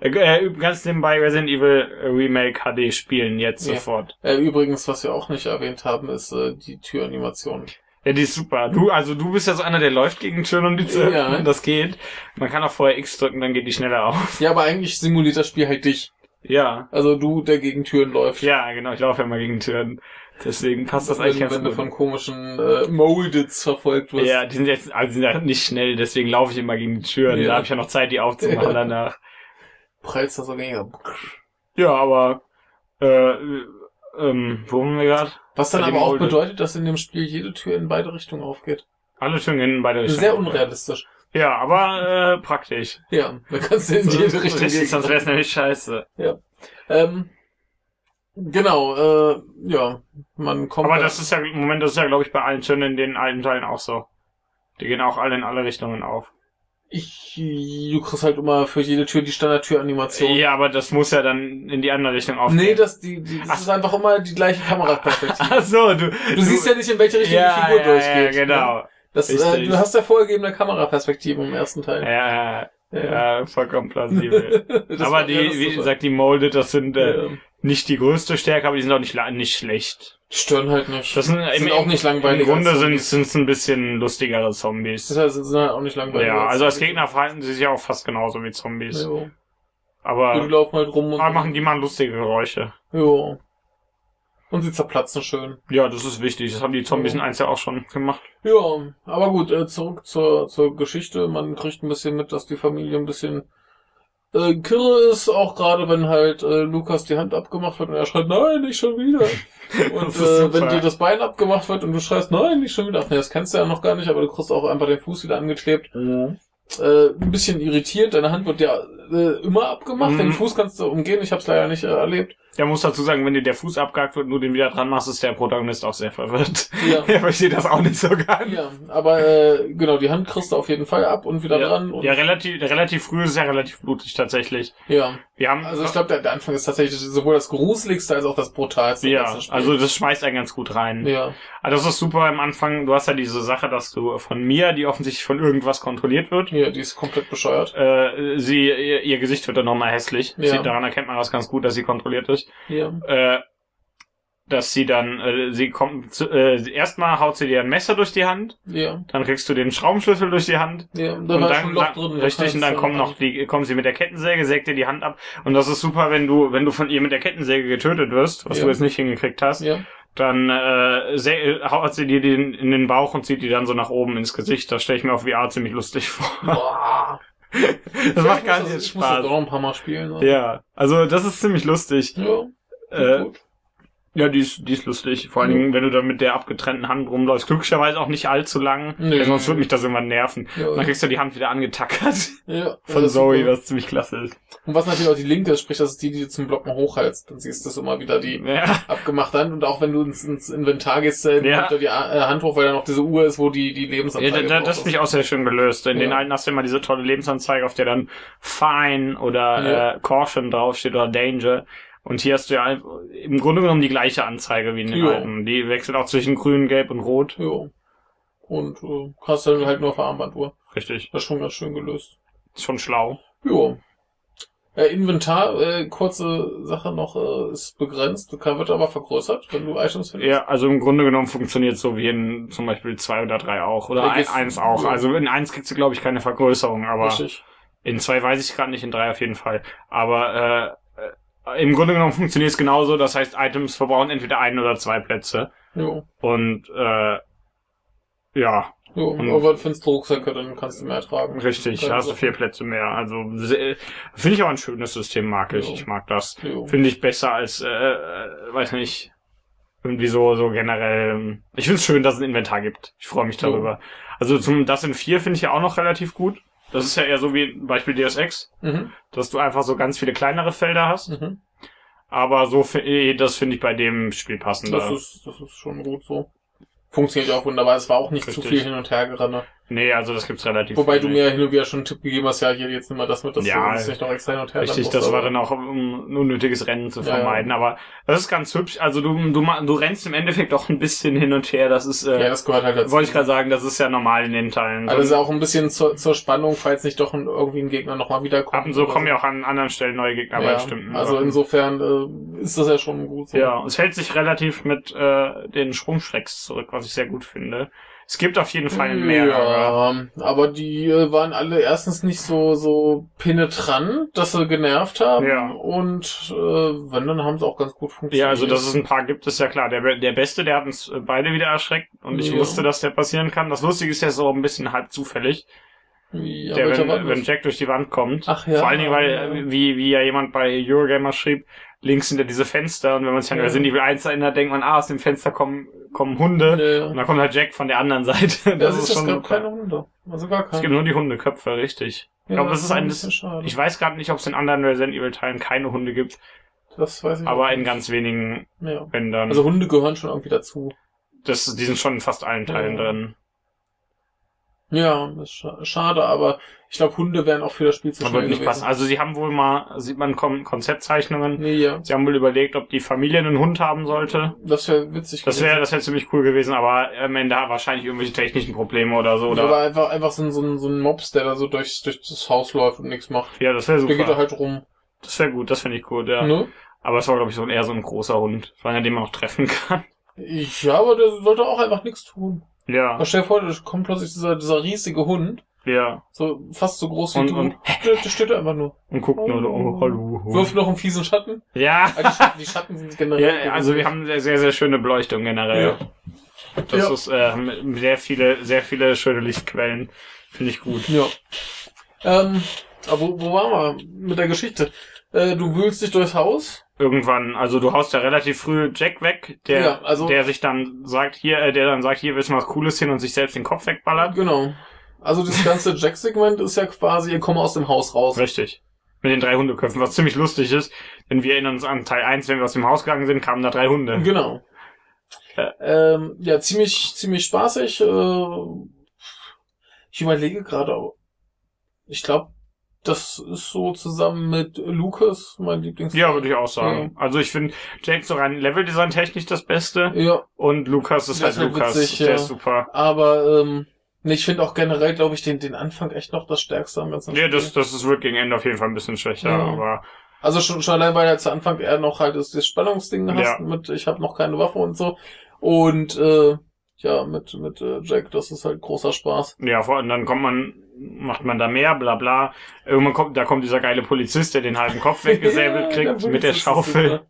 [SPEAKER 1] Äh, äh, üb- ganz nebenbei Resident Evil Remake HD spielen jetzt
[SPEAKER 2] Ja.
[SPEAKER 1] sofort.
[SPEAKER 2] äh, Übrigens, was wir auch nicht erwähnt haben, ist äh, die Türanimation.
[SPEAKER 1] Ja, die ist super. Du, also du bist ja so einer, der läuft gegen Türen um die zu
[SPEAKER 2] Ja.
[SPEAKER 1] öffnen. Das geht. Man kann auch vorher X drücken, dann geht die schneller auf.
[SPEAKER 2] Ja, aber eigentlich simuliert das Spiel halt dich.
[SPEAKER 1] Ja.
[SPEAKER 2] Also du, der gegen Türen läuft.
[SPEAKER 1] Ja, genau, ich laufe ja mal gegen Türen. Deswegen passt das eigentlich
[SPEAKER 2] wenn,
[SPEAKER 1] ganz
[SPEAKER 2] wenn du von
[SPEAKER 1] gut.
[SPEAKER 2] komischen äh, Moldeds verfolgt wirst.
[SPEAKER 1] Ja, die sind jetzt also die sind halt nicht schnell, deswegen laufe ich immer gegen die Türen.
[SPEAKER 2] Ja.
[SPEAKER 1] Da habe ich ja noch Zeit, die aufzumachen
[SPEAKER 2] Ja.
[SPEAKER 1] danach.
[SPEAKER 2] Prallst da so gegen.
[SPEAKER 1] Ja, aber äh, ähm, wo waren wir gerade?
[SPEAKER 2] Was dann
[SPEAKER 1] Bei dem
[SPEAKER 2] aber auch
[SPEAKER 1] Molded.
[SPEAKER 2] bedeutet, dass in dem Spiel jede Tür in beide Richtungen aufgeht.
[SPEAKER 1] Alle Türen gehen in beide Richtungen.
[SPEAKER 2] Sehr unrealistisch.
[SPEAKER 1] Ja, aber äh, praktisch.
[SPEAKER 2] Ja, da kannst du in
[SPEAKER 1] So,
[SPEAKER 2] jede Richtung
[SPEAKER 1] Richtig, sonst
[SPEAKER 2] gehen.
[SPEAKER 1] wäre es nämlich scheiße.
[SPEAKER 2] Ähm, genau, äh, ja, man kommt.
[SPEAKER 1] Aber
[SPEAKER 2] da-
[SPEAKER 1] das ist ja, im Moment, das ist ja, glaube ich, bei allen Türen in den alten Teilen auch so. Die gehen auch alle in alle Richtungen auf.
[SPEAKER 2] ich, du kriegst halt immer für jede Tür die Standardtüranimation.
[SPEAKER 1] Ja, aber das muss ja dann in die andere Richtung aufgehen.
[SPEAKER 2] Nee, das, die, die, das
[SPEAKER 1] Ach.
[SPEAKER 2] ist einfach immer die gleiche Kameraperspektive.
[SPEAKER 1] Ach so, du,
[SPEAKER 2] Du siehst ja nicht, in welche Richtung die Figur durchgeht.
[SPEAKER 1] Ja,
[SPEAKER 2] ne?
[SPEAKER 1] genau.
[SPEAKER 2] Das, äh,
[SPEAKER 1] Richtig.
[SPEAKER 2] du hast ja vorgegebene Kameraperspektive im ersten Teil.
[SPEAKER 1] Ja, ja,
[SPEAKER 2] Ja.
[SPEAKER 1] ja, vollkommen plausibel.
[SPEAKER 2] Das
[SPEAKER 1] aber
[SPEAKER 2] war
[SPEAKER 1] die,
[SPEAKER 2] realistisch.
[SPEAKER 1] wie gesagt, die Molded, das sind äh,
[SPEAKER 2] Ja.
[SPEAKER 1] nicht die größte Stärke, aber die sind auch nicht, la- nicht schlecht.
[SPEAKER 2] Die stören halt nicht.
[SPEAKER 1] Das sind,
[SPEAKER 2] sind
[SPEAKER 1] im,
[SPEAKER 2] auch nicht langweilig.
[SPEAKER 1] Im Grunde
[SPEAKER 2] als
[SPEAKER 1] sind
[SPEAKER 2] Zombies.
[SPEAKER 1] es ein bisschen lustigere Zombies.
[SPEAKER 2] Das sind halt auch nicht langweilig.
[SPEAKER 1] Ja, also als
[SPEAKER 2] Zombies.
[SPEAKER 1] Gegner verhalten sie sich auch fast genauso wie Zombies.
[SPEAKER 2] Jo. Die
[SPEAKER 1] Aber,
[SPEAKER 2] laufen halt rum und.
[SPEAKER 1] aber machen die mal lustige Geräusche.
[SPEAKER 2] Jo. Und sie zerplatzen schön.
[SPEAKER 1] Ja, das ist wichtig. Das haben die Zombies in 1 ja auch schon gemacht.
[SPEAKER 2] Ja, aber gut, äh, zurück zur, zur Geschichte. Man kriegt ein bisschen mit, dass die Familie ein bisschen äh, kirre ist, auch gerade wenn halt äh, Lukas die Hand abgemacht wird und er schreit, nein, nicht schon wieder. Und
[SPEAKER 1] Das ist
[SPEAKER 2] äh, wenn
[SPEAKER 1] super.
[SPEAKER 2] dir das Bein abgemacht wird und du schreist, nein, nicht schon wieder. Ach nee, das kannst du ja noch gar nicht, aber du kriegst auch einfach den Fuß wieder angeklebt. äh, ein bisschen irritiert. Deine Hand wird ja äh, immer abgemacht.
[SPEAKER 1] Mhm.
[SPEAKER 2] Den Fuß kannst du umgehen. Ich habe es leider nicht äh, erlebt.
[SPEAKER 1] Der muss dazu sagen, wenn dir der Fuß abgehackt wird und du den wieder dran machst, ist der Protagonist auch sehr verwirrt.
[SPEAKER 2] Ja.
[SPEAKER 1] Er versteht das auch nicht so ganz.
[SPEAKER 2] ja, aber äh, genau, die Hand kriegst du auf jeden Fall ab und wieder
[SPEAKER 1] ja,
[SPEAKER 2] dran. Und,
[SPEAKER 1] ja,
[SPEAKER 2] ja.
[SPEAKER 1] relativ, relativ früh ist ja relativ blutig tatsächlich. Wir haben
[SPEAKER 2] Also ich glaube, der, der Anfang ist tatsächlich sowohl das gruseligste als auch das brutalste. im
[SPEAKER 1] ja,
[SPEAKER 2] ganzen Spiel.
[SPEAKER 1] also das schmeißt einen ganz gut rein.
[SPEAKER 2] ja,
[SPEAKER 1] Also das ist super am Anfang. Du hast ja diese Sache, dass du von Mia, die offensichtlich von irgendwas kontrolliert wird,
[SPEAKER 2] ja, die ist komplett bescheuert.
[SPEAKER 1] äh, sie ihr, ihr Gesicht wird dann nochmal hässlich.
[SPEAKER 2] Ja.
[SPEAKER 1] Sie, daran erkennt man das ganz gut, dass sie kontrolliert ist.
[SPEAKER 2] Ja,
[SPEAKER 1] Äh, dass sie dann, äh, sie kommt, zu, äh, erstmal haut sie dir ein Messer durch die Hand,
[SPEAKER 2] ja,
[SPEAKER 1] dann kriegst du den Schraubenschlüssel durch die Hand.
[SPEAKER 2] ja. Da
[SPEAKER 1] Und
[SPEAKER 2] war
[SPEAKER 1] dann,
[SPEAKER 2] schon ein Loch
[SPEAKER 1] dann,
[SPEAKER 2] drin. da
[SPEAKER 1] richtig,
[SPEAKER 2] kannst
[SPEAKER 1] und dann
[SPEAKER 2] du-
[SPEAKER 1] kommen noch die, kommen sie mit der Kettensäge, sägt dir die Hand ab. Und das ist super, wenn du, wenn du von ihr mit der Kettensäge getötet wirst, was
[SPEAKER 2] Ja.
[SPEAKER 1] du jetzt nicht hingekriegt hast,
[SPEAKER 2] Ja,
[SPEAKER 1] dann äh, sä- äh, haut sie dir den in den Bauch und zieht die dann so nach oben ins Gesicht. Das stelle ich mir auf VR ziemlich lustig vor.
[SPEAKER 2] Boah.
[SPEAKER 1] Das macht
[SPEAKER 2] Ja, ich
[SPEAKER 1] gar
[SPEAKER 2] muss das-
[SPEAKER 1] nicht
[SPEAKER 2] Ich muss das auch
[SPEAKER 1] Spaß.
[SPEAKER 2] noch ein paar Mal spielen. Ne?
[SPEAKER 1] Ja, also das ist ziemlich lustig.
[SPEAKER 2] Ja,
[SPEAKER 1] Äh,
[SPEAKER 2] gut.
[SPEAKER 1] ja, die ist, die ist lustig. Vor allen Dingen, wenn du dann mit der abgetrennten Hand rumläufst. Glücklicherweise auch nicht allzu lang,
[SPEAKER 2] Nee.
[SPEAKER 1] nee. sonst würde mich das irgendwann nerven.
[SPEAKER 2] ja,
[SPEAKER 1] Und dann kriegst du die Hand wieder angetackert
[SPEAKER 2] ja.
[SPEAKER 1] Äh, von
[SPEAKER 2] das ist
[SPEAKER 1] Zoe,
[SPEAKER 2] super.
[SPEAKER 1] was ziemlich klasse ist.
[SPEAKER 2] Und was natürlich auch die linke ist, sprich, das ist die, die du zum Blocken hochhältst. Dann siehst du es immer wieder, die
[SPEAKER 1] Ja.
[SPEAKER 2] abgemacht hat. Und auch wenn du ins, ins Inventar gehst, dann
[SPEAKER 1] Ja.
[SPEAKER 2] nimmt er die A- äh, Hand hoch, weil da noch diese Uhr ist, wo die, die
[SPEAKER 1] Ja, da,
[SPEAKER 2] Lebensanzeige
[SPEAKER 1] da,
[SPEAKER 2] drauf
[SPEAKER 1] das
[SPEAKER 2] ist.
[SPEAKER 1] finde ich auch sehr schön gelöst. In den
[SPEAKER 2] Ja.
[SPEAKER 1] alten hast du immer diese tolle Lebensanzeige, auf der dann Fine oder
[SPEAKER 2] Ja.
[SPEAKER 1] äh, Caution draufsteht oder Danger. Und hier hast du ja ein- im Grunde genommen die gleiche Anzeige wie in den
[SPEAKER 2] Jo.
[SPEAKER 1] alten. Die wechselt auch zwischen grün, gelb und rot.
[SPEAKER 2] Jo. Und äh, hast dann halt nur auf der Armbanduhr.
[SPEAKER 1] Richtig.
[SPEAKER 2] Das ist schon ganz schön gelöst.
[SPEAKER 1] Ist schon schlau.
[SPEAKER 2] Jo. Äh, Inventar, äh, kurze Sache noch, äh, ist begrenzt, kann, wird aber vergrößert, wenn du Items findest.
[SPEAKER 1] Ja, also im Grunde genommen funktioniert so wie in zum Beispiel 2 oder 3 auch. Oder
[SPEAKER 2] Ja,
[SPEAKER 1] ein,
[SPEAKER 2] gef-
[SPEAKER 1] 1 auch.
[SPEAKER 2] ja.
[SPEAKER 1] Also in 1 kriegst du, glaube ich, keine Vergrößerung, aber
[SPEAKER 2] Richtig.
[SPEAKER 1] in 2 weiß ich gerade nicht, in 3 auf jeden Fall. Aber äh, äh, im Grunde genommen funktioniert es genauso. Das heißt, Items verbrauchen entweder ein oder zwei Plätze.
[SPEAKER 2] Jo.
[SPEAKER 1] Und äh, ja,
[SPEAKER 2] Jo.
[SPEAKER 1] Und-
[SPEAKER 2] aber findest du Rucksäcke, dann kannst du mehr tragen.
[SPEAKER 1] richtig,
[SPEAKER 2] Keine
[SPEAKER 1] hast du
[SPEAKER 2] Sache.
[SPEAKER 1] vier Plätze mehr. Also se- finde ich auch ein schönes System, mag ich.
[SPEAKER 2] Jo.
[SPEAKER 1] Ich mag das.
[SPEAKER 2] Jo.
[SPEAKER 1] Finde ich besser als, äh, äh, weiß nicht, irgendwie so, so generell. ähm, Ich finde es schön, dass es ein Inventar gibt. Ich freue mich
[SPEAKER 2] Jo.
[SPEAKER 1] darüber. Also zum Das in 4 finde ich ja auch noch relativ gut. Das ist ja eher so wie zum Beispiel Deus Ex,
[SPEAKER 2] Mhm.
[SPEAKER 1] dass du einfach so ganz viele kleinere Felder hast.
[SPEAKER 2] Mhm.
[SPEAKER 1] Aber so, fi- eh, das finde ich bei dem Spiel passender.
[SPEAKER 2] Das ist, das ist schon gut so. Funktioniert auch wunderbar, es war auch nicht zu
[SPEAKER 1] Richtig.
[SPEAKER 2] viel hin und her gerenne.
[SPEAKER 1] nee, also das gibt's relativ
[SPEAKER 2] Wobei du
[SPEAKER 1] wenig.
[SPEAKER 2] mir ja hin und wieder schon einen Tipp gegeben hast, ja, hier jetzt nimm mal das mit, dass
[SPEAKER 1] Ja,
[SPEAKER 2] du das nicht noch extra hin und her rennen
[SPEAKER 1] Richtig,
[SPEAKER 2] musst,
[SPEAKER 1] das war
[SPEAKER 2] aber-
[SPEAKER 1] dann auch, um ein unnötiges Rennen zu
[SPEAKER 2] Ja, ja.
[SPEAKER 1] vermeiden. Aber das ist ganz hübsch. Also du, du, ma- du rennst im Endeffekt auch ein bisschen hin und her. Das ist, äh,
[SPEAKER 2] Ja, das gehört halt dazu.
[SPEAKER 1] wollte ich gerade sagen, das ist ja normal in den Teilen.
[SPEAKER 2] Also das
[SPEAKER 1] So-
[SPEAKER 2] ist auch ein bisschen zur, zur Spannung, falls nicht doch ein, irgendwie ein Gegner nochmal wiederkommt.
[SPEAKER 1] Ab und so
[SPEAKER 2] oder
[SPEAKER 1] kommen ja auch an anderen Stellen neue Gegner bei
[SPEAKER 2] Ja,
[SPEAKER 1] bestimmten.
[SPEAKER 2] Also
[SPEAKER 1] Sachen.
[SPEAKER 2] insofern äh, ist das ja schon gut. So.
[SPEAKER 1] ne? Ja, es hält sich relativ mit äh, den Sprungschrecks zurück, was ich sehr gut finde. Es gibt auf jeden Fall mehrere.
[SPEAKER 2] Ja, aber die äh, waren alle erstens nicht so so penetrant, dass sie genervt haben.
[SPEAKER 1] Ja.
[SPEAKER 2] Und äh, wenn, dann haben sie auch ganz gut
[SPEAKER 1] Ja,
[SPEAKER 2] funktioniert.
[SPEAKER 1] also dass es ein paar gibt, ist ja klar. Der, der Beste, der hat uns beide wieder erschreckt und ich
[SPEAKER 2] Ja.
[SPEAKER 1] wusste, dass der passieren kann. Das Lustige ist ja so ein bisschen halb zufällig,
[SPEAKER 2] Ja,
[SPEAKER 1] der,
[SPEAKER 2] welcher
[SPEAKER 1] wenn,
[SPEAKER 2] war das?
[SPEAKER 1] wenn Jack durch die Wand kommt.
[SPEAKER 2] Ach ja.
[SPEAKER 1] Vor allen Dingen, weil,
[SPEAKER 2] ja.
[SPEAKER 1] äh, wie, wie ja jemand bei Eurogamer schrieb, links sind ja diese Fenster und wenn man sich an
[SPEAKER 2] Ja.
[SPEAKER 1] Resident Evil 1 erinnert, denkt man, ah, aus dem Fenster kommen, kommen Hunde.
[SPEAKER 2] Ja, ja.
[SPEAKER 1] Und dann kommt halt Jack von der anderen Seite.
[SPEAKER 2] das, ist, schon
[SPEAKER 1] schon
[SPEAKER 2] es gab
[SPEAKER 1] super.
[SPEAKER 2] keine Hunde. Also gar keine.
[SPEAKER 1] Es gibt nur die Hundeköpfe, richtig.
[SPEAKER 2] ja,
[SPEAKER 1] glaube, das ist
[SPEAKER 2] war
[SPEAKER 1] ein-
[SPEAKER 2] bisschen schade.
[SPEAKER 1] Ich weiß gerade nicht, ob es in anderen Resident Evil Teilen keine Hunde gibt,
[SPEAKER 2] das weiß ich
[SPEAKER 1] aber
[SPEAKER 2] nicht.
[SPEAKER 1] in ganz wenigen
[SPEAKER 2] Ja.
[SPEAKER 1] Bändern.
[SPEAKER 2] Also
[SPEAKER 1] Also,
[SPEAKER 2] Hunde gehören schon irgendwie dazu.
[SPEAKER 1] das, die sind schon in fast allen Teilen
[SPEAKER 2] Ja.
[SPEAKER 1] drin.
[SPEAKER 2] Ja, das ist scha schade, aber ich glaube, Hunde wären auch für das Spiel zu
[SPEAKER 1] Das
[SPEAKER 2] schnell
[SPEAKER 1] würde nicht passen.
[SPEAKER 2] gewesen.
[SPEAKER 1] Also sie haben wohl mal, sieht man Kon- Konzeptzeichnungen,
[SPEAKER 2] Nee, ja.
[SPEAKER 1] sie haben wohl überlegt, ob die Familie einen Hund haben sollte.
[SPEAKER 2] Das wäre witzig
[SPEAKER 1] Das wäre das wär ziemlich cool gewesen, aber am Ende wahrscheinlich irgendwelche technischen Probleme oder so. Oder,
[SPEAKER 2] Oder aber einfach, einfach so, ein- so, ein- so ein Mops, der da so durchs, durch das Haus läuft und nichts macht.
[SPEAKER 1] ja, das wäre
[SPEAKER 2] Der geht da
[SPEAKER 1] super.
[SPEAKER 2] halt rum.
[SPEAKER 1] Das wäre gut, das finde ich gut, ja.
[SPEAKER 2] Ne?
[SPEAKER 1] Aber es war, glaube ich, so ein, eher so ein großer Hund, vor allem, den man auch treffen kann.
[SPEAKER 2] Ich, ja, aber der sollte auch einfach nichts tun.
[SPEAKER 1] Ja,
[SPEAKER 2] Aber stell dir vor, da kommt plötzlich dieser, dieser riesige Hund,
[SPEAKER 1] ja.
[SPEAKER 2] so fast so groß wie
[SPEAKER 1] Und-
[SPEAKER 2] du.
[SPEAKER 1] und-
[SPEAKER 2] der, der steht da einfach nur.
[SPEAKER 1] Und guckt nur, oh, hallo.
[SPEAKER 2] Wirft noch einen fiesen Schatten.
[SPEAKER 1] Ja.
[SPEAKER 2] Ah, die, Schatten die Schatten sind generell.
[SPEAKER 1] Ja, also wir haben sehr, sehr, sehr schöne Beleuchtung generell. Das
[SPEAKER 2] Ja.
[SPEAKER 1] ist äh, mit sehr viele, sehr viele schöne Lichtquellen. Finde ich gut.
[SPEAKER 2] Ja. Ähm, aber wo, wo waren wir mit der Geschichte? Äh, du wühlst dich durchs Haus.
[SPEAKER 1] Irgendwann, also du haust ja relativ früh Jack weg, der,
[SPEAKER 2] Ja, also-
[SPEAKER 1] der sich dann sagt, hier, äh, der dann sagt, hier willst du was Cooles hin und sich selbst den Kopf wegballert.
[SPEAKER 2] Genau. Also das ganze Jack-Segment ist ja quasi, ihr kommt aus dem Haus raus.
[SPEAKER 1] Richtig. Mit den drei Hundeköpfen, was ziemlich lustig ist, denn wir erinnern uns an Teil 1, wenn wir aus dem Haus gegangen sind, kamen da drei Hunde.
[SPEAKER 2] Genau.
[SPEAKER 1] Ja.
[SPEAKER 2] Ähm, ja, ziemlich, ziemlich spaßig. Äh, ich überlege gerade, aber ich glaube, das ist so zusammen mit Lucas mein Lieblings.
[SPEAKER 1] Ja, würde ich auch sagen. Also ich finde Jack so rein Leveldesign-technisch das Beste
[SPEAKER 2] Ja,
[SPEAKER 1] und Lukas ist
[SPEAKER 2] Das
[SPEAKER 1] halt
[SPEAKER 2] ist
[SPEAKER 1] Lukas.
[SPEAKER 2] witzig,
[SPEAKER 1] der
[SPEAKER 2] ja.
[SPEAKER 1] ist super.
[SPEAKER 2] aber ähm, nee, ich finde auch generell, glaube ich, den, den Anfang echt noch das Stärkste am ganzen
[SPEAKER 1] Ja,
[SPEAKER 2] Spiel.
[SPEAKER 1] das, das ist wird gegen Ende auf jeden Fall ein bisschen schwächer,
[SPEAKER 2] Ja.
[SPEAKER 1] aber
[SPEAKER 2] Also schon, schon allein, weil er zu Anfang eher noch halt das, das Spannungsding hast
[SPEAKER 1] Ja.
[SPEAKER 2] mit ich habe noch keine Waffe und so. Und äh, ja, mit, mit äh, Jack, das ist halt großer Spaß.
[SPEAKER 1] ja, vor allem dann kommt man, macht man da mehr, bla bla. Irgendwann kommt, da kommt dieser geile Polizist, der den halben Kopf weggesäbelt
[SPEAKER 2] Ja,
[SPEAKER 1] kriegt
[SPEAKER 2] der
[SPEAKER 1] mit der
[SPEAKER 2] Polizist ist
[SPEAKER 1] Schaufel.
[SPEAKER 2] super.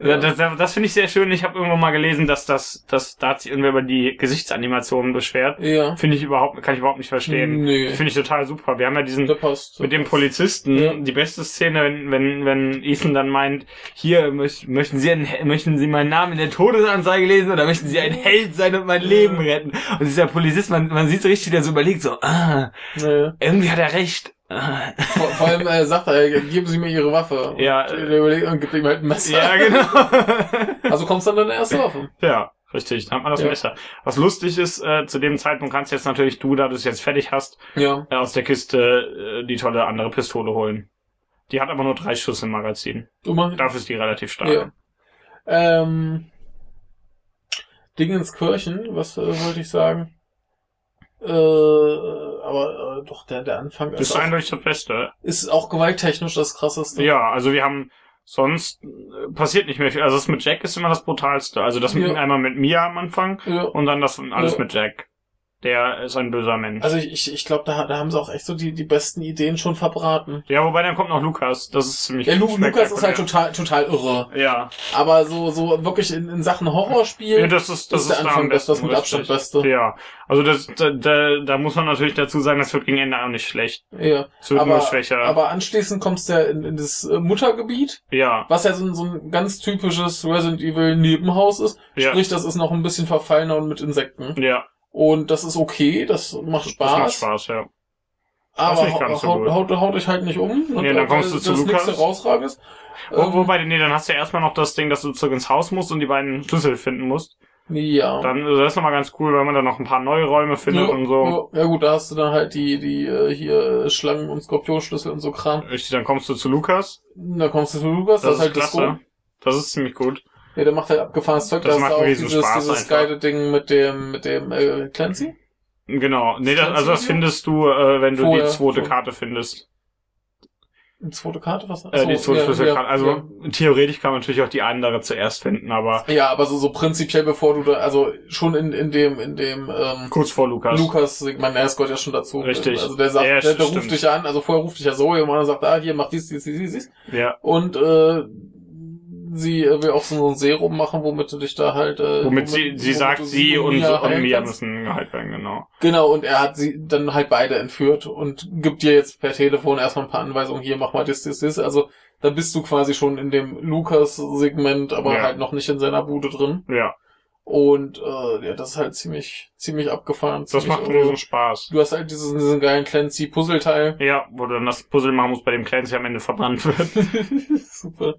[SPEAKER 2] Ja.
[SPEAKER 1] Das, das, das finde ich sehr schön. Ich habe irgendwann mal gelesen, dass das, das, da hat sich irgendwer über die Gesichtsanimationen beschwert.
[SPEAKER 2] Ja.
[SPEAKER 1] Finde ich überhaupt, kann ich überhaupt nicht verstehen.
[SPEAKER 2] Nee.
[SPEAKER 1] Finde ich total super. Wir haben ja diesen
[SPEAKER 2] Der passt.
[SPEAKER 1] mit dem Polizisten
[SPEAKER 2] Ja.
[SPEAKER 1] die beste Szene, wenn, wenn, wenn Ethan dann meint, hier möcht, möchten Sie einen, He- möchten Sie meinen Namen in der Todesanzeige lesen oder möchten Sie ein Held sein und mein Leben retten? Und dieser Polizist, man, man sieht so richtig, der so überlegt, so, ah,
[SPEAKER 2] Nee.
[SPEAKER 1] irgendwie hat er recht. Ah.
[SPEAKER 2] Vor, vor allem äh, sagt er, geben Sie mir Ihre Waffe. Und
[SPEAKER 1] Ja.
[SPEAKER 2] Der überlegt und gibt ihm halt ein Messer.
[SPEAKER 1] Ja, genau.
[SPEAKER 2] Also kommst dann deine erste Waffe.
[SPEAKER 1] ja. Richtig, dann hat man das
[SPEAKER 2] Ja.
[SPEAKER 1] Messer. Was lustig ist, äh, zu dem Zeitpunkt kannst jetzt natürlich du, da du es jetzt fertig hast,
[SPEAKER 2] Ja.
[SPEAKER 1] äh, aus der Kiste äh, die tolle andere Pistole holen. Die hat aber nur drei Schuss im Magazin.
[SPEAKER 2] Immerhin.
[SPEAKER 1] Dafür ist die relativ stark.
[SPEAKER 2] Ja. Ähm, Dingenskirchen, was äh, wollte ich sagen? Äh, aber äh, doch, der, der Anfang
[SPEAKER 1] Das ist
[SPEAKER 2] auch,
[SPEAKER 1] eindeutig das Beste.
[SPEAKER 2] ist auch gewalttechnisch das krasseste.
[SPEAKER 1] Ja, also wir haben sonst äh, passiert nicht mehr viel. Also das mit Jack ist immer das brutalste. Also das mit
[SPEAKER 2] Ja.
[SPEAKER 1] einmal mit Mia am Anfang
[SPEAKER 2] Ja.
[SPEAKER 1] und dann das und alles
[SPEAKER 2] Ja.
[SPEAKER 1] mit Jack. Der ist ein böser Mensch.
[SPEAKER 2] Also ich, ich, ich glaube, da, da haben sie auch echt so die, die besten Ideen schon verbraten.
[SPEAKER 1] ja, wobei dann kommt noch Lukas. Das ist ziemlich
[SPEAKER 2] Der Lu Lukas ist halt
[SPEAKER 1] spektakulär.
[SPEAKER 2] total, total irre.
[SPEAKER 1] Ja.
[SPEAKER 2] Aber so, so wirklich in, in Sachen Horrorspiel.
[SPEAKER 1] ja, das ist das
[SPEAKER 2] ist
[SPEAKER 1] ist, da
[SPEAKER 2] der
[SPEAKER 1] am
[SPEAKER 2] Anfang das- das
[SPEAKER 1] besten,
[SPEAKER 2] mit Abstand
[SPEAKER 1] richtig.
[SPEAKER 2] Beste.
[SPEAKER 1] Ja, also das da, da, da muss man natürlich dazu sagen, das wird gegen Ende auch nicht schlecht.
[SPEAKER 2] ja.
[SPEAKER 1] Es wird
[SPEAKER 2] Aber-
[SPEAKER 1] nur schwächer.
[SPEAKER 2] Aber anschließend kommst du ja in, in das äh, Muttergebiet,
[SPEAKER 1] ja,
[SPEAKER 2] was ja so, ein- so ein ganz typisches Resident Evil Nebenhaus ist.
[SPEAKER 1] ja,
[SPEAKER 2] Sprich, das ist noch ein bisschen verfallener und mit Insekten.
[SPEAKER 1] ja.
[SPEAKER 2] Und das ist okay, das macht Spaß. Ähm.
[SPEAKER 1] Das macht Spaß, ja.
[SPEAKER 2] Aber
[SPEAKER 1] nicht ganz so
[SPEAKER 2] haut,
[SPEAKER 1] gut.
[SPEAKER 2] haut, haut dich halt nicht um.
[SPEAKER 1] Nee, dann kommst du
[SPEAKER 2] das
[SPEAKER 1] zu
[SPEAKER 2] Das
[SPEAKER 1] Lukas.
[SPEAKER 2] nächste Herausragendes. Ähm,
[SPEAKER 1] Wo, wobei, nee, dann hast du ja erstmal noch das Ding, dass du zurück ins Haus musst und die beiden Schlüssel finden musst.
[SPEAKER 2] ja.
[SPEAKER 1] Dann, also das ist nochmal ganz cool, weil man dann noch ein paar neue Räume findet
[SPEAKER 2] Ja,
[SPEAKER 1] und so.
[SPEAKER 2] Ja, ja gut, da hast du dann halt die, die äh, hier äh, Schlangen und Skorpionschlüssel und so Kram.
[SPEAKER 1] Richtig, dann kommst du zu Lukas.
[SPEAKER 2] Da kommst du zu
[SPEAKER 1] Das,
[SPEAKER 2] Lukas, das,
[SPEAKER 1] ist
[SPEAKER 2] ist halt
[SPEAKER 1] klasse.
[SPEAKER 2] Disco.
[SPEAKER 1] Das ist ziemlich gut.
[SPEAKER 2] Ja, der macht halt abgefahrenes Zeug,
[SPEAKER 1] Das
[SPEAKER 2] da
[SPEAKER 1] macht
[SPEAKER 2] hast du auch
[SPEAKER 1] einen riesen
[SPEAKER 2] dieses,
[SPEAKER 1] Spaß
[SPEAKER 2] dieses
[SPEAKER 1] einfach.
[SPEAKER 2] geile Ding mit dem, mit dem äh, Clancy.
[SPEAKER 1] Genau. Nee, das,
[SPEAKER 2] Kannst
[SPEAKER 1] also
[SPEAKER 2] du
[SPEAKER 1] das
[SPEAKER 2] hier?
[SPEAKER 1] findest du, äh, wenn du
[SPEAKER 2] Vorher,
[SPEAKER 1] die zweite
[SPEAKER 2] vor-
[SPEAKER 1] Karte findest.
[SPEAKER 2] Eine zweite Karte, was?
[SPEAKER 1] Äh,
[SPEAKER 2] Achso,
[SPEAKER 1] die zweite
[SPEAKER 2] ja,
[SPEAKER 1] Schlüsselkarte.
[SPEAKER 2] ja,
[SPEAKER 1] also theoretisch kann man natürlich auch die andere zuerst finden, aber
[SPEAKER 2] Ja. ja, aber so, so prinzipiell bevor du da, also schon in, in dem, in dem ähm,
[SPEAKER 1] kurz vor Lukas.
[SPEAKER 2] Lukas, ich meine, er gehört ja schon dazu.
[SPEAKER 1] Richtig.
[SPEAKER 2] Also der sagt,
[SPEAKER 1] Ja,
[SPEAKER 2] der, der
[SPEAKER 1] stimmt.
[SPEAKER 2] ruft dich an, also vorher ruft dich ja Zoe und man sagt, ah, hier, mach dies, dies, dies, dies, dies.
[SPEAKER 1] Ja.
[SPEAKER 2] Und äh, sie äh, will auch so ein Serum machen, womit du dich da halt. Äh,
[SPEAKER 1] Womit sie, sie
[SPEAKER 2] womit du
[SPEAKER 1] sagt, sie und, so- und
[SPEAKER 2] heilen
[SPEAKER 1] Mia
[SPEAKER 2] kannst.
[SPEAKER 1] müssen geheilt werden, genau.
[SPEAKER 2] Genau, und er hat sie dann halt beide entführt und gibt dir jetzt per Telefon erstmal ein paar Anweisungen, hier mach mal das, das, das. Also da bist du quasi schon in dem Lukas-Segment, aber
[SPEAKER 1] Ja.
[SPEAKER 2] halt noch nicht in seiner Bude drin.
[SPEAKER 1] Ja.
[SPEAKER 2] Und äh, ja, das ist halt ziemlich, ziemlich abgefahren.
[SPEAKER 1] Das
[SPEAKER 2] ziemlich äh,
[SPEAKER 1] macht
[SPEAKER 2] irre.
[SPEAKER 1] riesen Spaß.
[SPEAKER 2] Du hast halt diesen, diesen geilen Clancy-Puzzleteil.
[SPEAKER 1] Ja, wo du dann das Puzzle machen musst, bei dem Clancy am Ende verbrannt wird.
[SPEAKER 2] Super.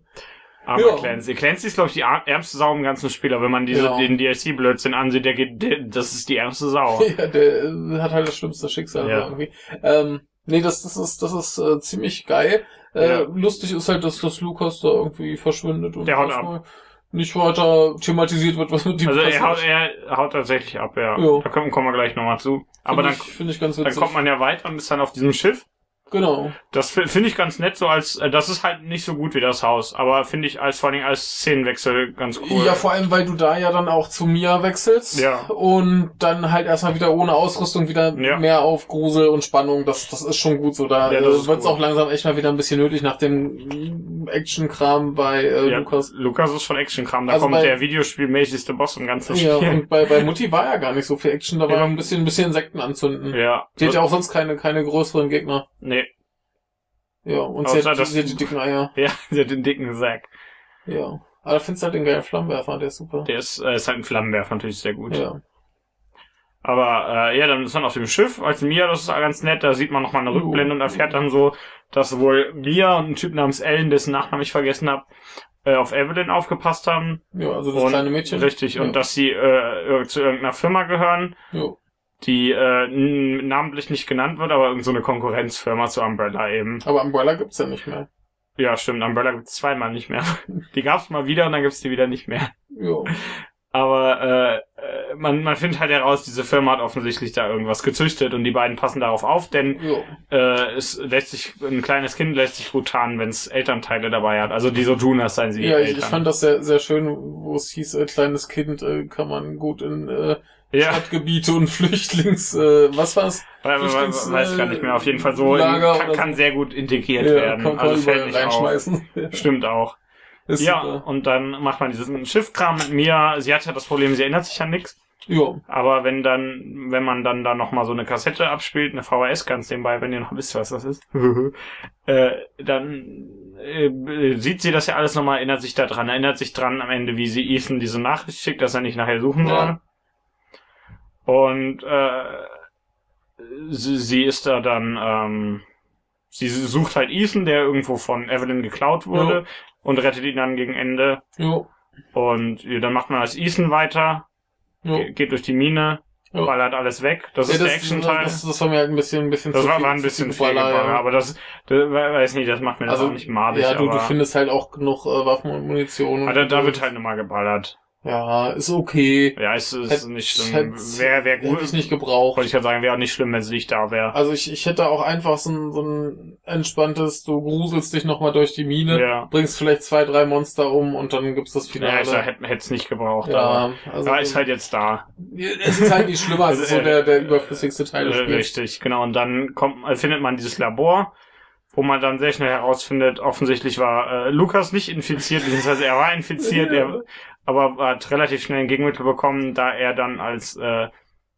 [SPEAKER 1] Aber
[SPEAKER 2] Ja.
[SPEAKER 1] Clancy. Clancy ist, glaube ich, die ar- ärmste Sau im ganzen Spiel. Aber wenn man diese,
[SPEAKER 2] Ja.
[SPEAKER 1] den DLC-Blödsinn ansieht, der geht, der, das ist die ärmste Sau.
[SPEAKER 2] Ja, der äh, hat halt das schlimmste Schicksal
[SPEAKER 1] Ja.
[SPEAKER 2] irgendwie. Ähm, nee, das, das ist, das ist äh, ziemlich geil. Äh,
[SPEAKER 1] Ja.
[SPEAKER 2] Lustig ist halt, dass das Lukas da irgendwie verschwindet und
[SPEAKER 1] Der haut
[SPEAKER 2] erstmal nicht weiter thematisiert wird, was mit ihm
[SPEAKER 1] also er haut,
[SPEAKER 2] passiert.
[SPEAKER 1] er haut tatsächlich ab, ja.
[SPEAKER 2] Ja.
[SPEAKER 1] Da kommen, kommen wir gleich nochmal zu. Aber
[SPEAKER 2] Finde
[SPEAKER 1] dann,
[SPEAKER 2] ich, finde ich ganz
[SPEAKER 1] dann
[SPEAKER 2] witzig.
[SPEAKER 1] kommt man ja weiter und ist dann auf diesem Schiff.
[SPEAKER 2] genau.
[SPEAKER 1] Das fi- finde ich ganz nett, so als, äh, das ist halt nicht so gut wie das Haus. Aber finde ich als, vor allen Dingen als Szenenwechsel ganz cool.
[SPEAKER 2] Ja, vor allem, weil du da ja dann auch zu Mia wechselst
[SPEAKER 1] Ja.
[SPEAKER 2] und dann halt erstmal wieder ohne Ausrüstung wieder
[SPEAKER 1] Ja.
[SPEAKER 2] mehr auf Grusel und Spannung. Das, das ist schon gut so. Da
[SPEAKER 1] Ja,
[SPEAKER 2] ja,
[SPEAKER 1] das ist
[SPEAKER 2] wird es
[SPEAKER 1] cool.
[SPEAKER 2] auch langsam echt mal wieder ein bisschen nötig nach dem äh, Action-Kram bei äh,
[SPEAKER 1] Ja,
[SPEAKER 2] Lukas.
[SPEAKER 1] Lukas ist schon Action-Kram. Da
[SPEAKER 2] Also
[SPEAKER 1] kommt
[SPEAKER 2] bei-
[SPEAKER 1] der videospielmäßigste Boss im ganzen
[SPEAKER 2] Ja,
[SPEAKER 1] Spiel.
[SPEAKER 2] und bei, bei Mutti war ja gar nicht so viel Action, da war
[SPEAKER 1] Ja.
[SPEAKER 2] ein bisschen, ein bisschen Insekten anzünden.
[SPEAKER 1] Ja.
[SPEAKER 2] Die hat ja auch sonst keine, keine größeren Gegner.
[SPEAKER 1] Nee.
[SPEAKER 2] Ja, und sie
[SPEAKER 1] Außer
[SPEAKER 2] hat,
[SPEAKER 1] das-
[SPEAKER 2] sie hat die dicken Eier.
[SPEAKER 1] Ja, der hat den dicken Sack.
[SPEAKER 2] Ja. Aber da findest du halt den geilen Flammenwerfer, der ist super.
[SPEAKER 1] Der ist, äh, ist halt ein Flammenwerfer natürlich sehr gut.
[SPEAKER 2] Ja.
[SPEAKER 1] Aber äh, ja, dann ist man auf dem Schiff als Mia, das ist ganz nett, da sieht man nochmal eine
[SPEAKER 2] Jo.
[SPEAKER 1] Rückblende und erfährt dann so, dass sowohl Mia und ein Typ namens Ellen, dessen Nachnamen ich vergessen habe, äh, auf Evelyn aufgepasst haben.
[SPEAKER 2] Ja, also das
[SPEAKER 1] Und-
[SPEAKER 2] kleine Mädchen.
[SPEAKER 1] Richtig,
[SPEAKER 2] ja.
[SPEAKER 1] und dass sie äh, ir- zu irgendeiner Firma gehören,
[SPEAKER 2] Ja.
[SPEAKER 1] die äh, n- namentlich nicht genannt wird, aber irgend so eine Konkurrenzfirma zu Umbrella eben.
[SPEAKER 2] Aber Umbrella gibt's ja nicht mehr.
[SPEAKER 1] Ja, stimmt, Umbrella gibt's zweimal nicht mehr. Die gab's mal wieder und dann gibt's die wieder nicht mehr.
[SPEAKER 2] Ja.
[SPEAKER 1] Aber äh, äh, man, man findet halt heraus, diese Firma hat offensichtlich da irgendwas gezüchtet und die beiden passen darauf auf, denn
[SPEAKER 2] Ja.
[SPEAKER 1] äh, es lässt sich ein kleines Kind lässt sich gut tarnen, wenn es Elternteile dabei hat. Also die Sojunas seien sie
[SPEAKER 2] Ja, ich,
[SPEAKER 1] Eltern.
[SPEAKER 2] ich fand das sehr, sehr schön, wo es hieß, äh, kleines Kind äh, kann man gut in äh,
[SPEAKER 1] ja,
[SPEAKER 2] Stadtgebiete und Flüchtlings... Äh, was war's?
[SPEAKER 1] weil, weil, weil,
[SPEAKER 2] Flüchtlings-
[SPEAKER 1] weiß gar nicht mehr. Auf jeden Fall so in,
[SPEAKER 2] Lager
[SPEAKER 1] kann,
[SPEAKER 2] oder
[SPEAKER 1] kann sehr gut integriert werden.
[SPEAKER 2] kann man
[SPEAKER 1] also fällt
[SPEAKER 2] überall
[SPEAKER 1] nicht auf.
[SPEAKER 2] reinschmeißen.
[SPEAKER 1] Stimmt auch.
[SPEAKER 2] Ist
[SPEAKER 1] ja,
[SPEAKER 2] super.
[SPEAKER 1] und dann macht man diesen Schiffkram mit Mia. Sie hat ja das Problem, sie erinnert sich an nichts.
[SPEAKER 2] Ja.
[SPEAKER 1] Aber wenn dann, wenn man dann da nochmal so eine Kassette abspielt, eine VHS ganz nebenbei, wenn ihr noch wisst, was das ist, äh, dann äh, sieht sie das ja alles nochmal, erinnert sich daran, erinnert sich dran am Ende, wie sie Ethan diese Nachricht schickt, dass er nicht nachher suchen soll.
[SPEAKER 2] Ja.
[SPEAKER 1] Und äh, sie, sie ist da dann, ähm, sie sucht halt Ethan, der irgendwo von Evelyn geklaut wurde und rettet ihn dann gegen Ende.
[SPEAKER 2] Jo.
[SPEAKER 1] Und äh, dann macht man als Ethan weiter,
[SPEAKER 2] Jo.
[SPEAKER 1] ge- geht durch die Mine. Ja. Ballert alles weg. Das
[SPEAKER 2] Ja,
[SPEAKER 1] ist der Action-Teil.
[SPEAKER 2] Das, das war mir halt ein bisschen, ein bisschen
[SPEAKER 1] Das
[SPEAKER 2] zu
[SPEAKER 1] war,
[SPEAKER 2] viel-
[SPEAKER 1] war ein
[SPEAKER 2] zu
[SPEAKER 1] bisschen viel,
[SPEAKER 2] viel Baller,
[SPEAKER 1] Geballer,
[SPEAKER 2] ja.
[SPEAKER 1] aber das, das weiß nicht, das macht mir das
[SPEAKER 2] Also,
[SPEAKER 1] auch nicht madig.
[SPEAKER 2] Ja, du,
[SPEAKER 1] aber,
[SPEAKER 2] du findest halt auch genug äh, Waffen und Munition. Und
[SPEAKER 1] aber da, da wird halt nochmal geballert.
[SPEAKER 2] Ja, ist okay.
[SPEAKER 1] Ja, ist, ist
[SPEAKER 2] Hätt-
[SPEAKER 1] nicht schlimm.
[SPEAKER 2] hätt-
[SPEAKER 1] Wäre wär
[SPEAKER 2] Hätte
[SPEAKER 1] gut.
[SPEAKER 2] ich nicht gebraucht.
[SPEAKER 1] Wollte ich ja sagen, wäre auch nicht schlimm, wenn es nicht da wäre.
[SPEAKER 2] Also ich, ich hätte auch einfach so ein, so ein entspanntes, du gruselst dich nochmal durch die Mine,
[SPEAKER 1] Ja.
[SPEAKER 2] bringst vielleicht zwei, drei Monster um und dann gibt's das
[SPEAKER 1] Ja,
[SPEAKER 2] Finale.
[SPEAKER 1] ich hätte es nicht gebraucht, aber.
[SPEAKER 2] Ja, also,
[SPEAKER 1] Ja, ist halt jetzt da.
[SPEAKER 2] es ist halt nicht schlimmer, es ist so der, der überflüssigste Teil des
[SPEAKER 1] Äh,
[SPEAKER 2] Spiels.
[SPEAKER 1] Richtig, genau. Und dann kommt, äh, findet man dieses Labor, wo man dann sehr schnell herausfindet, offensichtlich war äh, Lukas nicht infiziert, beziehungsweise er war infiziert, er, aber hat relativ schnell ein Gegenmittel bekommen, da er dann als äh,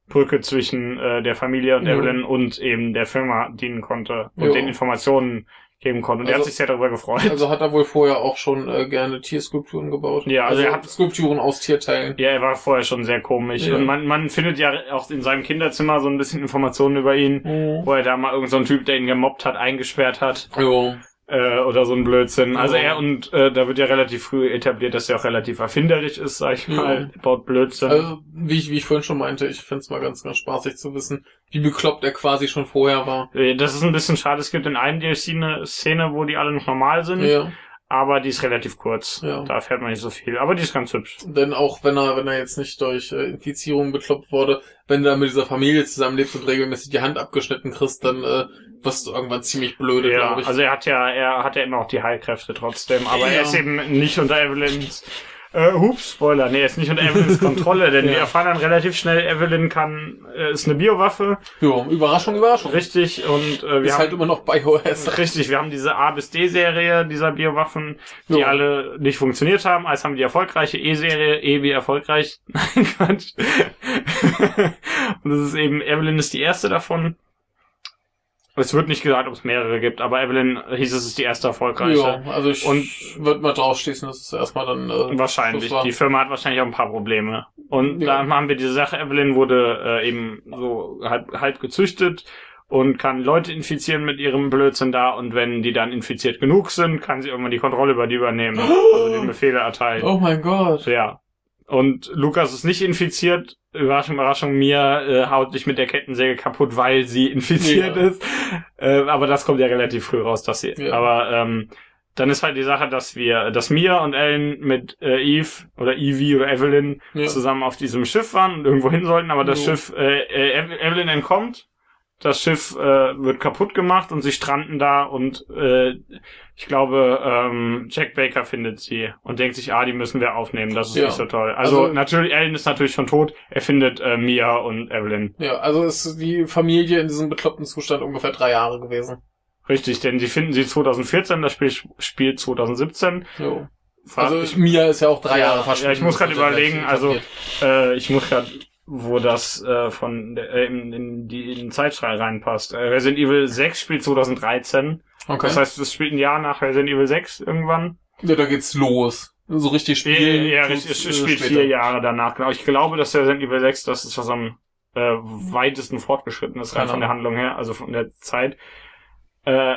[SPEAKER 1] Brücke zwischen äh, der Familie und
[SPEAKER 2] Ja.
[SPEAKER 1] Evelyn und eben der Firma dienen konnte und
[SPEAKER 2] Ja.
[SPEAKER 1] den Informationen geben konnte. Und er hat
[SPEAKER 2] Also-
[SPEAKER 1] sich sehr darüber gefreut.
[SPEAKER 2] Also hat er wohl vorher auch schon äh, gerne Tierskulpturen gebaut.
[SPEAKER 1] Ja, also er hat-
[SPEAKER 2] Skulpturen aus Tierteilen.
[SPEAKER 1] Ja, er war vorher schon sehr komisch.
[SPEAKER 2] Ja.
[SPEAKER 1] Und man, man findet ja auch in seinem Kinderzimmer so ein bisschen Informationen über ihn,
[SPEAKER 2] Mhm.
[SPEAKER 1] wo er da mal irgendeinen so einen Typ, der ihn gemobbt hat, eingesperrt hat
[SPEAKER 2] Jo.
[SPEAKER 1] äh, oder so ein Blödsinn. Also
[SPEAKER 2] Ja.
[SPEAKER 1] er und äh, da wird ja relativ früh etabliert, dass er auch relativ erfinderlich ist, sag ich
[SPEAKER 2] Ja.
[SPEAKER 1] mal, Er baut Blödsinn.
[SPEAKER 2] Also, wie ich, wie ich vorhin schon meinte, ich find's mal ganz, ganz spaßig zu wissen, wie bekloppt er quasi schon vorher war.
[SPEAKER 1] Äh, das ist ein bisschen schade. Es gibt in einem DLC eine Szene, wo die alle noch normal sind,
[SPEAKER 2] Ja.
[SPEAKER 1] aber die ist relativ kurz.
[SPEAKER 2] Ja.
[SPEAKER 1] Da erfährt man nicht so viel. Aber die ist ganz hübsch.
[SPEAKER 2] Denn auch wenn er, wenn er jetzt nicht durch äh, Infizierung bekloppt wurde, wenn du dann mit dieser Familie zusammenlebst und regelmäßig die Hand abgeschnitten kriegst, dann äh, wirst du irgendwann ziemlich blöde,
[SPEAKER 1] Ja,
[SPEAKER 2] glaube ich.
[SPEAKER 1] also er hat ja, er hat ja immer auch die Heilkräfte trotzdem, aber
[SPEAKER 2] Ja.
[SPEAKER 1] er ist eben nicht unter Evelyns äh, hups, Spoiler, nee, er ist nicht unter Evelyns Kontrolle, denn
[SPEAKER 2] Ja.
[SPEAKER 1] wir erfahren dann relativ schnell, Evelyn kann, äh, ist eine Biowaffe,
[SPEAKER 2] jo, Überraschung, Überraschung.
[SPEAKER 1] richtig, und äh, wir
[SPEAKER 2] Ist
[SPEAKER 1] haben,
[SPEAKER 2] halt immer noch bei OS.
[SPEAKER 1] richtig, wir haben diese A bis D-Serie dieser Biowaffen, die
[SPEAKER 2] Jo.
[SPEAKER 1] alle nicht funktioniert haben, als haben wir die erfolgreiche E-Serie, E wie erfolgreich, nein, Quatsch. und das ist eben, Evelyn ist die erste davon. Es wird nicht gesagt, ob es mehrere gibt, aber Evelyn hieß es, ist die erste erfolgreiche.
[SPEAKER 2] Jo, also ich
[SPEAKER 1] Und-
[SPEAKER 2] würde mal draufschießen, dass es erstmal dann äh,
[SPEAKER 1] Wahrscheinlich.
[SPEAKER 2] Das war-
[SPEAKER 1] Die Firma hat wahrscheinlich auch ein paar Probleme. Und
[SPEAKER 2] Ja.
[SPEAKER 1] dann haben wir diese Sache, Evelyn wurde äh, eben so halb, halb gezüchtet und kann Leute infizieren mit ihrem Blödsinn da und wenn die dann infiziert genug sind, kann sie irgendwann die Kontrolle über die übernehmen. Also die Befehle erteilen.
[SPEAKER 2] Oh mein Gott.
[SPEAKER 1] Ja. Und Lukas ist nicht infiziert. Überraschung, Überraschung, Mia äh, haut dich mit der Kettensäge kaputt, weil sie infiziert
[SPEAKER 2] Ja.
[SPEAKER 1] ist. Äh, aber das kommt ja relativ früh raus, dass sie.
[SPEAKER 2] Ja.
[SPEAKER 1] Aber ähm, dann ist halt die Sache, dass wir, dass Mia und Ellen mit äh, Eve oder Evie oder Evelyn
[SPEAKER 2] Ja.
[SPEAKER 1] zusammen auf diesem Schiff waren und irgendwo hin sollten, aber das
[SPEAKER 2] Jo.
[SPEAKER 1] Schiff, äh, äh, Eve- Evelyn entkommt, das Schiff äh, wird kaputt gemacht und sie stranden da und äh, ich glaube, ähm, Jack Baker findet sie und denkt sich, ah, die müssen wir aufnehmen, das ist
[SPEAKER 2] Ja.
[SPEAKER 1] nicht so toll. Also,
[SPEAKER 2] Also-
[SPEAKER 1] natürlich, Ellen ist natürlich schon tot, er findet äh, Mia und Evelyn.
[SPEAKER 2] Ja, also ist die Familie in diesem bekloppten Zustand ungefähr drei Jahre gewesen.
[SPEAKER 1] Richtig, denn sie finden sie 2014, das Spiel spielt 2017.
[SPEAKER 2] Jo.
[SPEAKER 1] Fra-
[SPEAKER 2] Also Mia ist ja auch drei
[SPEAKER 1] Ja,
[SPEAKER 2] Jahre verschwunden.
[SPEAKER 1] ja, ich muss grad
[SPEAKER 2] Das wird ja
[SPEAKER 1] überlegen,
[SPEAKER 2] gleich
[SPEAKER 1] also-
[SPEAKER 2] etabliert.
[SPEAKER 1] Äh, ich muss gerade, wo das äh, von der- äh, in, in die in den Zeitstrahl reinpasst. Äh, Resident Evil 6 spielt 2013.
[SPEAKER 2] Okay.
[SPEAKER 1] Das heißt, es spielt ein Jahr nach Resident Evil 6 irgendwann.
[SPEAKER 2] ja, da geht's los. So richtig
[SPEAKER 1] Ja,
[SPEAKER 2] spielen.
[SPEAKER 1] ja,
[SPEAKER 2] tut's,
[SPEAKER 1] es, es
[SPEAKER 2] äh,
[SPEAKER 1] spielt
[SPEAKER 2] später.
[SPEAKER 1] vier Jahre danach, genau. Ich glaube, dass Resident Evil 6 das ist, was am äh, weitesten fortgeschritten ist, rein
[SPEAKER 2] Genau.
[SPEAKER 1] von der Handlung her, also von der Zeit. Äh,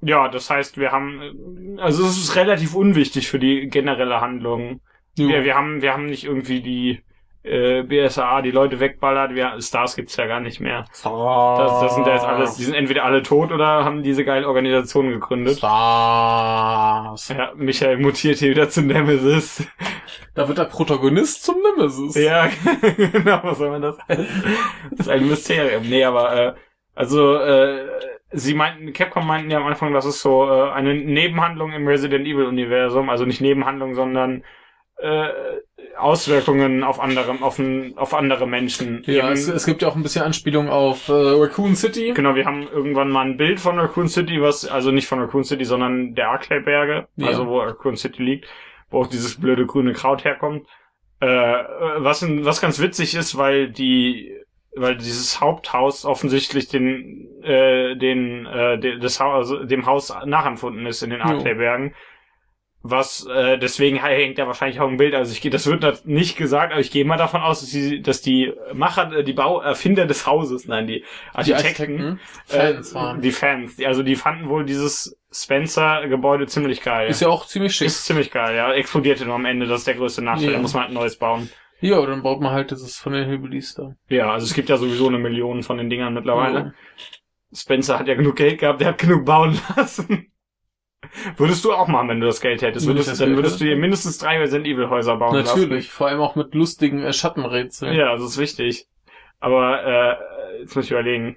[SPEAKER 1] ja, das heißt, wir haben, also es ist relativ unwichtig für die generelle Handlung.
[SPEAKER 2] Jo.
[SPEAKER 1] Wir, wir haben, wir haben nicht irgendwie die äh, BSAA, die Leute wegballert. Wir, Stars gibt's ja gar nicht mehr. Das, das sind ja jetzt alles, die sind entweder alle tot oder haben diese geile Organisation gegründet.
[SPEAKER 2] Stars.
[SPEAKER 1] Ja, Michael mutiert hier wieder zu Nemesis.
[SPEAKER 2] Da wird der Protagonist zum Nemesis.
[SPEAKER 1] Ja, genau, was soll man das heißen? Das ist ein Mysterium. Nee, aber, äh, also, äh, sie meinten, Capcom meinten ja am Anfang, das ist so äh, eine Nebenhandlung im Resident Evil-Universum, also nicht Nebenhandlung, sondern äh, Auswirkungen auf andere, auf, ein, auf andere Menschen.
[SPEAKER 2] Ja,
[SPEAKER 1] Eben-
[SPEAKER 2] es, es gibt ja auch ein bisschen Anspielung auf äh, Raccoon City.
[SPEAKER 1] Genau, wir haben irgendwann mal ein Bild von Raccoon City, was, also nicht von Raccoon City, sondern der Arclay-Berge,
[SPEAKER 2] Ja.
[SPEAKER 1] also wo Raccoon City liegt, wo auch dieses blöde grüne Kraut herkommt. Äh, äh, was, in- was ganz witzig ist, weil die, weil dieses Haupthaus offensichtlich den, äh, den, äh, de, des Haus, also dem Haus nachempfunden ist in den
[SPEAKER 2] Jo.
[SPEAKER 1] Arclay-Bergen. Was, äh, deswegen hängt da wahrscheinlich auch ein Bild. Also ich gehe, das wird da nicht gesagt, aber ich gehe mal davon aus, dass die, dass die Macher, äh, die Bau, Erfinder des Hauses, nein, die
[SPEAKER 2] hm?
[SPEAKER 1] Architekten,
[SPEAKER 2] Fans
[SPEAKER 1] äh,
[SPEAKER 2] waren.
[SPEAKER 1] Die Fans. Die, also die fanden wohl dieses Spencer-Gebäude ziemlich geil.
[SPEAKER 2] Ist ja auch ziemlich schick.
[SPEAKER 1] Ist ziemlich geil, ja. Explodierte nur am Ende, das ist der größte Nachteil.
[SPEAKER 2] Ja.
[SPEAKER 1] Da muss man halt ein neues bauen.
[SPEAKER 2] Ja, aber dann baut man halt dieses von den Hillbillies da.
[SPEAKER 1] Ja, also es gibt ja sowieso eine Million von den Dingern mittlerweile. Spencer hat ja genug Geld gehabt, der hat genug bauen lassen. Würdest du auch machen, wenn du das Geld hättest?
[SPEAKER 2] Wenn ich
[SPEAKER 1] Würdest,
[SPEAKER 2] das
[SPEAKER 1] dann
[SPEAKER 2] Geld
[SPEAKER 1] würdest du
[SPEAKER 2] hätte.
[SPEAKER 1] dir mindestens drei Resident Evil Häuser bauen
[SPEAKER 2] Natürlich, vor allem auch mit lustigen äh, Schattenrätseln.
[SPEAKER 1] lassen. Ja, das ist wichtig. Aber äh, jetzt muss ich überlegen.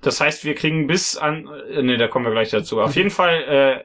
[SPEAKER 1] Das heißt, wir kriegen bis an... Äh, nee, da kommen wir gleich dazu. Auf jeden Fall,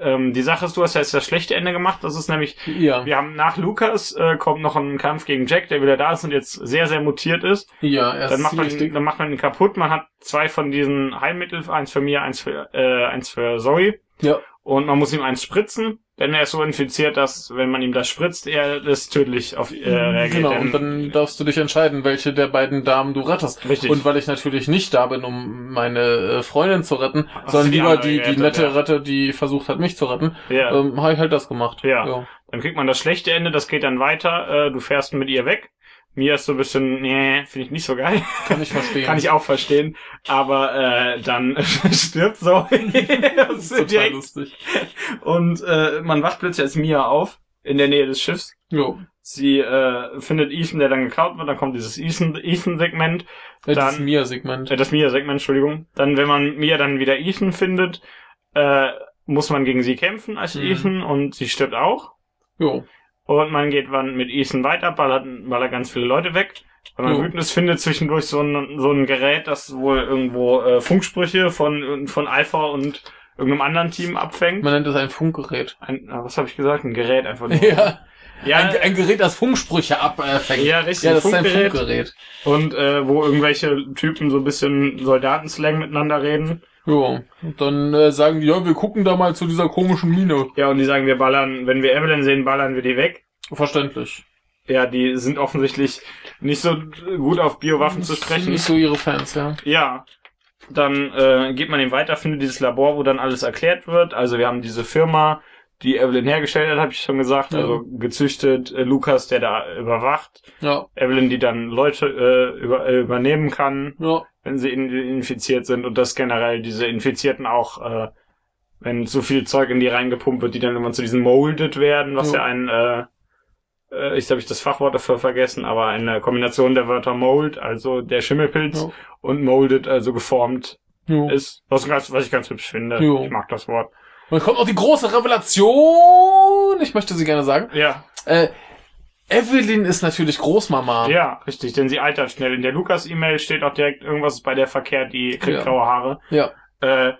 [SPEAKER 1] äh, ähm, die Sache ist, du hast ja jetzt das schlechte Ende gemacht. Das ist nämlich
[SPEAKER 2] Ja, ja.
[SPEAKER 1] Wir haben nach Lukas äh, kommt noch ein Kampf gegen Jack, der wieder da ist und jetzt sehr, sehr mutiert ist.
[SPEAKER 2] erst
[SPEAKER 1] Dann macht, man,
[SPEAKER 2] ziemlich dick.
[SPEAKER 1] ihn- dann macht man ihn kaputt. Man hat zwei von diesen Heilmittel, eins für mir, eins für, äh, eins für Zoe.
[SPEAKER 2] Ja.
[SPEAKER 1] Und man muss ihm eins spritzen, denn er ist so infiziert, dass, wenn man ihm das spritzt, er das tödlich auf äh, reagiert.
[SPEAKER 2] Genau,
[SPEAKER 1] Denn-
[SPEAKER 2] und dann darfst du dich entscheiden, welche der beiden Damen du rettest.
[SPEAKER 1] richtig.
[SPEAKER 2] Und weil ich natürlich nicht da bin, um meine äh, Freundin zu retten,
[SPEAKER 1] Hast du
[SPEAKER 2] sondern
[SPEAKER 1] die
[SPEAKER 2] lieber
[SPEAKER 1] andere
[SPEAKER 2] die, die
[SPEAKER 1] gerettet,
[SPEAKER 2] nette
[SPEAKER 1] ja.
[SPEAKER 2] Ratte, die versucht hat, mich zu retten,
[SPEAKER 1] ja.
[SPEAKER 2] ähm, habe ich halt das gemacht.
[SPEAKER 1] Ja. Dann kriegt man das schlechte Ende, das geht dann weiter. Äh, du fährst mit ihr weg. Mia ist so ein bisschen, nee, finde ich nicht so geil.
[SPEAKER 2] Kann ich verstehen.
[SPEAKER 1] Kann ich auch verstehen. Aber äh, dann stirbt Zoe.
[SPEAKER 2] das
[SPEAKER 1] das
[SPEAKER 2] ist total
[SPEAKER 1] ist direkt
[SPEAKER 2] lustig.
[SPEAKER 1] Und äh, man wacht plötzlich als Mia auf, in der Nähe des Schiffs.
[SPEAKER 2] Jo.
[SPEAKER 1] Sie äh, findet Ethan, der dann geklaut wird. Dann kommt dieses Ethan- Ethan-Segment.
[SPEAKER 2] Äh, Das
[SPEAKER 1] Dann-
[SPEAKER 2] Mia-Segment.
[SPEAKER 1] äh, das Mia-Segment, Entschuldigung. Dann, wenn man Mia dann wieder Ethan findet, äh, muss man gegen sie kämpfen als
[SPEAKER 2] Mhm.
[SPEAKER 1] Ethan. Und sie stirbt auch.
[SPEAKER 2] Jo.
[SPEAKER 1] Und man geht dann mit Ethan weiter, ballert, ballert ganz viele Leute weg. Wenn man
[SPEAKER 2] Jo.
[SPEAKER 1] wütend ist, findet zwischendurch so ein, so ein Gerät, das wohl irgendwo äh, Funksprüche von, von Alpha und irgendeinem anderen Team abfängt.
[SPEAKER 2] Man nennt es ein Funkgerät.
[SPEAKER 1] Ein, ah, was habe ich gesagt? Ein Gerät einfach nur.
[SPEAKER 2] Ja.
[SPEAKER 1] Ja,
[SPEAKER 2] Ein, ein Gerät, das Funksprüche abfängt.
[SPEAKER 1] ja, richtig.
[SPEAKER 2] Ja, das ist ein
[SPEAKER 1] Funkgerät.
[SPEAKER 2] Funkgerät.
[SPEAKER 1] Und äh, wo irgendwelche Typen so ein bisschen Soldatenslang miteinander reden.
[SPEAKER 2] Jo. Und dann äh, sagen die, ja, wir gucken da mal zu dieser komischen Mine.
[SPEAKER 1] Ja, und die sagen, wir ballern, wenn wir Evelyn sehen, ballern wir die weg.
[SPEAKER 2] Verständlich.
[SPEAKER 1] Ja, die sind offensichtlich nicht so gut auf Biowaffen zu sprechen.
[SPEAKER 2] Nicht so ihre Fans, ja.
[SPEAKER 1] Ja. Dann äh, geht man eben weiter, findet dieses Labor, wo dann alles erklärt wird. Also wir haben diese Firma, die Evelyn hergestellt hat, habe ich schon gesagt.
[SPEAKER 2] Ja.
[SPEAKER 1] Also gezüchtet, äh, Lukas, der da überwacht.
[SPEAKER 2] Ja.
[SPEAKER 1] Evelyn, die dann Leute äh, über, äh, übernehmen kann.
[SPEAKER 2] Ja.
[SPEAKER 1] wenn sie in, infiziert sind und dass generell diese Infizierten auch, äh, wenn so viel Zeug in die reingepumpt wird, die dann immer zu diesen molded werden, was
[SPEAKER 2] Ja.
[SPEAKER 1] ja, ein, äh, äh, ich habe ich das Fachwort dafür vergessen, aber eine Kombination der Wörter mold, also der Schimmelpilz
[SPEAKER 2] Ja.
[SPEAKER 1] und molded, also geformt
[SPEAKER 2] Jo.
[SPEAKER 1] ist, was, ganz, was ich ganz hübsch finde.
[SPEAKER 2] Jo.
[SPEAKER 1] Ich mag das Wort.
[SPEAKER 2] Und kommt noch die große Revelation. Ich möchte sie gerne sagen.
[SPEAKER 1] Ja,
[SPEAKER 2] Äh, Evelyn ist natürlich Großmama.
[SPEAKER 1] ja, richtig, denn sie altert schnell. In der Lukas-E-Mail steht auch direkt irgendwas bei der verkehrt, die kriegt
[SPEAKER 2] Ja.
[SPEAKER 1] graue Haare.
[SPEAKER 2] Ja.
[SPEAKER 1] Äh,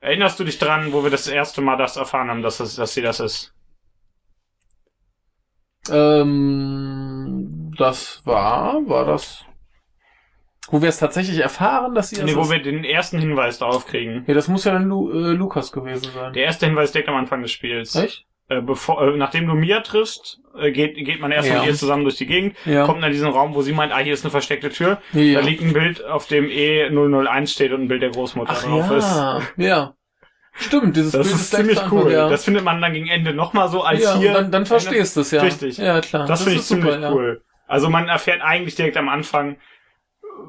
[SPEAKER 1] erinnerst du dich dran, wo wir das erste Mal das erfahren haben, dass, es, dass sie das ist?
[SPEAKER 2] Ähm, das war, war das, wo wir es tatsächlich erfahren, dass sie das
[SPEAKER 1] Nee, wo
[SPEAKER 2] ist?
[SPEAKER 1] wir den ersten Hinweis darauf kriegen.
[SPEAKER 2] Ja, das muss ja dann Lu äh, Lukas gewesen sein.
[SPEAKER 1] Der erste Hinweis direkt am Anfang des Spiels.
[SPEAKER 2] Echt?
[SPEAKER 1] Äh, bevor, äh, nachdem du Mia triffst, äh, geht, geht man erst
[SPEAKER 2] Ja.
[SPEAKER 1] mit ihr zusammen durch die Gegend,
[SPEAKER 2] Ja.
[SPEAKER 1] kommt in diesen Raum, wo sie meint, ah, hier ist eine versteckte Tür.
[SPEAKER 2] ja.
[SPEAKER 1] Da liegt ein Bild, auf dem E001 steht und ein Bild der Großmutter
[SPEAKER 2] Ach
[SPEAKER 1] drauf ist.
[SPEAKER 2] ja. Ja. Stimmt, dieses
[SPEAKER 1] Das
[SPEAKER 2] Bild
[SPEAKER 1] ist
[SPEAKER 2] gleich
[SPEAKER 1] ziemlich
[SPEAKER 2] zu Anfang,
[SPEAKER 1] cool.
[SPEAKER 2] Ja.
[SPEAKER 1] Das findet man dann gegen Ende nochmal so als
[SPEAKER 2] ja,
[SPEAKER 1] hier.
[SPEAKER 2] und dann, dann verstehst du es, ja.
[SPEAKER 1] Richtig.
[SPEAKER 2] Ja, klar.
[SPEAKER 1] Das, finde ich
[SPEAKER 2] ist
[SPEAKER 1] ziemlich
[SPEAKER 2] super,
[SPEAKER 1] cool. Also man erfährt eigentlich direkt am Anfang,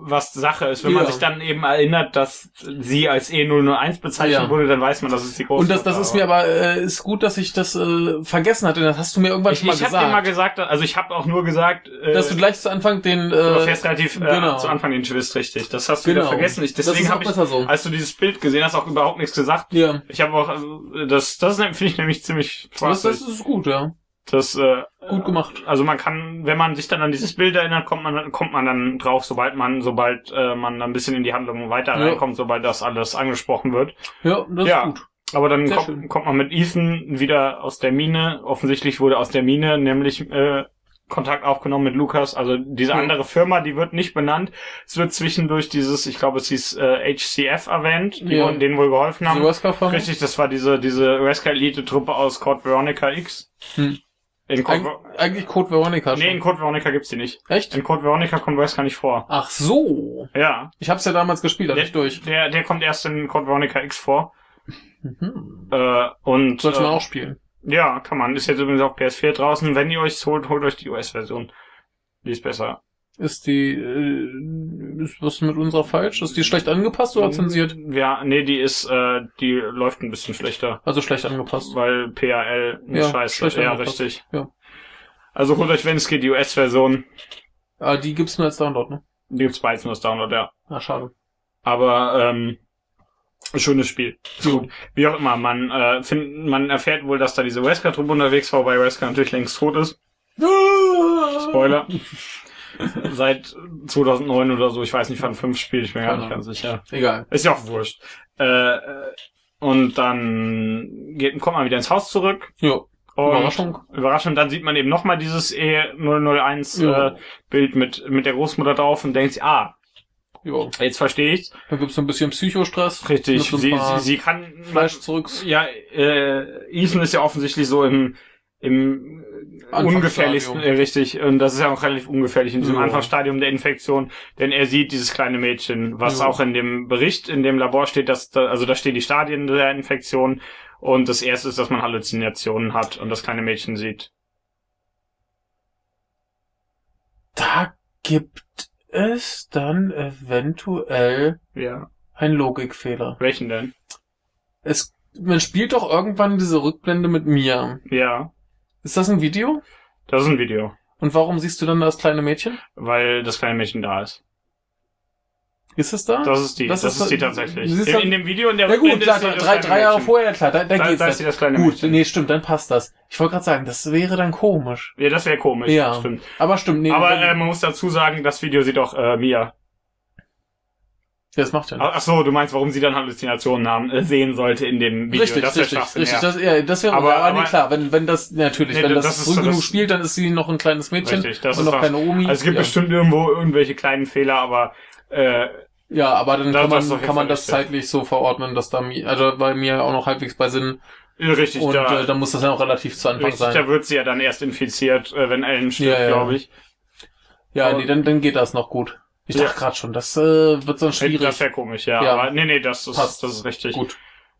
[SPEAKER 1] was Sache ist. Wenn man
[SPEAKER 2] Ja.
[SPEAKER 1] sich dann eben erinnert, dass sie als E E001 bezeichnet
[SPEAKER 2] Ja.
[SPEAKER 1] wurde, dann weiß man, das ist die
[SPEAKER 2] Ja.
[SPEAKER 1] Großmutter.
[SPEAKER 2] Und das, das ist
[SPEAKER 1] aber-
[SPEAKER 2] mir aber, äh, ist gut, dass ich das äh, vergessen hatte. Das hast du mir irgendwann
[SPEAKER 1] Ich,
[SPEAKER 2] schon mal
[SPEAKER 1] ich habe dir
[SPEAKER 2] gesagt.
[SPEAKER 1] mal gesagt, also ich habe auch nur gesagt, äh,
[SPEAKER 2] dass du gleich zu Anfang den
[SPEAKER 1] du
[SPEAKER 2] äh,
[SPEAKER 1] fährst relativ äh,
[SPEAKER 2] genau.
[SPEAKER 1] zu Anfang den Twist richtig. Das hast du
[SPEAKER 2] genau.
[SPEAKER 1] wieder vergessen. Ich,
[SPEAKER 2] das
[SPEAKER 1] deswegen
[SPEAKER 2] ist auch
[SPEAKER 1] habe ich,
[SPEAKER 2] besser so.
[SPEAKER 1] als du dieses Bild gesehen hast, auch überhaupt nichts gesagt.
[SPEAKER 2] Ja.
[SPEAKER 1] Ich habe auch, also, das, das finde ich nämlich ziemlich
[SPEAKER 2] Das, das
[SPEAKER 1] spaßig.
[SPEAKER 2] ist gut, ja.
[SPEAKER 1] Das, äh,
[SPEAKER 2] Gut gemacht.
[SPEAKER 1] also man kann, wenn man sich dann an dieses Bild erinnert, kommt man, kommt man dann drauf, sobald man, sobald äh, man dann ein bisschen in die Handlung weiter
[SPEAKER 2] Ja.
[SPEAKER 1] reinkommt, sobald das alles angesprochen wird.
[SPEAKER 2] Ja, das
[SPEAKER 1] Ja.
[SPEAKER 2] ist gut.
[SPEAKER 1] Aber dann
[SPEAKER 2] Sehr
[SPEAKER 1] kommt,
[SPEAKER 2] schön.
[SPEAKER 1] kommt man mit Ethan wieder aus der Mine. Offensichtlich wurde aus der Mine nämlich äh, Kontakt aufgenommen mit Lukas. Also diese
[SPEAKER 2] Ja.
[SPEAKER 1] andere Firma, die wird nicht benannt. Es wird zwischendurch dieses, ich glaube, es hieß äh, HCF erwähnt, die
[SPEAKER 2] Ja.
[SPEAKER 1] wurden denen wohl geholfen haben.
[SPEAKER 2] Die Wesker-Farm?
[SPEAKER 1] genau. Richtig, das war diese diese Rescue Elite Truppe aus Code Veronica X.
[SPEAKER 2] Hm.
[SPEAKER 1] In Code,
[SPEAKER 2] Eig
[SPEAKER 1] Ver-
[SPEAKER 2] eigentlich Code Veronica
[SPEAKER 1] nee, in
[SPEAKER 2] schon.
[SPEAKER 1] Code Veronica gibt's die nicht.
[SPEAKER 2] Echt?
[SPEAKER 1] In Code Veronica kommt Wesker nicht vor.
[SPEAKER 2] Ach so.
[SPEAKER 1] Ja,
[SPEAKER 2] Ich hab's ja damals gespielt, aber
[SPEAKER 1] Ja.
[SPEAKER 2] nicht durch.
[SPEAKER 1] der der kommt erst in Code Veronica X vor.
[SPEAKER 2] Mhm.
[SPEAKER 1] Äh, und
[SPEAKER 2] Sollte
[SPEAKER 1] äh,
[SPEAKER 2] man auch spielen.
[SPEAKER 1] Ja, kann man. Ist jetzt übrigens auf PS4 draußen. Wenn ihr euch holt, holt euch die US-Version. Die ist besser.
[SPEAKER 2] Ist die, äh, ist was mit unserer falsch? Ist die schlecht angepasst
[SPEAKER 1] Mhm.
[SPEAKER 2] oder zensiert?
[SPEAKER 1] Ja, nee, die ist, äh, die läuft ein bisschen schlechter,
[SPEAKER 2] Also schlecht angepasst.
[SPEAKER 1] weil PAL eine
[SPEAKER 2] Ja,
[SPEAKER 1] Scheiße.
[SPEAKER 2] schlechter
[SPEAKER 1] Ja,
[SPEAKER 2] angepasst.
[SPEAKER 1] richtig.
[SPEAKER 2] Ja.
[SPEAKER 1] Also holt euch, wenn es geht, die US-Version.
[SPEAKER 2] Ah, die gibt's nur als Download, ne?
[SPEAKER 1] Die gibt's beides nur als Download, ja.
[SPEAKER 2] Ah, schade.
[SPEAKER 1] Aber, ähm, schönes Spiel. Ist
[SPEAKER 2] Jo.
[SPEAKER 1] gut. Wie auch immer, man, äh, find, man erfährt wohl, dass da diese Wesker-Truppe unterwegs war, wobei Wesker natürlich längst tot ist.
[SPEAKER 2] Spoiler.
[SPEAKER 1] Spoiler. Seit 2009 oder so, ich weiß nicht, wann fünf Spiel, ich bin gar
[SPEAKER 2] Keine
[SPEAKER 1] nicht ganz sicher.
[SPEAKER 2] Egal.
[SPEAKER 1] Ist ja auch wurscht. Äh, äh, und dann geht, kommt man wieder ins Haus zurück.
[SPEAKER 2] Jo.
[SPEAKER 1] Und
[SPEAKER 2] Überraschung.
[SPEAKER 1] Überraschung, dann sieht man eben nochmal dieses E
[SPEAKER 2] Ja.
[SPEAKER 1] E001-Bild äh, Bild mit, mit der Großmutter drauf und denkt, sich, ah,
[SPEAKER 2] Jo.
[SPEAKER 1] jetzt verstehe ich.
[SPEAKER 2] Da gibt's so ein bisschen Psychostress.
[SPEAKER 1] Richtig,
[SPEAKER 2] Mit so ein
[SPEAKER 1] sie,
[SPEAKER 2] paar
[SPEAKER 1] sie, sie kann...
[SPEAKER 2] Fleisch zurücks.
[SPEAKER 1] Ja, äh, Ethan ist ja offensichtlich so im, im
[SPEAKER 2] Anfangsstadium.
[SPEAKER 1] ungefährlichsten, äh, richtig, und das ist ja auch relativ ungefährlich in diesem
[SPEAKER 2] Ja.
[SPEAKER 1] Anfangsstadium der Infektion, denn er sieht dieses kleine Mädchen, was
[SPEAKER 2] Ja.
[SPEAKER 1] auch in dem Bericht in dem Labor steht, dass da, also da stehen die Stadien der Infektion und das erste ist, dass man Halluzinationen hat und das kleine Mädchen sieht.
[SPEAKER 2] Da gibt es dann eventuell
[SPEAKER 1] Ja.
[SPEAKER 2] einen Logikfehler.
[SPEAKER 1] Welchen denn?
[SPEAKER 2] Es, man spielt doch irgendwann diese Rückblende mit Mia.
[SPEAKER 1] Ja.
[SPEAKER 2] Ist das ein Video?
[SPEAKER 1] Das ist ein Video,
[SPEAKER 2] Und warum siehst du dann das kleine Mädchen?
[SPEAKER 1] weil das kleine Mädchen da ist.
[SPEAKER 2] Ist es da?
[SPEAKER 1] Das ist die, das,
[SPEAKER 2] Das ist
[SPEAKER 1] ist, die
[SPEAKER 2] da-
[SPEAKER 1] tatsächlich.
[SPEAKER 2] sie ist
[SPEAKER 1] In,
[SPEAKER 2] da-
[SPEAKER 1] in dem Video in der
[SPEAKER 2] ja gut,
[SPEAKER 1] Rückblende
[SPEAKER 2] klar,
[SPEAKER 1] ist sie das
[SPEAKER 2] drei,
[SPEAKER 1] kleine
[SPEAKER 2] drei Jahre
[SPEAKER 1] Mädchen.
[SPEAKER 2] vorher, klar, da, da,
[SPEAKER 1] Da,
[SPEAKER 2] geht's.
[SPEAKER 1] da ist sie
[SPEAKER 2] dann.
[SPEAKER 1] das kleine
[SPEAKER 2] gut,
[SPEAKER 1] Mädchen.
[SPEAKER 2] nee, stimmt, dann passt das. Ich wollte gerade sagen, das wäre dann komisch.
[SPEAKER 1] Ja, das wäre komisch,
[SPEAKER 2] Ja.
[SPEAKER 1] das stimmt.
[SPEAKER 2] Aber stimmt, nee, also-
[SPEAKER 1] Aber äh,
[SPEAKER 2] dann,
[SPEAKER 1] man muss dazu sagen, das Video sieht auch äh, Mia.
[SPEAKER 2] das macht ja
[SPEAKER 1] Ach ach so, du meinst, warum sie dann Halluzinationen haben, äh, sehen sollte in dem Video.
[SPEAKER 2] richtig,
[SPEAKER 1] das wär
[SPEAKER 2] richtig,
[SPEAKER 1] Schwachsinn,
[SPEAKER 2] richtig.
[SPEAKER 1] ja.
[SPEAKER 2] Das, ja, das wäre,
[SPEAKER 1] Aber-
[SPEAKER 2] aber, aber nee,
[SPEAKER 1] aber-
[SPEAKER 2] klar, wenn, wenn das, natürlich,
[SPEAKER 1] Nee,
[SPEAKER 2] wenn das,
[SPEAKER 1] das ist
[SPEAKER 2] früh
[SPEAKER 1] so,
[SPEAKER 2] genug
[SPEAKER 1] das-
[SPEAKER 2] spielt, dann ist sie noch ein kleines Mädchen
[SPEAKER 1] Richtig, das
[SPEAKER 2] und
[SPEAKER 1] ist was-
[SPEAKER 2] noch keine Omi.
[SPEAKER 1] also es gibt
[SPEAKER 2] ja.
[SPEAKER 1] bestimmt irgendwo irgendwelche kleinen Fehler, aber äh,
[SPEAKER 2] ja, aber dann
[SPEAKER 1] Das-
[SPEAKER 2] kann
[SPEAKER 1] das ist
[SPEAKER 2] man,
[SPEAKER 1] auf jeden
[SPEAKER 2] kann man
[SPEAKER 1] Fall
[SPEAKER 2] das
[SPEAKER 1] richtig.
[SPEAKER 2] zeitlich so verordnen, dass da, Mi- also bei mir auch noch halbwegs bei Sinn.
[SPEAKER 1] richtig,
[SPEAKER 2] Und
[SPEAKER 1] da,
[SPEAKER 2] äh, dann muss das ja auch relativ zu Anfang
[SPEAKER 1] richtig
[SPEAKER 2] sein.
[SPEAKER 1] da wird sie ja dann erst infiziert, äh, wenn Ellen stirbt,
[SPEAKER 2] Ja, ja.
[SPEAKER 1] glaube ich. Äh,
[SPEAKER 2] Ja,
[SPEAKER 1] aber-
[SPEAKER 2] nee, dann, dann geht das noch gut. Ich
[SPEAKER 1] Ja.
[SPEAKER 2] dachte gerade schon, das äh, wird so ein schwierig.
[SPEAKER 1] Das wäre komisch, ja.
[SPEAKER 2] Ja.
[SPEAKER 1] Aber nee, nee, das ist,
[SPEAKER 2] Passt.
[SPEAKER 1] das ist richtig.
[SPEAKER 2] Gut.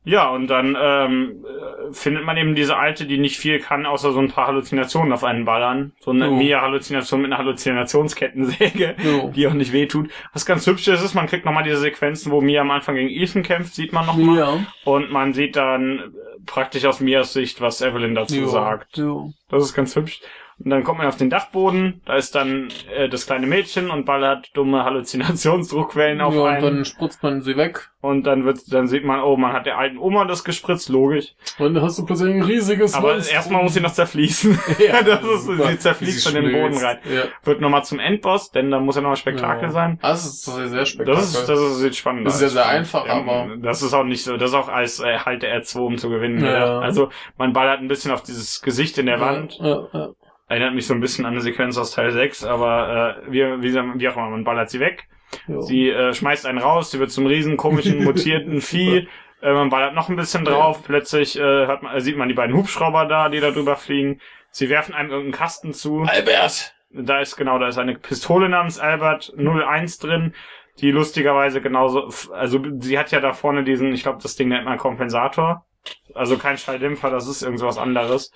[SPEAKER 1] Ja, und dann ähm, äh, findet man eben diese Alte, die nicht viel kann, außer so ein paar Halluzinationen auf einen ballern. So eine
[SPEAKER 2] Oh.
[SPEAKER 1] Mia-Halluzination mit einer Halluzinationsketten-Säge.
[SPEAKER 2] Jo.
[SPEAKER 1] die auch nicht wehtut. Was ganz hübsch ist, ist, man kriegt nochmal diese Sequenzen, wo Mia am Anfang gegen Ethan kämpft, sieht man nochmal.
[SPEAKER 2] Ja.
[SPEAKER 1] Und man sieht dann äh, praktisch aus Mias Sicht, was Evelyn dazu
[SPEAKER 2] Jo.
[SPEAKER 1] sagt.
[SPEAKER 2] Jo.
[SPEAKER 1] Das ist ganz hübsch. Und dann kommt man auf den Dachboden, da ist dann äh, das kleine Mädchen und ballert dumme Halluzinationsdruckwellen auf
[SPEAKER 2] ja, und
[SPEAKER 1] einen.
[SPEAKER 2] dann spritzt man sie weg.
[SPEAKER 1] und dann wird, dann sieht man, oh, man hat der alten Oma das gespritzt, logisch.
[SPEAKER 2] Und dann hast du plötzlich ein riesiges
[SPEAKER 1] Aber
[SPEAKER 2] Monstrum.
[SPEAKER 1] erstmal muss sie noch zerfließen.
[SPEAKER 2] Ja,
[SPEAKER 1] das ist,
[SPEAKER 2] super.
[SPEAKER 1] sie zerfließt
[SPEAKER 2] Wie
[SPEAKER 1] schon in den Boden
[SPEAKER 2] schmilzt.
[SPEAKER 1] rein.
[SPEAKER 2] Ja.
[SPEAKER 1] Wird nochmal zum Endboss, denn da muss ja nochmal Spektakel
[SPEAKER 2] Ja.
[SPEAKER 1] sein.
[SPEAKER 2] Ah, Das ist sehr, sehr spektakulär.
[SPEAKER 1] Das ist, das ist jetzt spannend.
[SPEAKER 2] Das ist sehr, sehr einfach,
[SPEAKER 1] Ähm,
[SPEAKER 2] aber-
[SPEAKER 1] Das ist auch nicht so, das ist auch als äh, halt der R2, um zu gewinnen.
[SPEAKER 2] Ja.
[SPEAKER 1] Ja. Also, man ballert ein bisschen auf dieses Gesicht in der Wand.
[SPEAKER 2] Ja, ja, ja.
[SPEAKER 1] Erinnert mich so ein bisschen an eine Sequenz aus Teil 6, aber äh, wie, wie, wie auch immer, man ballert sie weg.
[SPEAKER 2] Ja.
[SPEAKER 1] Sie äh, schmeißt einen raus, sie wird zum riesen komischen mutierten Vieh. Äh, man ballert noch ein bisschen drauf, plötzlich äh, hört man, äh, sieht man die beiden Hubschrauber da, die da drüber fliegen. Sie werfen einem irgendeinen Kasten zu.
[SPEAKER 2] Albert!
[SPEAKER 1] Da ist genau, da ist eine Pistole namens Albert 01 drin, die lustigerweise genauso, f- also sie hat ja da vorne diesen, ich glaube, das Ding nennt man Kompensator. Also kein Schalldämpfer, das ist irgend sowas anderes.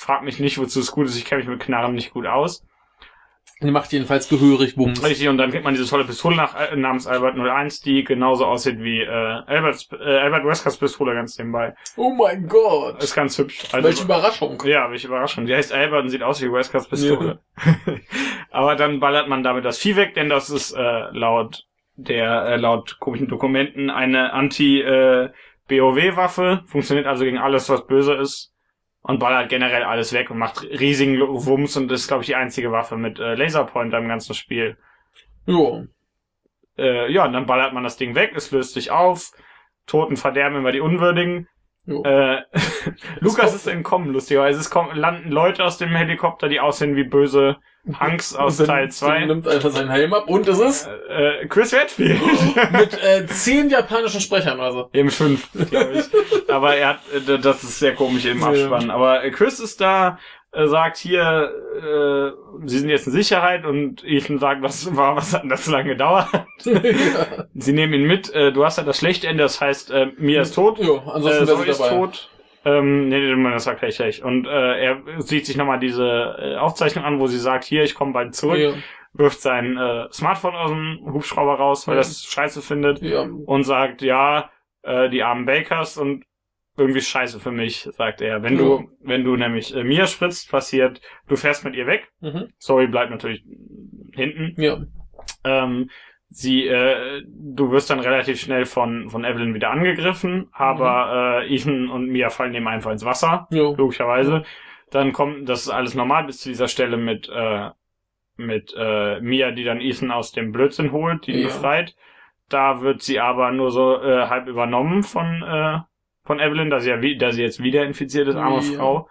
[SPEAKER 1] Frag mich nicht, wozu es gut ist, ich kenne mich mit Knarren nicht gut aus.
[SPEAKER 2] Die macht jedenfalls gehörig Bums.
[SPEAKER 1] Richtig, und dann kriegt man diese tolle Pistole nach, äh, namens Albert 01, die genauso aussieht wie äh, Alberts, äh, Albert Weskers Pistole ganz nebenbei.
[SPEAKER 2] Oh mein Gott!
[SPEAKER 1] Ist ganz hübsch. Also
[SPEAKER 2] Welche Überraschung!
[SPEAKER 1] Ja, welche Überraschung. Die heißt Albert und sieht aus wie Weskers Pistole. Aber dann ballert man damit das Vieh weg, denn das ist äh, laut der äh, laut komischen Dokumenten eine Anti äh, BOW Waffe, funktioniert also gegen alles was böse ist und ballert generell alles weg und macht riesigen Wumms und ist glaube ich die einzige Waffe mit äh, Laserpointer im ganzen Spiel
[SPEAKER 2] Jo.
[SPEAKER 1] äh, ja, und dann ballert man das Ding weg, es löst sich auf. Toten verderben immer die Unwürdigen.
[SPEAKER 2] Jo.
[SPEAKER 1] Äh, Lukas
[SPEAKER 2] kommt-
[SPEAKER 1] ist entkommen, lustigerweise. Es kommen, landen Leute aus dem Helikopter, die aussehen wie böse Hunks aus
[SPEAKER 2] Und dann-
[SPEAKER 1] Teil 2.
[SPEAKER 2] dann nimmt einfach seinen Helm ab und es ist
[SPEAKER 1] Äh, Chris Redfield.
[SPEAKER 2] mit äh, zehn japanischen Sprechern also.
[SPEAKER 1] Eben fünf, glaube ich. Aber er hat, äh, d- das ist sehr komisch im
[SPEAKER 2] Ja.
[SPEAKER 1] Abspann. Aber äh, Chris ist da, äh, sagt hier, äh, sie sind jetzt in Sicherheit und Ethan sagt, was war, was hat denn das so lange gedauert?
[SPEAKER 2] ja.
[SPEAKER 1] Sie nehmen ihn mit, äh, du hast ja das schlechte Ende, das heißt, äh, Mia ist tot.
[SPEAKER 2] Jo, ansonsten
[SPEAKER 1] äh,
[SPEAKER 2] wäre
[SPEAKER 1] Zoe
[SPEAKER 2] sie
[SPEAKER 1] ist
[SPEAKER 2] dabei.
[SPEAKER 1] tot. Ähm, nee, nee, Mann, das war gleich gleich. Und äh, er sieht sich nochmal diese äh, Aufzeichnung an, wo sie sagt, hier, ich komme bald zurück,
[SPEAKER 2] Ja,
[SPEAKER 1] wirft sein äh, Smartphone aus dem Hubschrauber raus, weil
[SPEAKER 2] Ja.
[SPEAKER 1] das scheiße findet
[SPEAKER 2] ja.
[SPEAKER 1] und sagt, ja, äh, die armen Bakers und irgendwie scheiße für mich, sagt er. Wenn du, wenn du nämlich äh, mir spritzt, passiert, du fährst mit ihr weg.
[SPEAKER 2] Mhm.
[SPEAKER 1] Sorry bleibt natürlich hinten.
[SPEAKER 2] Ja.
[SPEAKER 1] Ähm, sie, äh, du wirst dann relativ schnell von, von Evelyn wieder angegriffen,
[SPEAKER 2] Mhm.
[SPEAKER 1] aber äh, Ethan und Mia fallen eben einfach ins Wasser,
[SPEAKER 2] Jo.
[SPEAKER 1] logischerweise. Dann kommt, das ist alles normal bis zu dieser Stelle mit, äh, mit äh, Mia, die dann Ethan aus dem Blödsinn holt, die ihn
[SPEAKER 2] Ja.
[SPEAKER 1] befreit. Da wird sie aber nur so äh, halb übernommen von, äh, von Evelyn, da sie ja wie, da sie jetzt wieder infiziert ist, arme
[SPEAKER 2] Ja.
[SPEAKER 1] Frau.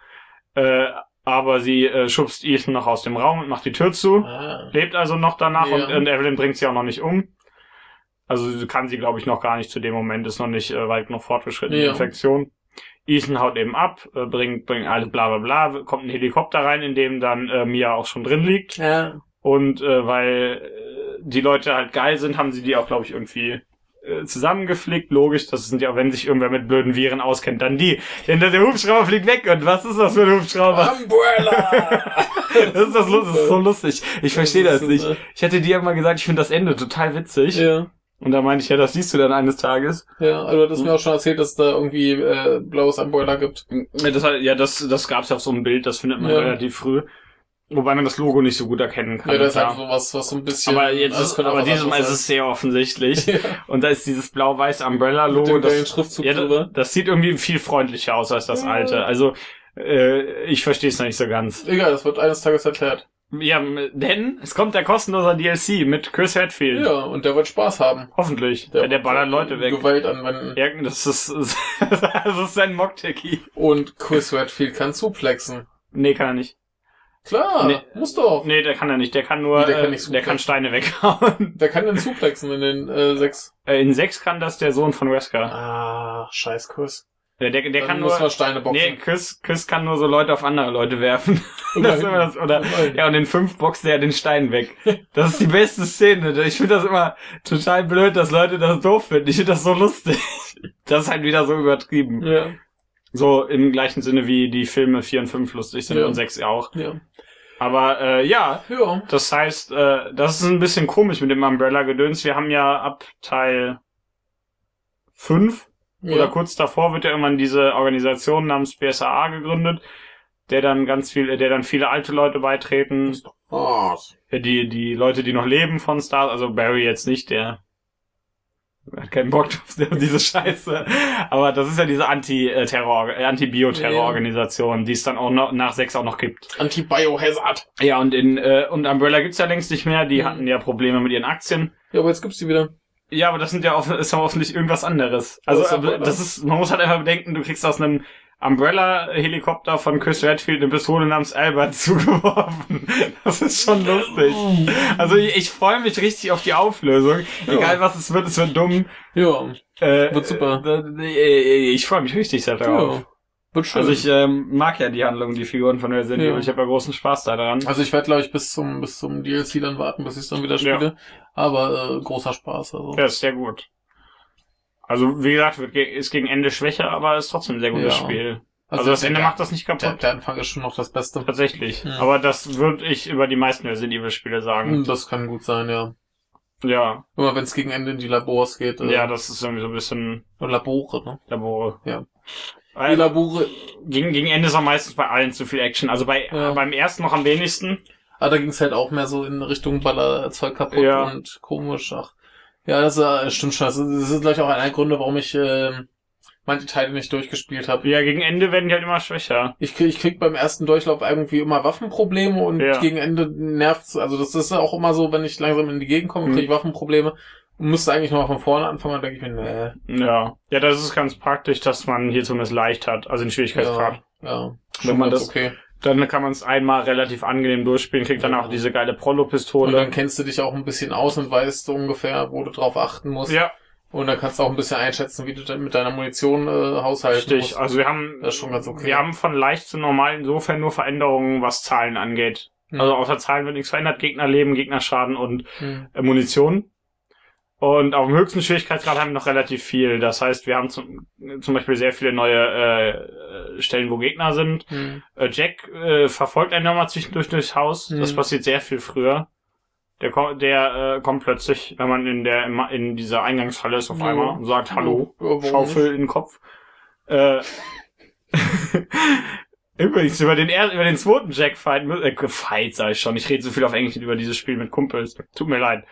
[SPEAKER 1] Äh, aber sie äh, schubst Ethan noch aus dem Raum und macht die Tür zu
[SPEAKER 2] Ah.
[SPEAKER 1] lebt also noch danach
[SPEAKER 2] Ja.
[SPEAKER 1] und, und Evelyn bringt sie auch noch nicht um. Also sie kann sie, glaube ich, noch gar nicht zu dem Moment, ist noch nicht äh, weit noch fortgeschritten, die
[SPEAKER 2] Ja.
[SPEAKER 1] Infektion. Ethan haut eben ab, äh, bringt, bringt alles bla bla bla, kommt ein Helikopter rein, in dem dann äh, Mia auch schon drin liegt.
[SPEAKER 2] Ja.
[SPEAKER 1] Und äh, weil äh, die Leute halt geil sind, haben sie die auch, glaube ich, irgendwie äh, zusammengeflickt. Logisch, das sind ja auch, wenn sich irgendwer mit blöden Viren auskennt, dann die. Denn der Hubschrauber fliegt weg und was ist das für ein Hubschrauber?
[SPEAKER 2] Umbrella!
[SPEAKER 1] Das ist, das, Lu- das ist so lustig. Ich verstehe das
[SPEAKER 2] Super.
[SPEAKER 1] nicht. Ich hätte dir mal gesagt, ich finde das Ende total witzig.
[SPEAKER 2] Ja,
[SPEAKER 1] Und da meinte ich, ja, das siehst du dann eines Tages.
[SPEAKER 2] ja, also du hattest mir auch schon erzählt, dass es da irgendwie äh, blaues Umbrella gibt.
[SPEAKER 1] Ja, das, hat- ja, das, das gab es auf so einem Bild, das findet man
[SPEAKER 2] Ja.
[SPEAKER 1] relativ früh. Wobei man das Logo nicht so gut erkennen kann.
[SPEAKER 2] Ja, das ist
[SPEAKER 1] klar.
[SPEAKER 2] einfach so was, was so ein bisschen...
[SPEAKER 1] aber jetzt
[SPEAKER 2] also es
[SPEAKER 1] ist,
[SPEAKER 2] könnte auch
[SPEAKER 1] aber
[SPEAKER 2] was
[SPEAKER 1] dieses Mal ist
[SPEAKER 2] anderes
[SPEAKER 1] es sehr offensichtlich.
[SPEAKER 2] sein.
[SPEAKER 1] Und da ist dieses blau-weiß
[SPEAKER 2] Mit
[SPEAKER 1] Umbrella-Logo.
[SPEAKER 2] dem geilen
[SPEAKER 1] Das,
[SPEAKER 2] Schriftzug
[SPEAKER 1] ja, das,
[SPEAKER 2] drüber.
[SPEAKER 1] das sieht irgendwie viel freundlicher aus als das
[SPEAKER 2] Ja.
[SPEAKER 1] alte. Also, äh, ich verstehe es noch nicht so ganz.
[SPEAKER 2] Egal, das wird eines Tages erklärt.
[SPEAKER 1] Ja, m- denn es kommt der kostenloser DLC mit Chris Hadfield.
[SPEAKER 2] Ja, und der wird Spaß haben.
[SPEAKER 1] Hoffentlich. Der, der ballert Leute weg.
[SPEAKER 2] Gewalt anwenden.
[SPEAKER 1] Ja, das ist, das ist sein Mock-Techie.
[SPEAKER 2] Und Chris Redfield kann suplexen.
[SPEAKER 1] Nee, kann er nicht.
[SPEAKER 2] Klar,
[SPEAKER 1] Nee.
[SPEAKER 2] muss doch.
[SPEAKER 1] Nee, der kann er nicht. Der kann nur,
[SPEAKER 2] Nee, der kann
[SPEAKER 1] äh,
[SPEAKER 2] nicht so
[SPEAKER 1] der
[SPEAKER 2] gut
[SPEAKER 1] kann
[SPEAKER 2] weg.
[SPEAKER 1] Steine weghauen.
[SPEAKER 2] Der kann den suplexen in den äh, sechs.
[SPEAKER 1] Äh, in 6 kann das der Sohn von Wesker.
[SPEAKER 2] Ah, scheiß Chris.
[SPEAKER 1] Äh, Der, der
[SPEAKER 2] Dann
[SPEAKER 1] kann
[SPEAKER 2] müssen
[SPEAKER 1] nur,
[SPEAKER 2] wir Steine
[SPEAKER 1] nee,
[SPEAKER 2] boxen.
[SPEAKER 1] Chris, Chris kann nur so Leute auf andere Leute werfen. das ist immer das, oder,
[SPEAKER 2] Immerhin.
[SPEAKER 1] ja, und in 5 boxt er den Stein weg. Das ist die beste Szene. Ich finde das immer total blöd, dass Leute das doof finden. Ich finde das so lustig. Das ist halt wieder so übertrieben.
[SPEAKER 2] Ja,
[SPEAKER 1] So im gleichen Sinne wie die Filme 4 und 5 lustig sind
[SPEAKER 2] Ja.
[SPEAKER 1] und 6 auch.
[SPEAKER 2] ja.
[SPEAKER 1] Aber äh, ja,
[SPEAKER 2] Ja,
[SPEAKER 1] Das heißt, äh, das ist ein bisschen komisch mit dem Umbrella-Gedöns. Wir haben ja ab Teil 5 oder
[SPEAKER 2] ja.
[SPEAKER 1] kurz davor wird ja irgendwann diese Organisation namens BSAA gegründet, der dann ganz viel, der dann viele alte Leute beitreten, äh, die, die Leute, die noch leben von Stars, also Barry jetzt nicht, der hat keinen Bock auf diese Scheiße. Aber das ist ja diese Anti-Terror, äh, Anti-Bioterror-Organisation, die es dann auch noch, nach 6 auch noch gibt.
[SPEAKER 2] Anti-Biohazard.
[SPEAKER 1] Ja, und in äh, und Umbrella gibt's ja längst nicht mehr, die
[SPEAKER 2] Mhm.
[SPEAKER 1] hatten ja Probleme mit ihren Aktien.
[SPEAKER 2] Ja, aber jetzt gibt's die wieder.
[SPEAKER 1] Ja, aber das sind ja offen, ist ja hoffentlich irgendwas anderes.
[SPEAKER 2] Ja,
[SPEAKER 1] Also
[SPEAKER 2] ist ja
[SPEAKER 1] aber
[SPEAKER 2] cool, ne?
[SPEAKER 1] das ist, man muss halt einfach bedenken, du kriegst aus einem Umbrella-Helikopter von Chris Redfield eine Pistole namens Albert zugeworfen. Das ist schon lustig. Also ich, ich freue mich richtig auf die Auflösung.
[SPEAKER 2] Oh. Ja.
[SPEAKER 1] Egal was es wird, es wird dumm.
[SPEAKER 2] Ja,
[SPEAKER 1] Äh,
[SPEAKER 2] Wird super.
[SPEAKER 1] äh, äh, Ich freue mich richtig darauf.
[SPEAKER 2] ja. Wird schön.
[SPEAKER 1] Also ich ähm, mag ja die Handlung, die Figuren von Resident
[SPEAKER 2] Ja.
[SPEAKER 1] Evil. Ich habe ja großen Spaß daran.
[SPEAKER 2] Also ich werde, glaube ich, bis zum, bis zum DLC dann warten, bis ich es dann wieder spiele. Aber äh, großer Spaß. Also.
[SPEAKER 1] Ja, ist sehr gut. Also, wie gesagt, wird ge ist gegen Ende schwächer, aber ist trotzdem ein sehr gutes
[SPEAKER 2] Ja.
[SPEAKER 1] Spiel. Also, das
[SPEAKER 2] der-
[SPEAKER 1] Ende macht das nicht
[SPEAKER 2] der,
[SPEAKER 1] kaputt.
[SPEAKER 2] der Anfang ist schon noch das Beste.
[SPEAKER 1] Tatsächlich.
[SPEAKER 2] Ja.
[SPEAKER 1] Aber das würde ich über die meisten Resident Evil Spiele
[SPEAKER 2] Hm,
[SPEAKER 1] sagen.
[SPEAKER 2] Das kann gut sein, ja.
[SPEAKER 1] Ja,
[SPEAKER 2] Immer wenn es gegen Ende in die Labors geht. Äh,
[SPEAKER 1] ja, das ist irgendwie so ein bisschen
[SPEAKER 2] Labore, ne?
[SPEAKER 1] Labore.
[SPEAKER 2] Ja. Die
[SPEAKER 1] Weil
[SPEAKER 2] Labore.
[SPEAKER 1] gegen, gegen Ende ist auch meistens bei allen zu viel Action. Also bei,
[SPEAKER 2] Ja.
[SPEAKER 1] beim ersten noch am wenigsten.
[SPEAKER 2] Ah, da ging es halt auch mehr so in Richtung Ballerzeug kaputt
[SPEAKER 1] Ja.
[SPEAKER 2] und komisch. Ach. Ja, das äh, stimmt schon. Das ist, das ist gleich auch einer der Gründe, warum ich ähm, manche Teile nicht durchgespielt habe.
[SPEAKER 1] Ja, gegen Ende werden die halt immer schwächer.
[SPEAKER 2] Ich krieg, ich krieg beim ersten Durchlauf irgendwie immer Waffenprobleme und
[SPEAKER 1] Ja.
[SPEAKER 2] gegen Ende nervt's. Also das ist auch immer so, wenn ich langsam in die Gegend komme,
[SPEAKER 1] Mhm.
[SPEAKER 2] krieg ich Waffenprobleme und müsste eigentlich nochmal von vorne anfangen, dann denke ich mir, nee.
[SPEAKER 1] Ja. Ja, das ist ganz praktisch, dass man hier zumindest leicht hat. Also den Schwierigkeitsgrad.
[SPEAKER 2] Ja, ja.
[SPEAKER 1] Wenn man
[SPEAKER 2] ganz
[SPEAKER 1] das-
[SPEAKER 2] okay.
[SPEAKER 1] Dann kann man es einmal relativ angenehm durchspielen, kriegt dann auch diese geile
[SPEAKER 2] Und
[SPEAKER 1] Prollo-Pistole.
[SPEAKER 2] dann kennst du dich auch ein bisschen aus und weißt so ungefähr, wo du drauf achten musst.
[SPEAKER 1] Ja,
[SPEAKER 2] Und dann kannst du auch ein bisschen einschätzen, wie du dann mit deiner Munition äh, haushalten musst.
[SPEAKER 1] richtig. Also wir haben,
[SPEAKER 2] Das ist schon ganz okay.
[SPEAKER 1] wir haben von leicht zu normal insofern nur Veränderungen, was Zahlen angeht.
[SPEAKER 2] Hm.
[SPEAKER 1] Also außer Zahlen wird nichts verändert. Gegnerleben, Gegnerschaden und
[SPEAKER 2] Hm.
[SPEAKER 1] äh, Munition. Und auf dem höchsten Schwierigkeitsgrad haben wir noch relativ viel. Das heißt, wir haben zum, zum Beispiel sehr viele neue äh, Stellen, wo Gegner sind.
[SPEAKER 2] Hm.
[SPEAKER 1] Äh, Jack äh, verfolgt einen nochmal zwischendurch durchs Haus. Das
[SPEAKER 2] Mhm.
[SPEAKER 1] passiert sehr viel früher. Der, ko- der äh, kommt plötzlich, wenn man in der in dieser Eingangshalle ist auf
[SPEAKER 2] Ja.
[SPEAKER 1] einmal und sagt Hallo,
[SPEAKER 2] Ja, warum
[SPEAKER 1] Schaufel in den Kopf. Äh, Übrigens, über den, ersten, über den zweiten Jack-Fight, äh, Fight sag ich schon, ich rede so viel auf Englisch über dieses Spiel mit Kumpels, tut mir leid.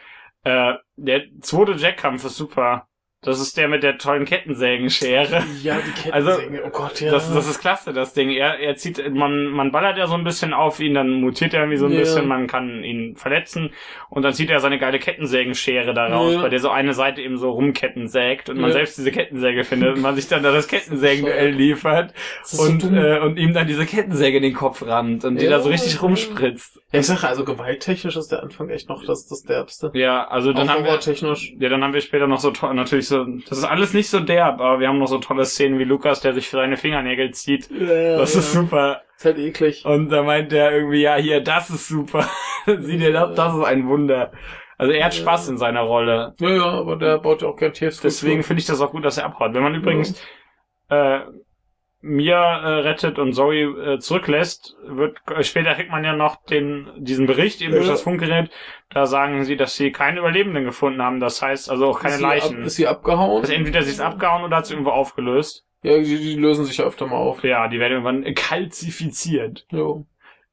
[SPEAKER 1] Äh, der zweite Jack-Kampf ist super. Das ist der mit der tollen Kettensägenschere.
[SPEAKER 2] Ja, die Kettensäge, oh Gott, ja.
[SPEAKER 1] Also, Das, das ist klasse, das Ding. Er, er zieht, man, man ballert ja so ein bisschen auf ihn, dann mutiert er irgendwie so ein
[SPEAKER 2] Ja.
[SPEAKER 1] bisschen, man kann ihn verletzen und dann zieht er seine geile Kettensägenschere daraus,
[SPEAKER 2] Ja.
[SPEAKER 1] bei der so eine Seite eben so rumkettensägt und man
[SPEAKER 2] Ja.
[SPEAKER 1] selbst diese Kettensäge findet und man sich dann da das Kettensägen-Duell liefert
[SPEAKER 2] Das ist so
[SPEAKER 1] und,
[SPEAKER 2] dumm.
[SPEAKER 1] äh, und ihm dann diese Kettensäge in den Kopf rammt und die
[SPEAKER 2] Ja.
[SPEAKER 1] da so richtig rumspritzt.
[SPEAKER 2] ja, ich sage, also gewalttechnisch ist der Anfang echt noch das, das Derbste.
[SPEAKER 1] Ja, also dann
[SPEAKER 2] Auch
[SPEAKER 1] haben wir,
[SPEAKER 2] horrortechnisch.
[SPEAKER 1] ja, dann haben wir später noch so toll, natürlich so, das ist alles nicht so derb, aber wir haben noch so tolle Szenen wie Lukas, der sich für seine Fingernägel zieht.
[SPEAKER 2] Ja,
[SPEAKER 1] Das
[SPEAKER 2] ja.
[SPEAKER 1] ist super.
[SPEAKER 2] Ist halt eklig.
[SPEAKER 1] Und da meint er irgendwie, ja, hier, das ist super. Sieh dir das, das ist ein Wunder. Also er hat
[SPEAKER 2] Ja.
[SPEAKER 1] Spaß in seiner Rolle.
[SPEAKER 2] Ja, ja, aber der baut ja auch kein TS.
[SPEAKER 1] Deswegen finde ich das auch gut, dass er abhaut. Wenn man übrigens äh, Mia äh, rettet und Zoe äh, zurücklässt, wird äh, später kriegt man ja noch den diesen Bericht eben durch
[SPEAKER 2] Ja.
[SPEAKER 1] das Funkgerät. Da sagen sie, dass sie keinen Überlebenden gefunden haben. Das heißt also auch keine
[SPEAKER 2] ist Sie
[SPEAKER 1] Leichen.
[SPEAKER 2] ab, ist sie abgehauen?
[SPEAKER 1] also entweder sie ist abgehauen oder hat sie irgendwo aufgelöst.
[SPEAKER 2] Ja, die, die lösen sich ja öfter mal auf.
[SPEAKER 1] Ja, die werden irgendwann kalzifiziert.
[SPEAKER 2] Jo.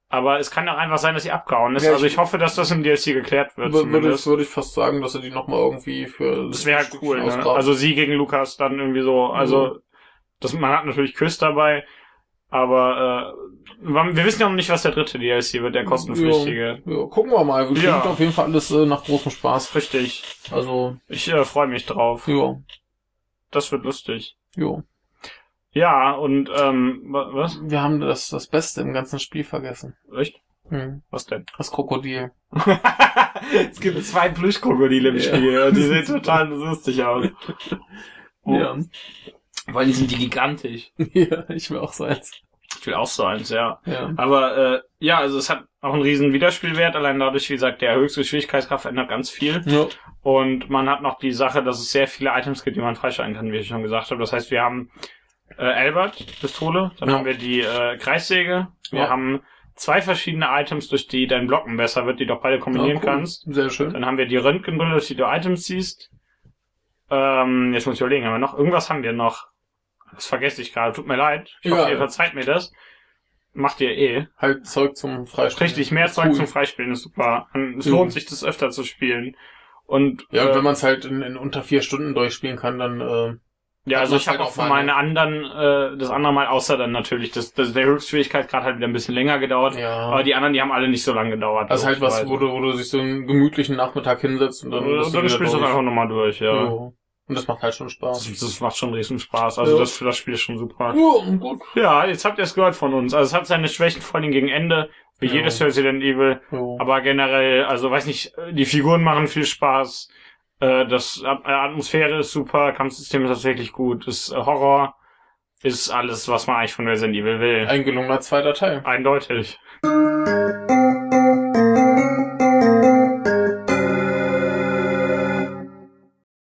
[SPEAKER 1] Aber es kann auch einfach sein, dass sie abgehauen ist.
[SPEAKER 2] Ja, ich-
[SPEAKER 1] also ich hoffe, dass das im DLC geklärt wird.
[SPEAKER 2] Wür- Würde ich,
[SPEAKER 1] zumindest.
[SPEAKER 2] würde ich fast sagen, dass er die nochmal irgendwie für
[SPEAKER 1] Das wäre halt
[SPEAKER 2] Stückchen
[SPEAKER 1] cool, ne?
[SPEAKER 2] ausgraben.
[SPEAKER 1] Also sie gegen Lukas dann irgendwie so, also das, man hat natürlich Quiz dabei, aber äh, man- wir wissen ja noch nicht, was der dritte DLC wird, der kostenpflichtige.
[SPEAKER 2] ja, gucken wir mal. Klingt
[SPEAKER 1] Ja.
[SPEAKER 2] auf jeden Fall alles äh, nach großem Spaß.
[SPEAKER 1] Richtig.
[SPEAKER 2] Also,
[SPEAKER 1] Ich äh, freue mich drauf.
[SPEAKER 2] ja,
[SPEAKER 1] Das wird lustig.
[SPEAKER 2] ja.
[SPEAKER 1] Ja, und ähm, wa- was?
[SPEAKER 2] Wir haben das, das Beste im ganzen Spiel vergessen.
[SPEAKER 1] Echt?
[SPEAKER 2] Hm.
[SPEAKER 1] Was denn?
[SPEAKER 2] Das Krokodil.
[SPEAKER 1] es gibt zwei Plüschkrokodile im
[SPEAKER 2] Ja.
[SPEAKER 1] Spiel und die sehen total lustig aus. Oh.
[SPEAKER 2] Ja.
[SPEAKER 1] Weil die sind die gigantisch.
[SPEAKER 2] ja, ich will auch so eins.
[SPEAKER 1] Ich will auch so eins, ja.
[SPEAKER 2] Ja.
[SPEAKER 1] Aber äh, ja, also es hat auch einen riesen Wiederspielwert, allein dadurch, wie gesagt, der höchste Schwierigkeitsgrad verändert ganz viel.
[SPEAKER 2] ja.
[SPEAKER 1] Und man hat noch die Sache, dass es sehr viele Items gibt, die man freischalten kann, wie ich schon gesagt habe. Das heißt, wir haben äh, Albert, Pistole, dann
[SPEAKER 2] Ja.
[SPEAKER 1] haben wir die äh, Kreissäge, wir
[SPEAKER 2] Ja.
[SPEAKER 1] haben zwei verschiedene Items, durch die dein Blocken besser wird, die du auch beide kombinieren
[SPEAKER 2] Ja, cool.
[SPEAKER 1] kannst.
[SPEAKER 2] Sehr schön.
[SPEAKER 1] Dann haben wir die Röntgenbrille, durch die du Items siehst. Ähm, jetzt muss ich überlegen, haben wir noch? Irgendwas haben wir noch. Das vergesse ich gerade, tut mir leid. Ich hoffe,
[SPEAKER 2] Egal.
[SPEAKER 1] ihr verzeiht mir das. Macht ihr eh.
[SPEAKER 2] Halt Zeug zum Freistellen.
[SPEAKER 1] Richtig, mehr Zeug
[SPEAKER 2] Cool.
[SPEAKER 1] zum Freispielen ist super. Es
[SPEAKER 2] Mhm.
[SPEAKER 1] lohnt sich, das öfter zu spielen. Und
[SPEAKER 2] Ja,
[SPEAKER 1] äh,
[SPEAKER 2] und wenn man es halt in, in unter vier Stunden durchspielen kann, dann äh,
[SPEAKER 1] ja also
[SPEAKER 2] man's
[SPEAKER 1] ich habe
[SPEAKER 2] halt
[SPEAKER 1] auch
[SPEAKER 2] auch
[SPEAKER 1] für
[SPEAKER 2] mal,
[SPEAKER 1] meine anderen äh, das andere Mal, außer dann natürlich, das, das der Höchstschwierigkeit gerade halt wieder ein bisschen länger gedauert.
[SPEAKER 2] ja.
[SPEAKER 1] Aber Ah, die anderen, die haben alle nicht so lange gedauert.
[SPEAKER 2] also halt was,
[SPEAKER 1] logischerweise.
[SPEAKER 2] wo du, wo du sich so einen gemütlichen Nachmittag hinsetzt und dann,
[SPEAKER 1] Oder
[SPEAKER 2] bist
[SPEAKER 1] oder du
[SPEAKER 2] wieder
[SPEAKER 1] Äh, spielst das
[SPEAKER 2] durch.
[SPEAKER 1] einfach nochmal durch, ja.
[SPEAKER 2] Jo. Und das macht halt schon
[SPEAKER 1] Das,
[SPEAKER 2] Spaß.
[SPEAKER 1] das macht schon riesen Spaß. Also
[SPEAKER 2] Ja.
[SPEAKER 1] das für das Spiel ist schon super.
[SPEAKER 2] Ja, gut.
[SPEAKER 1] Ja, jetzt habt ihr es gehört von uns. Also es hat seine Schwächen vor allem gegen Ende, wie
[SPEAKER 2] Ja.
[SPEAKER 1] jedes Resident Evil.
[SPEAKER 2] Jo.
[SPEAKER 1] Aber generell, also weiß nicht, die Figuren machen viel Spaß. Äh, Das At- äh, Atmosphäre ist super, Kampfsystem ist tatsächlich gut, ist äh,
[SPEAKER 2] Also
[SPEAKER 1] Horror, ist alles, was man eigentlich von Resident Evil will.
[SPEAKER 2] Ein gelungener zweiter Teil.
[SPEAKER 1] Eindeutig.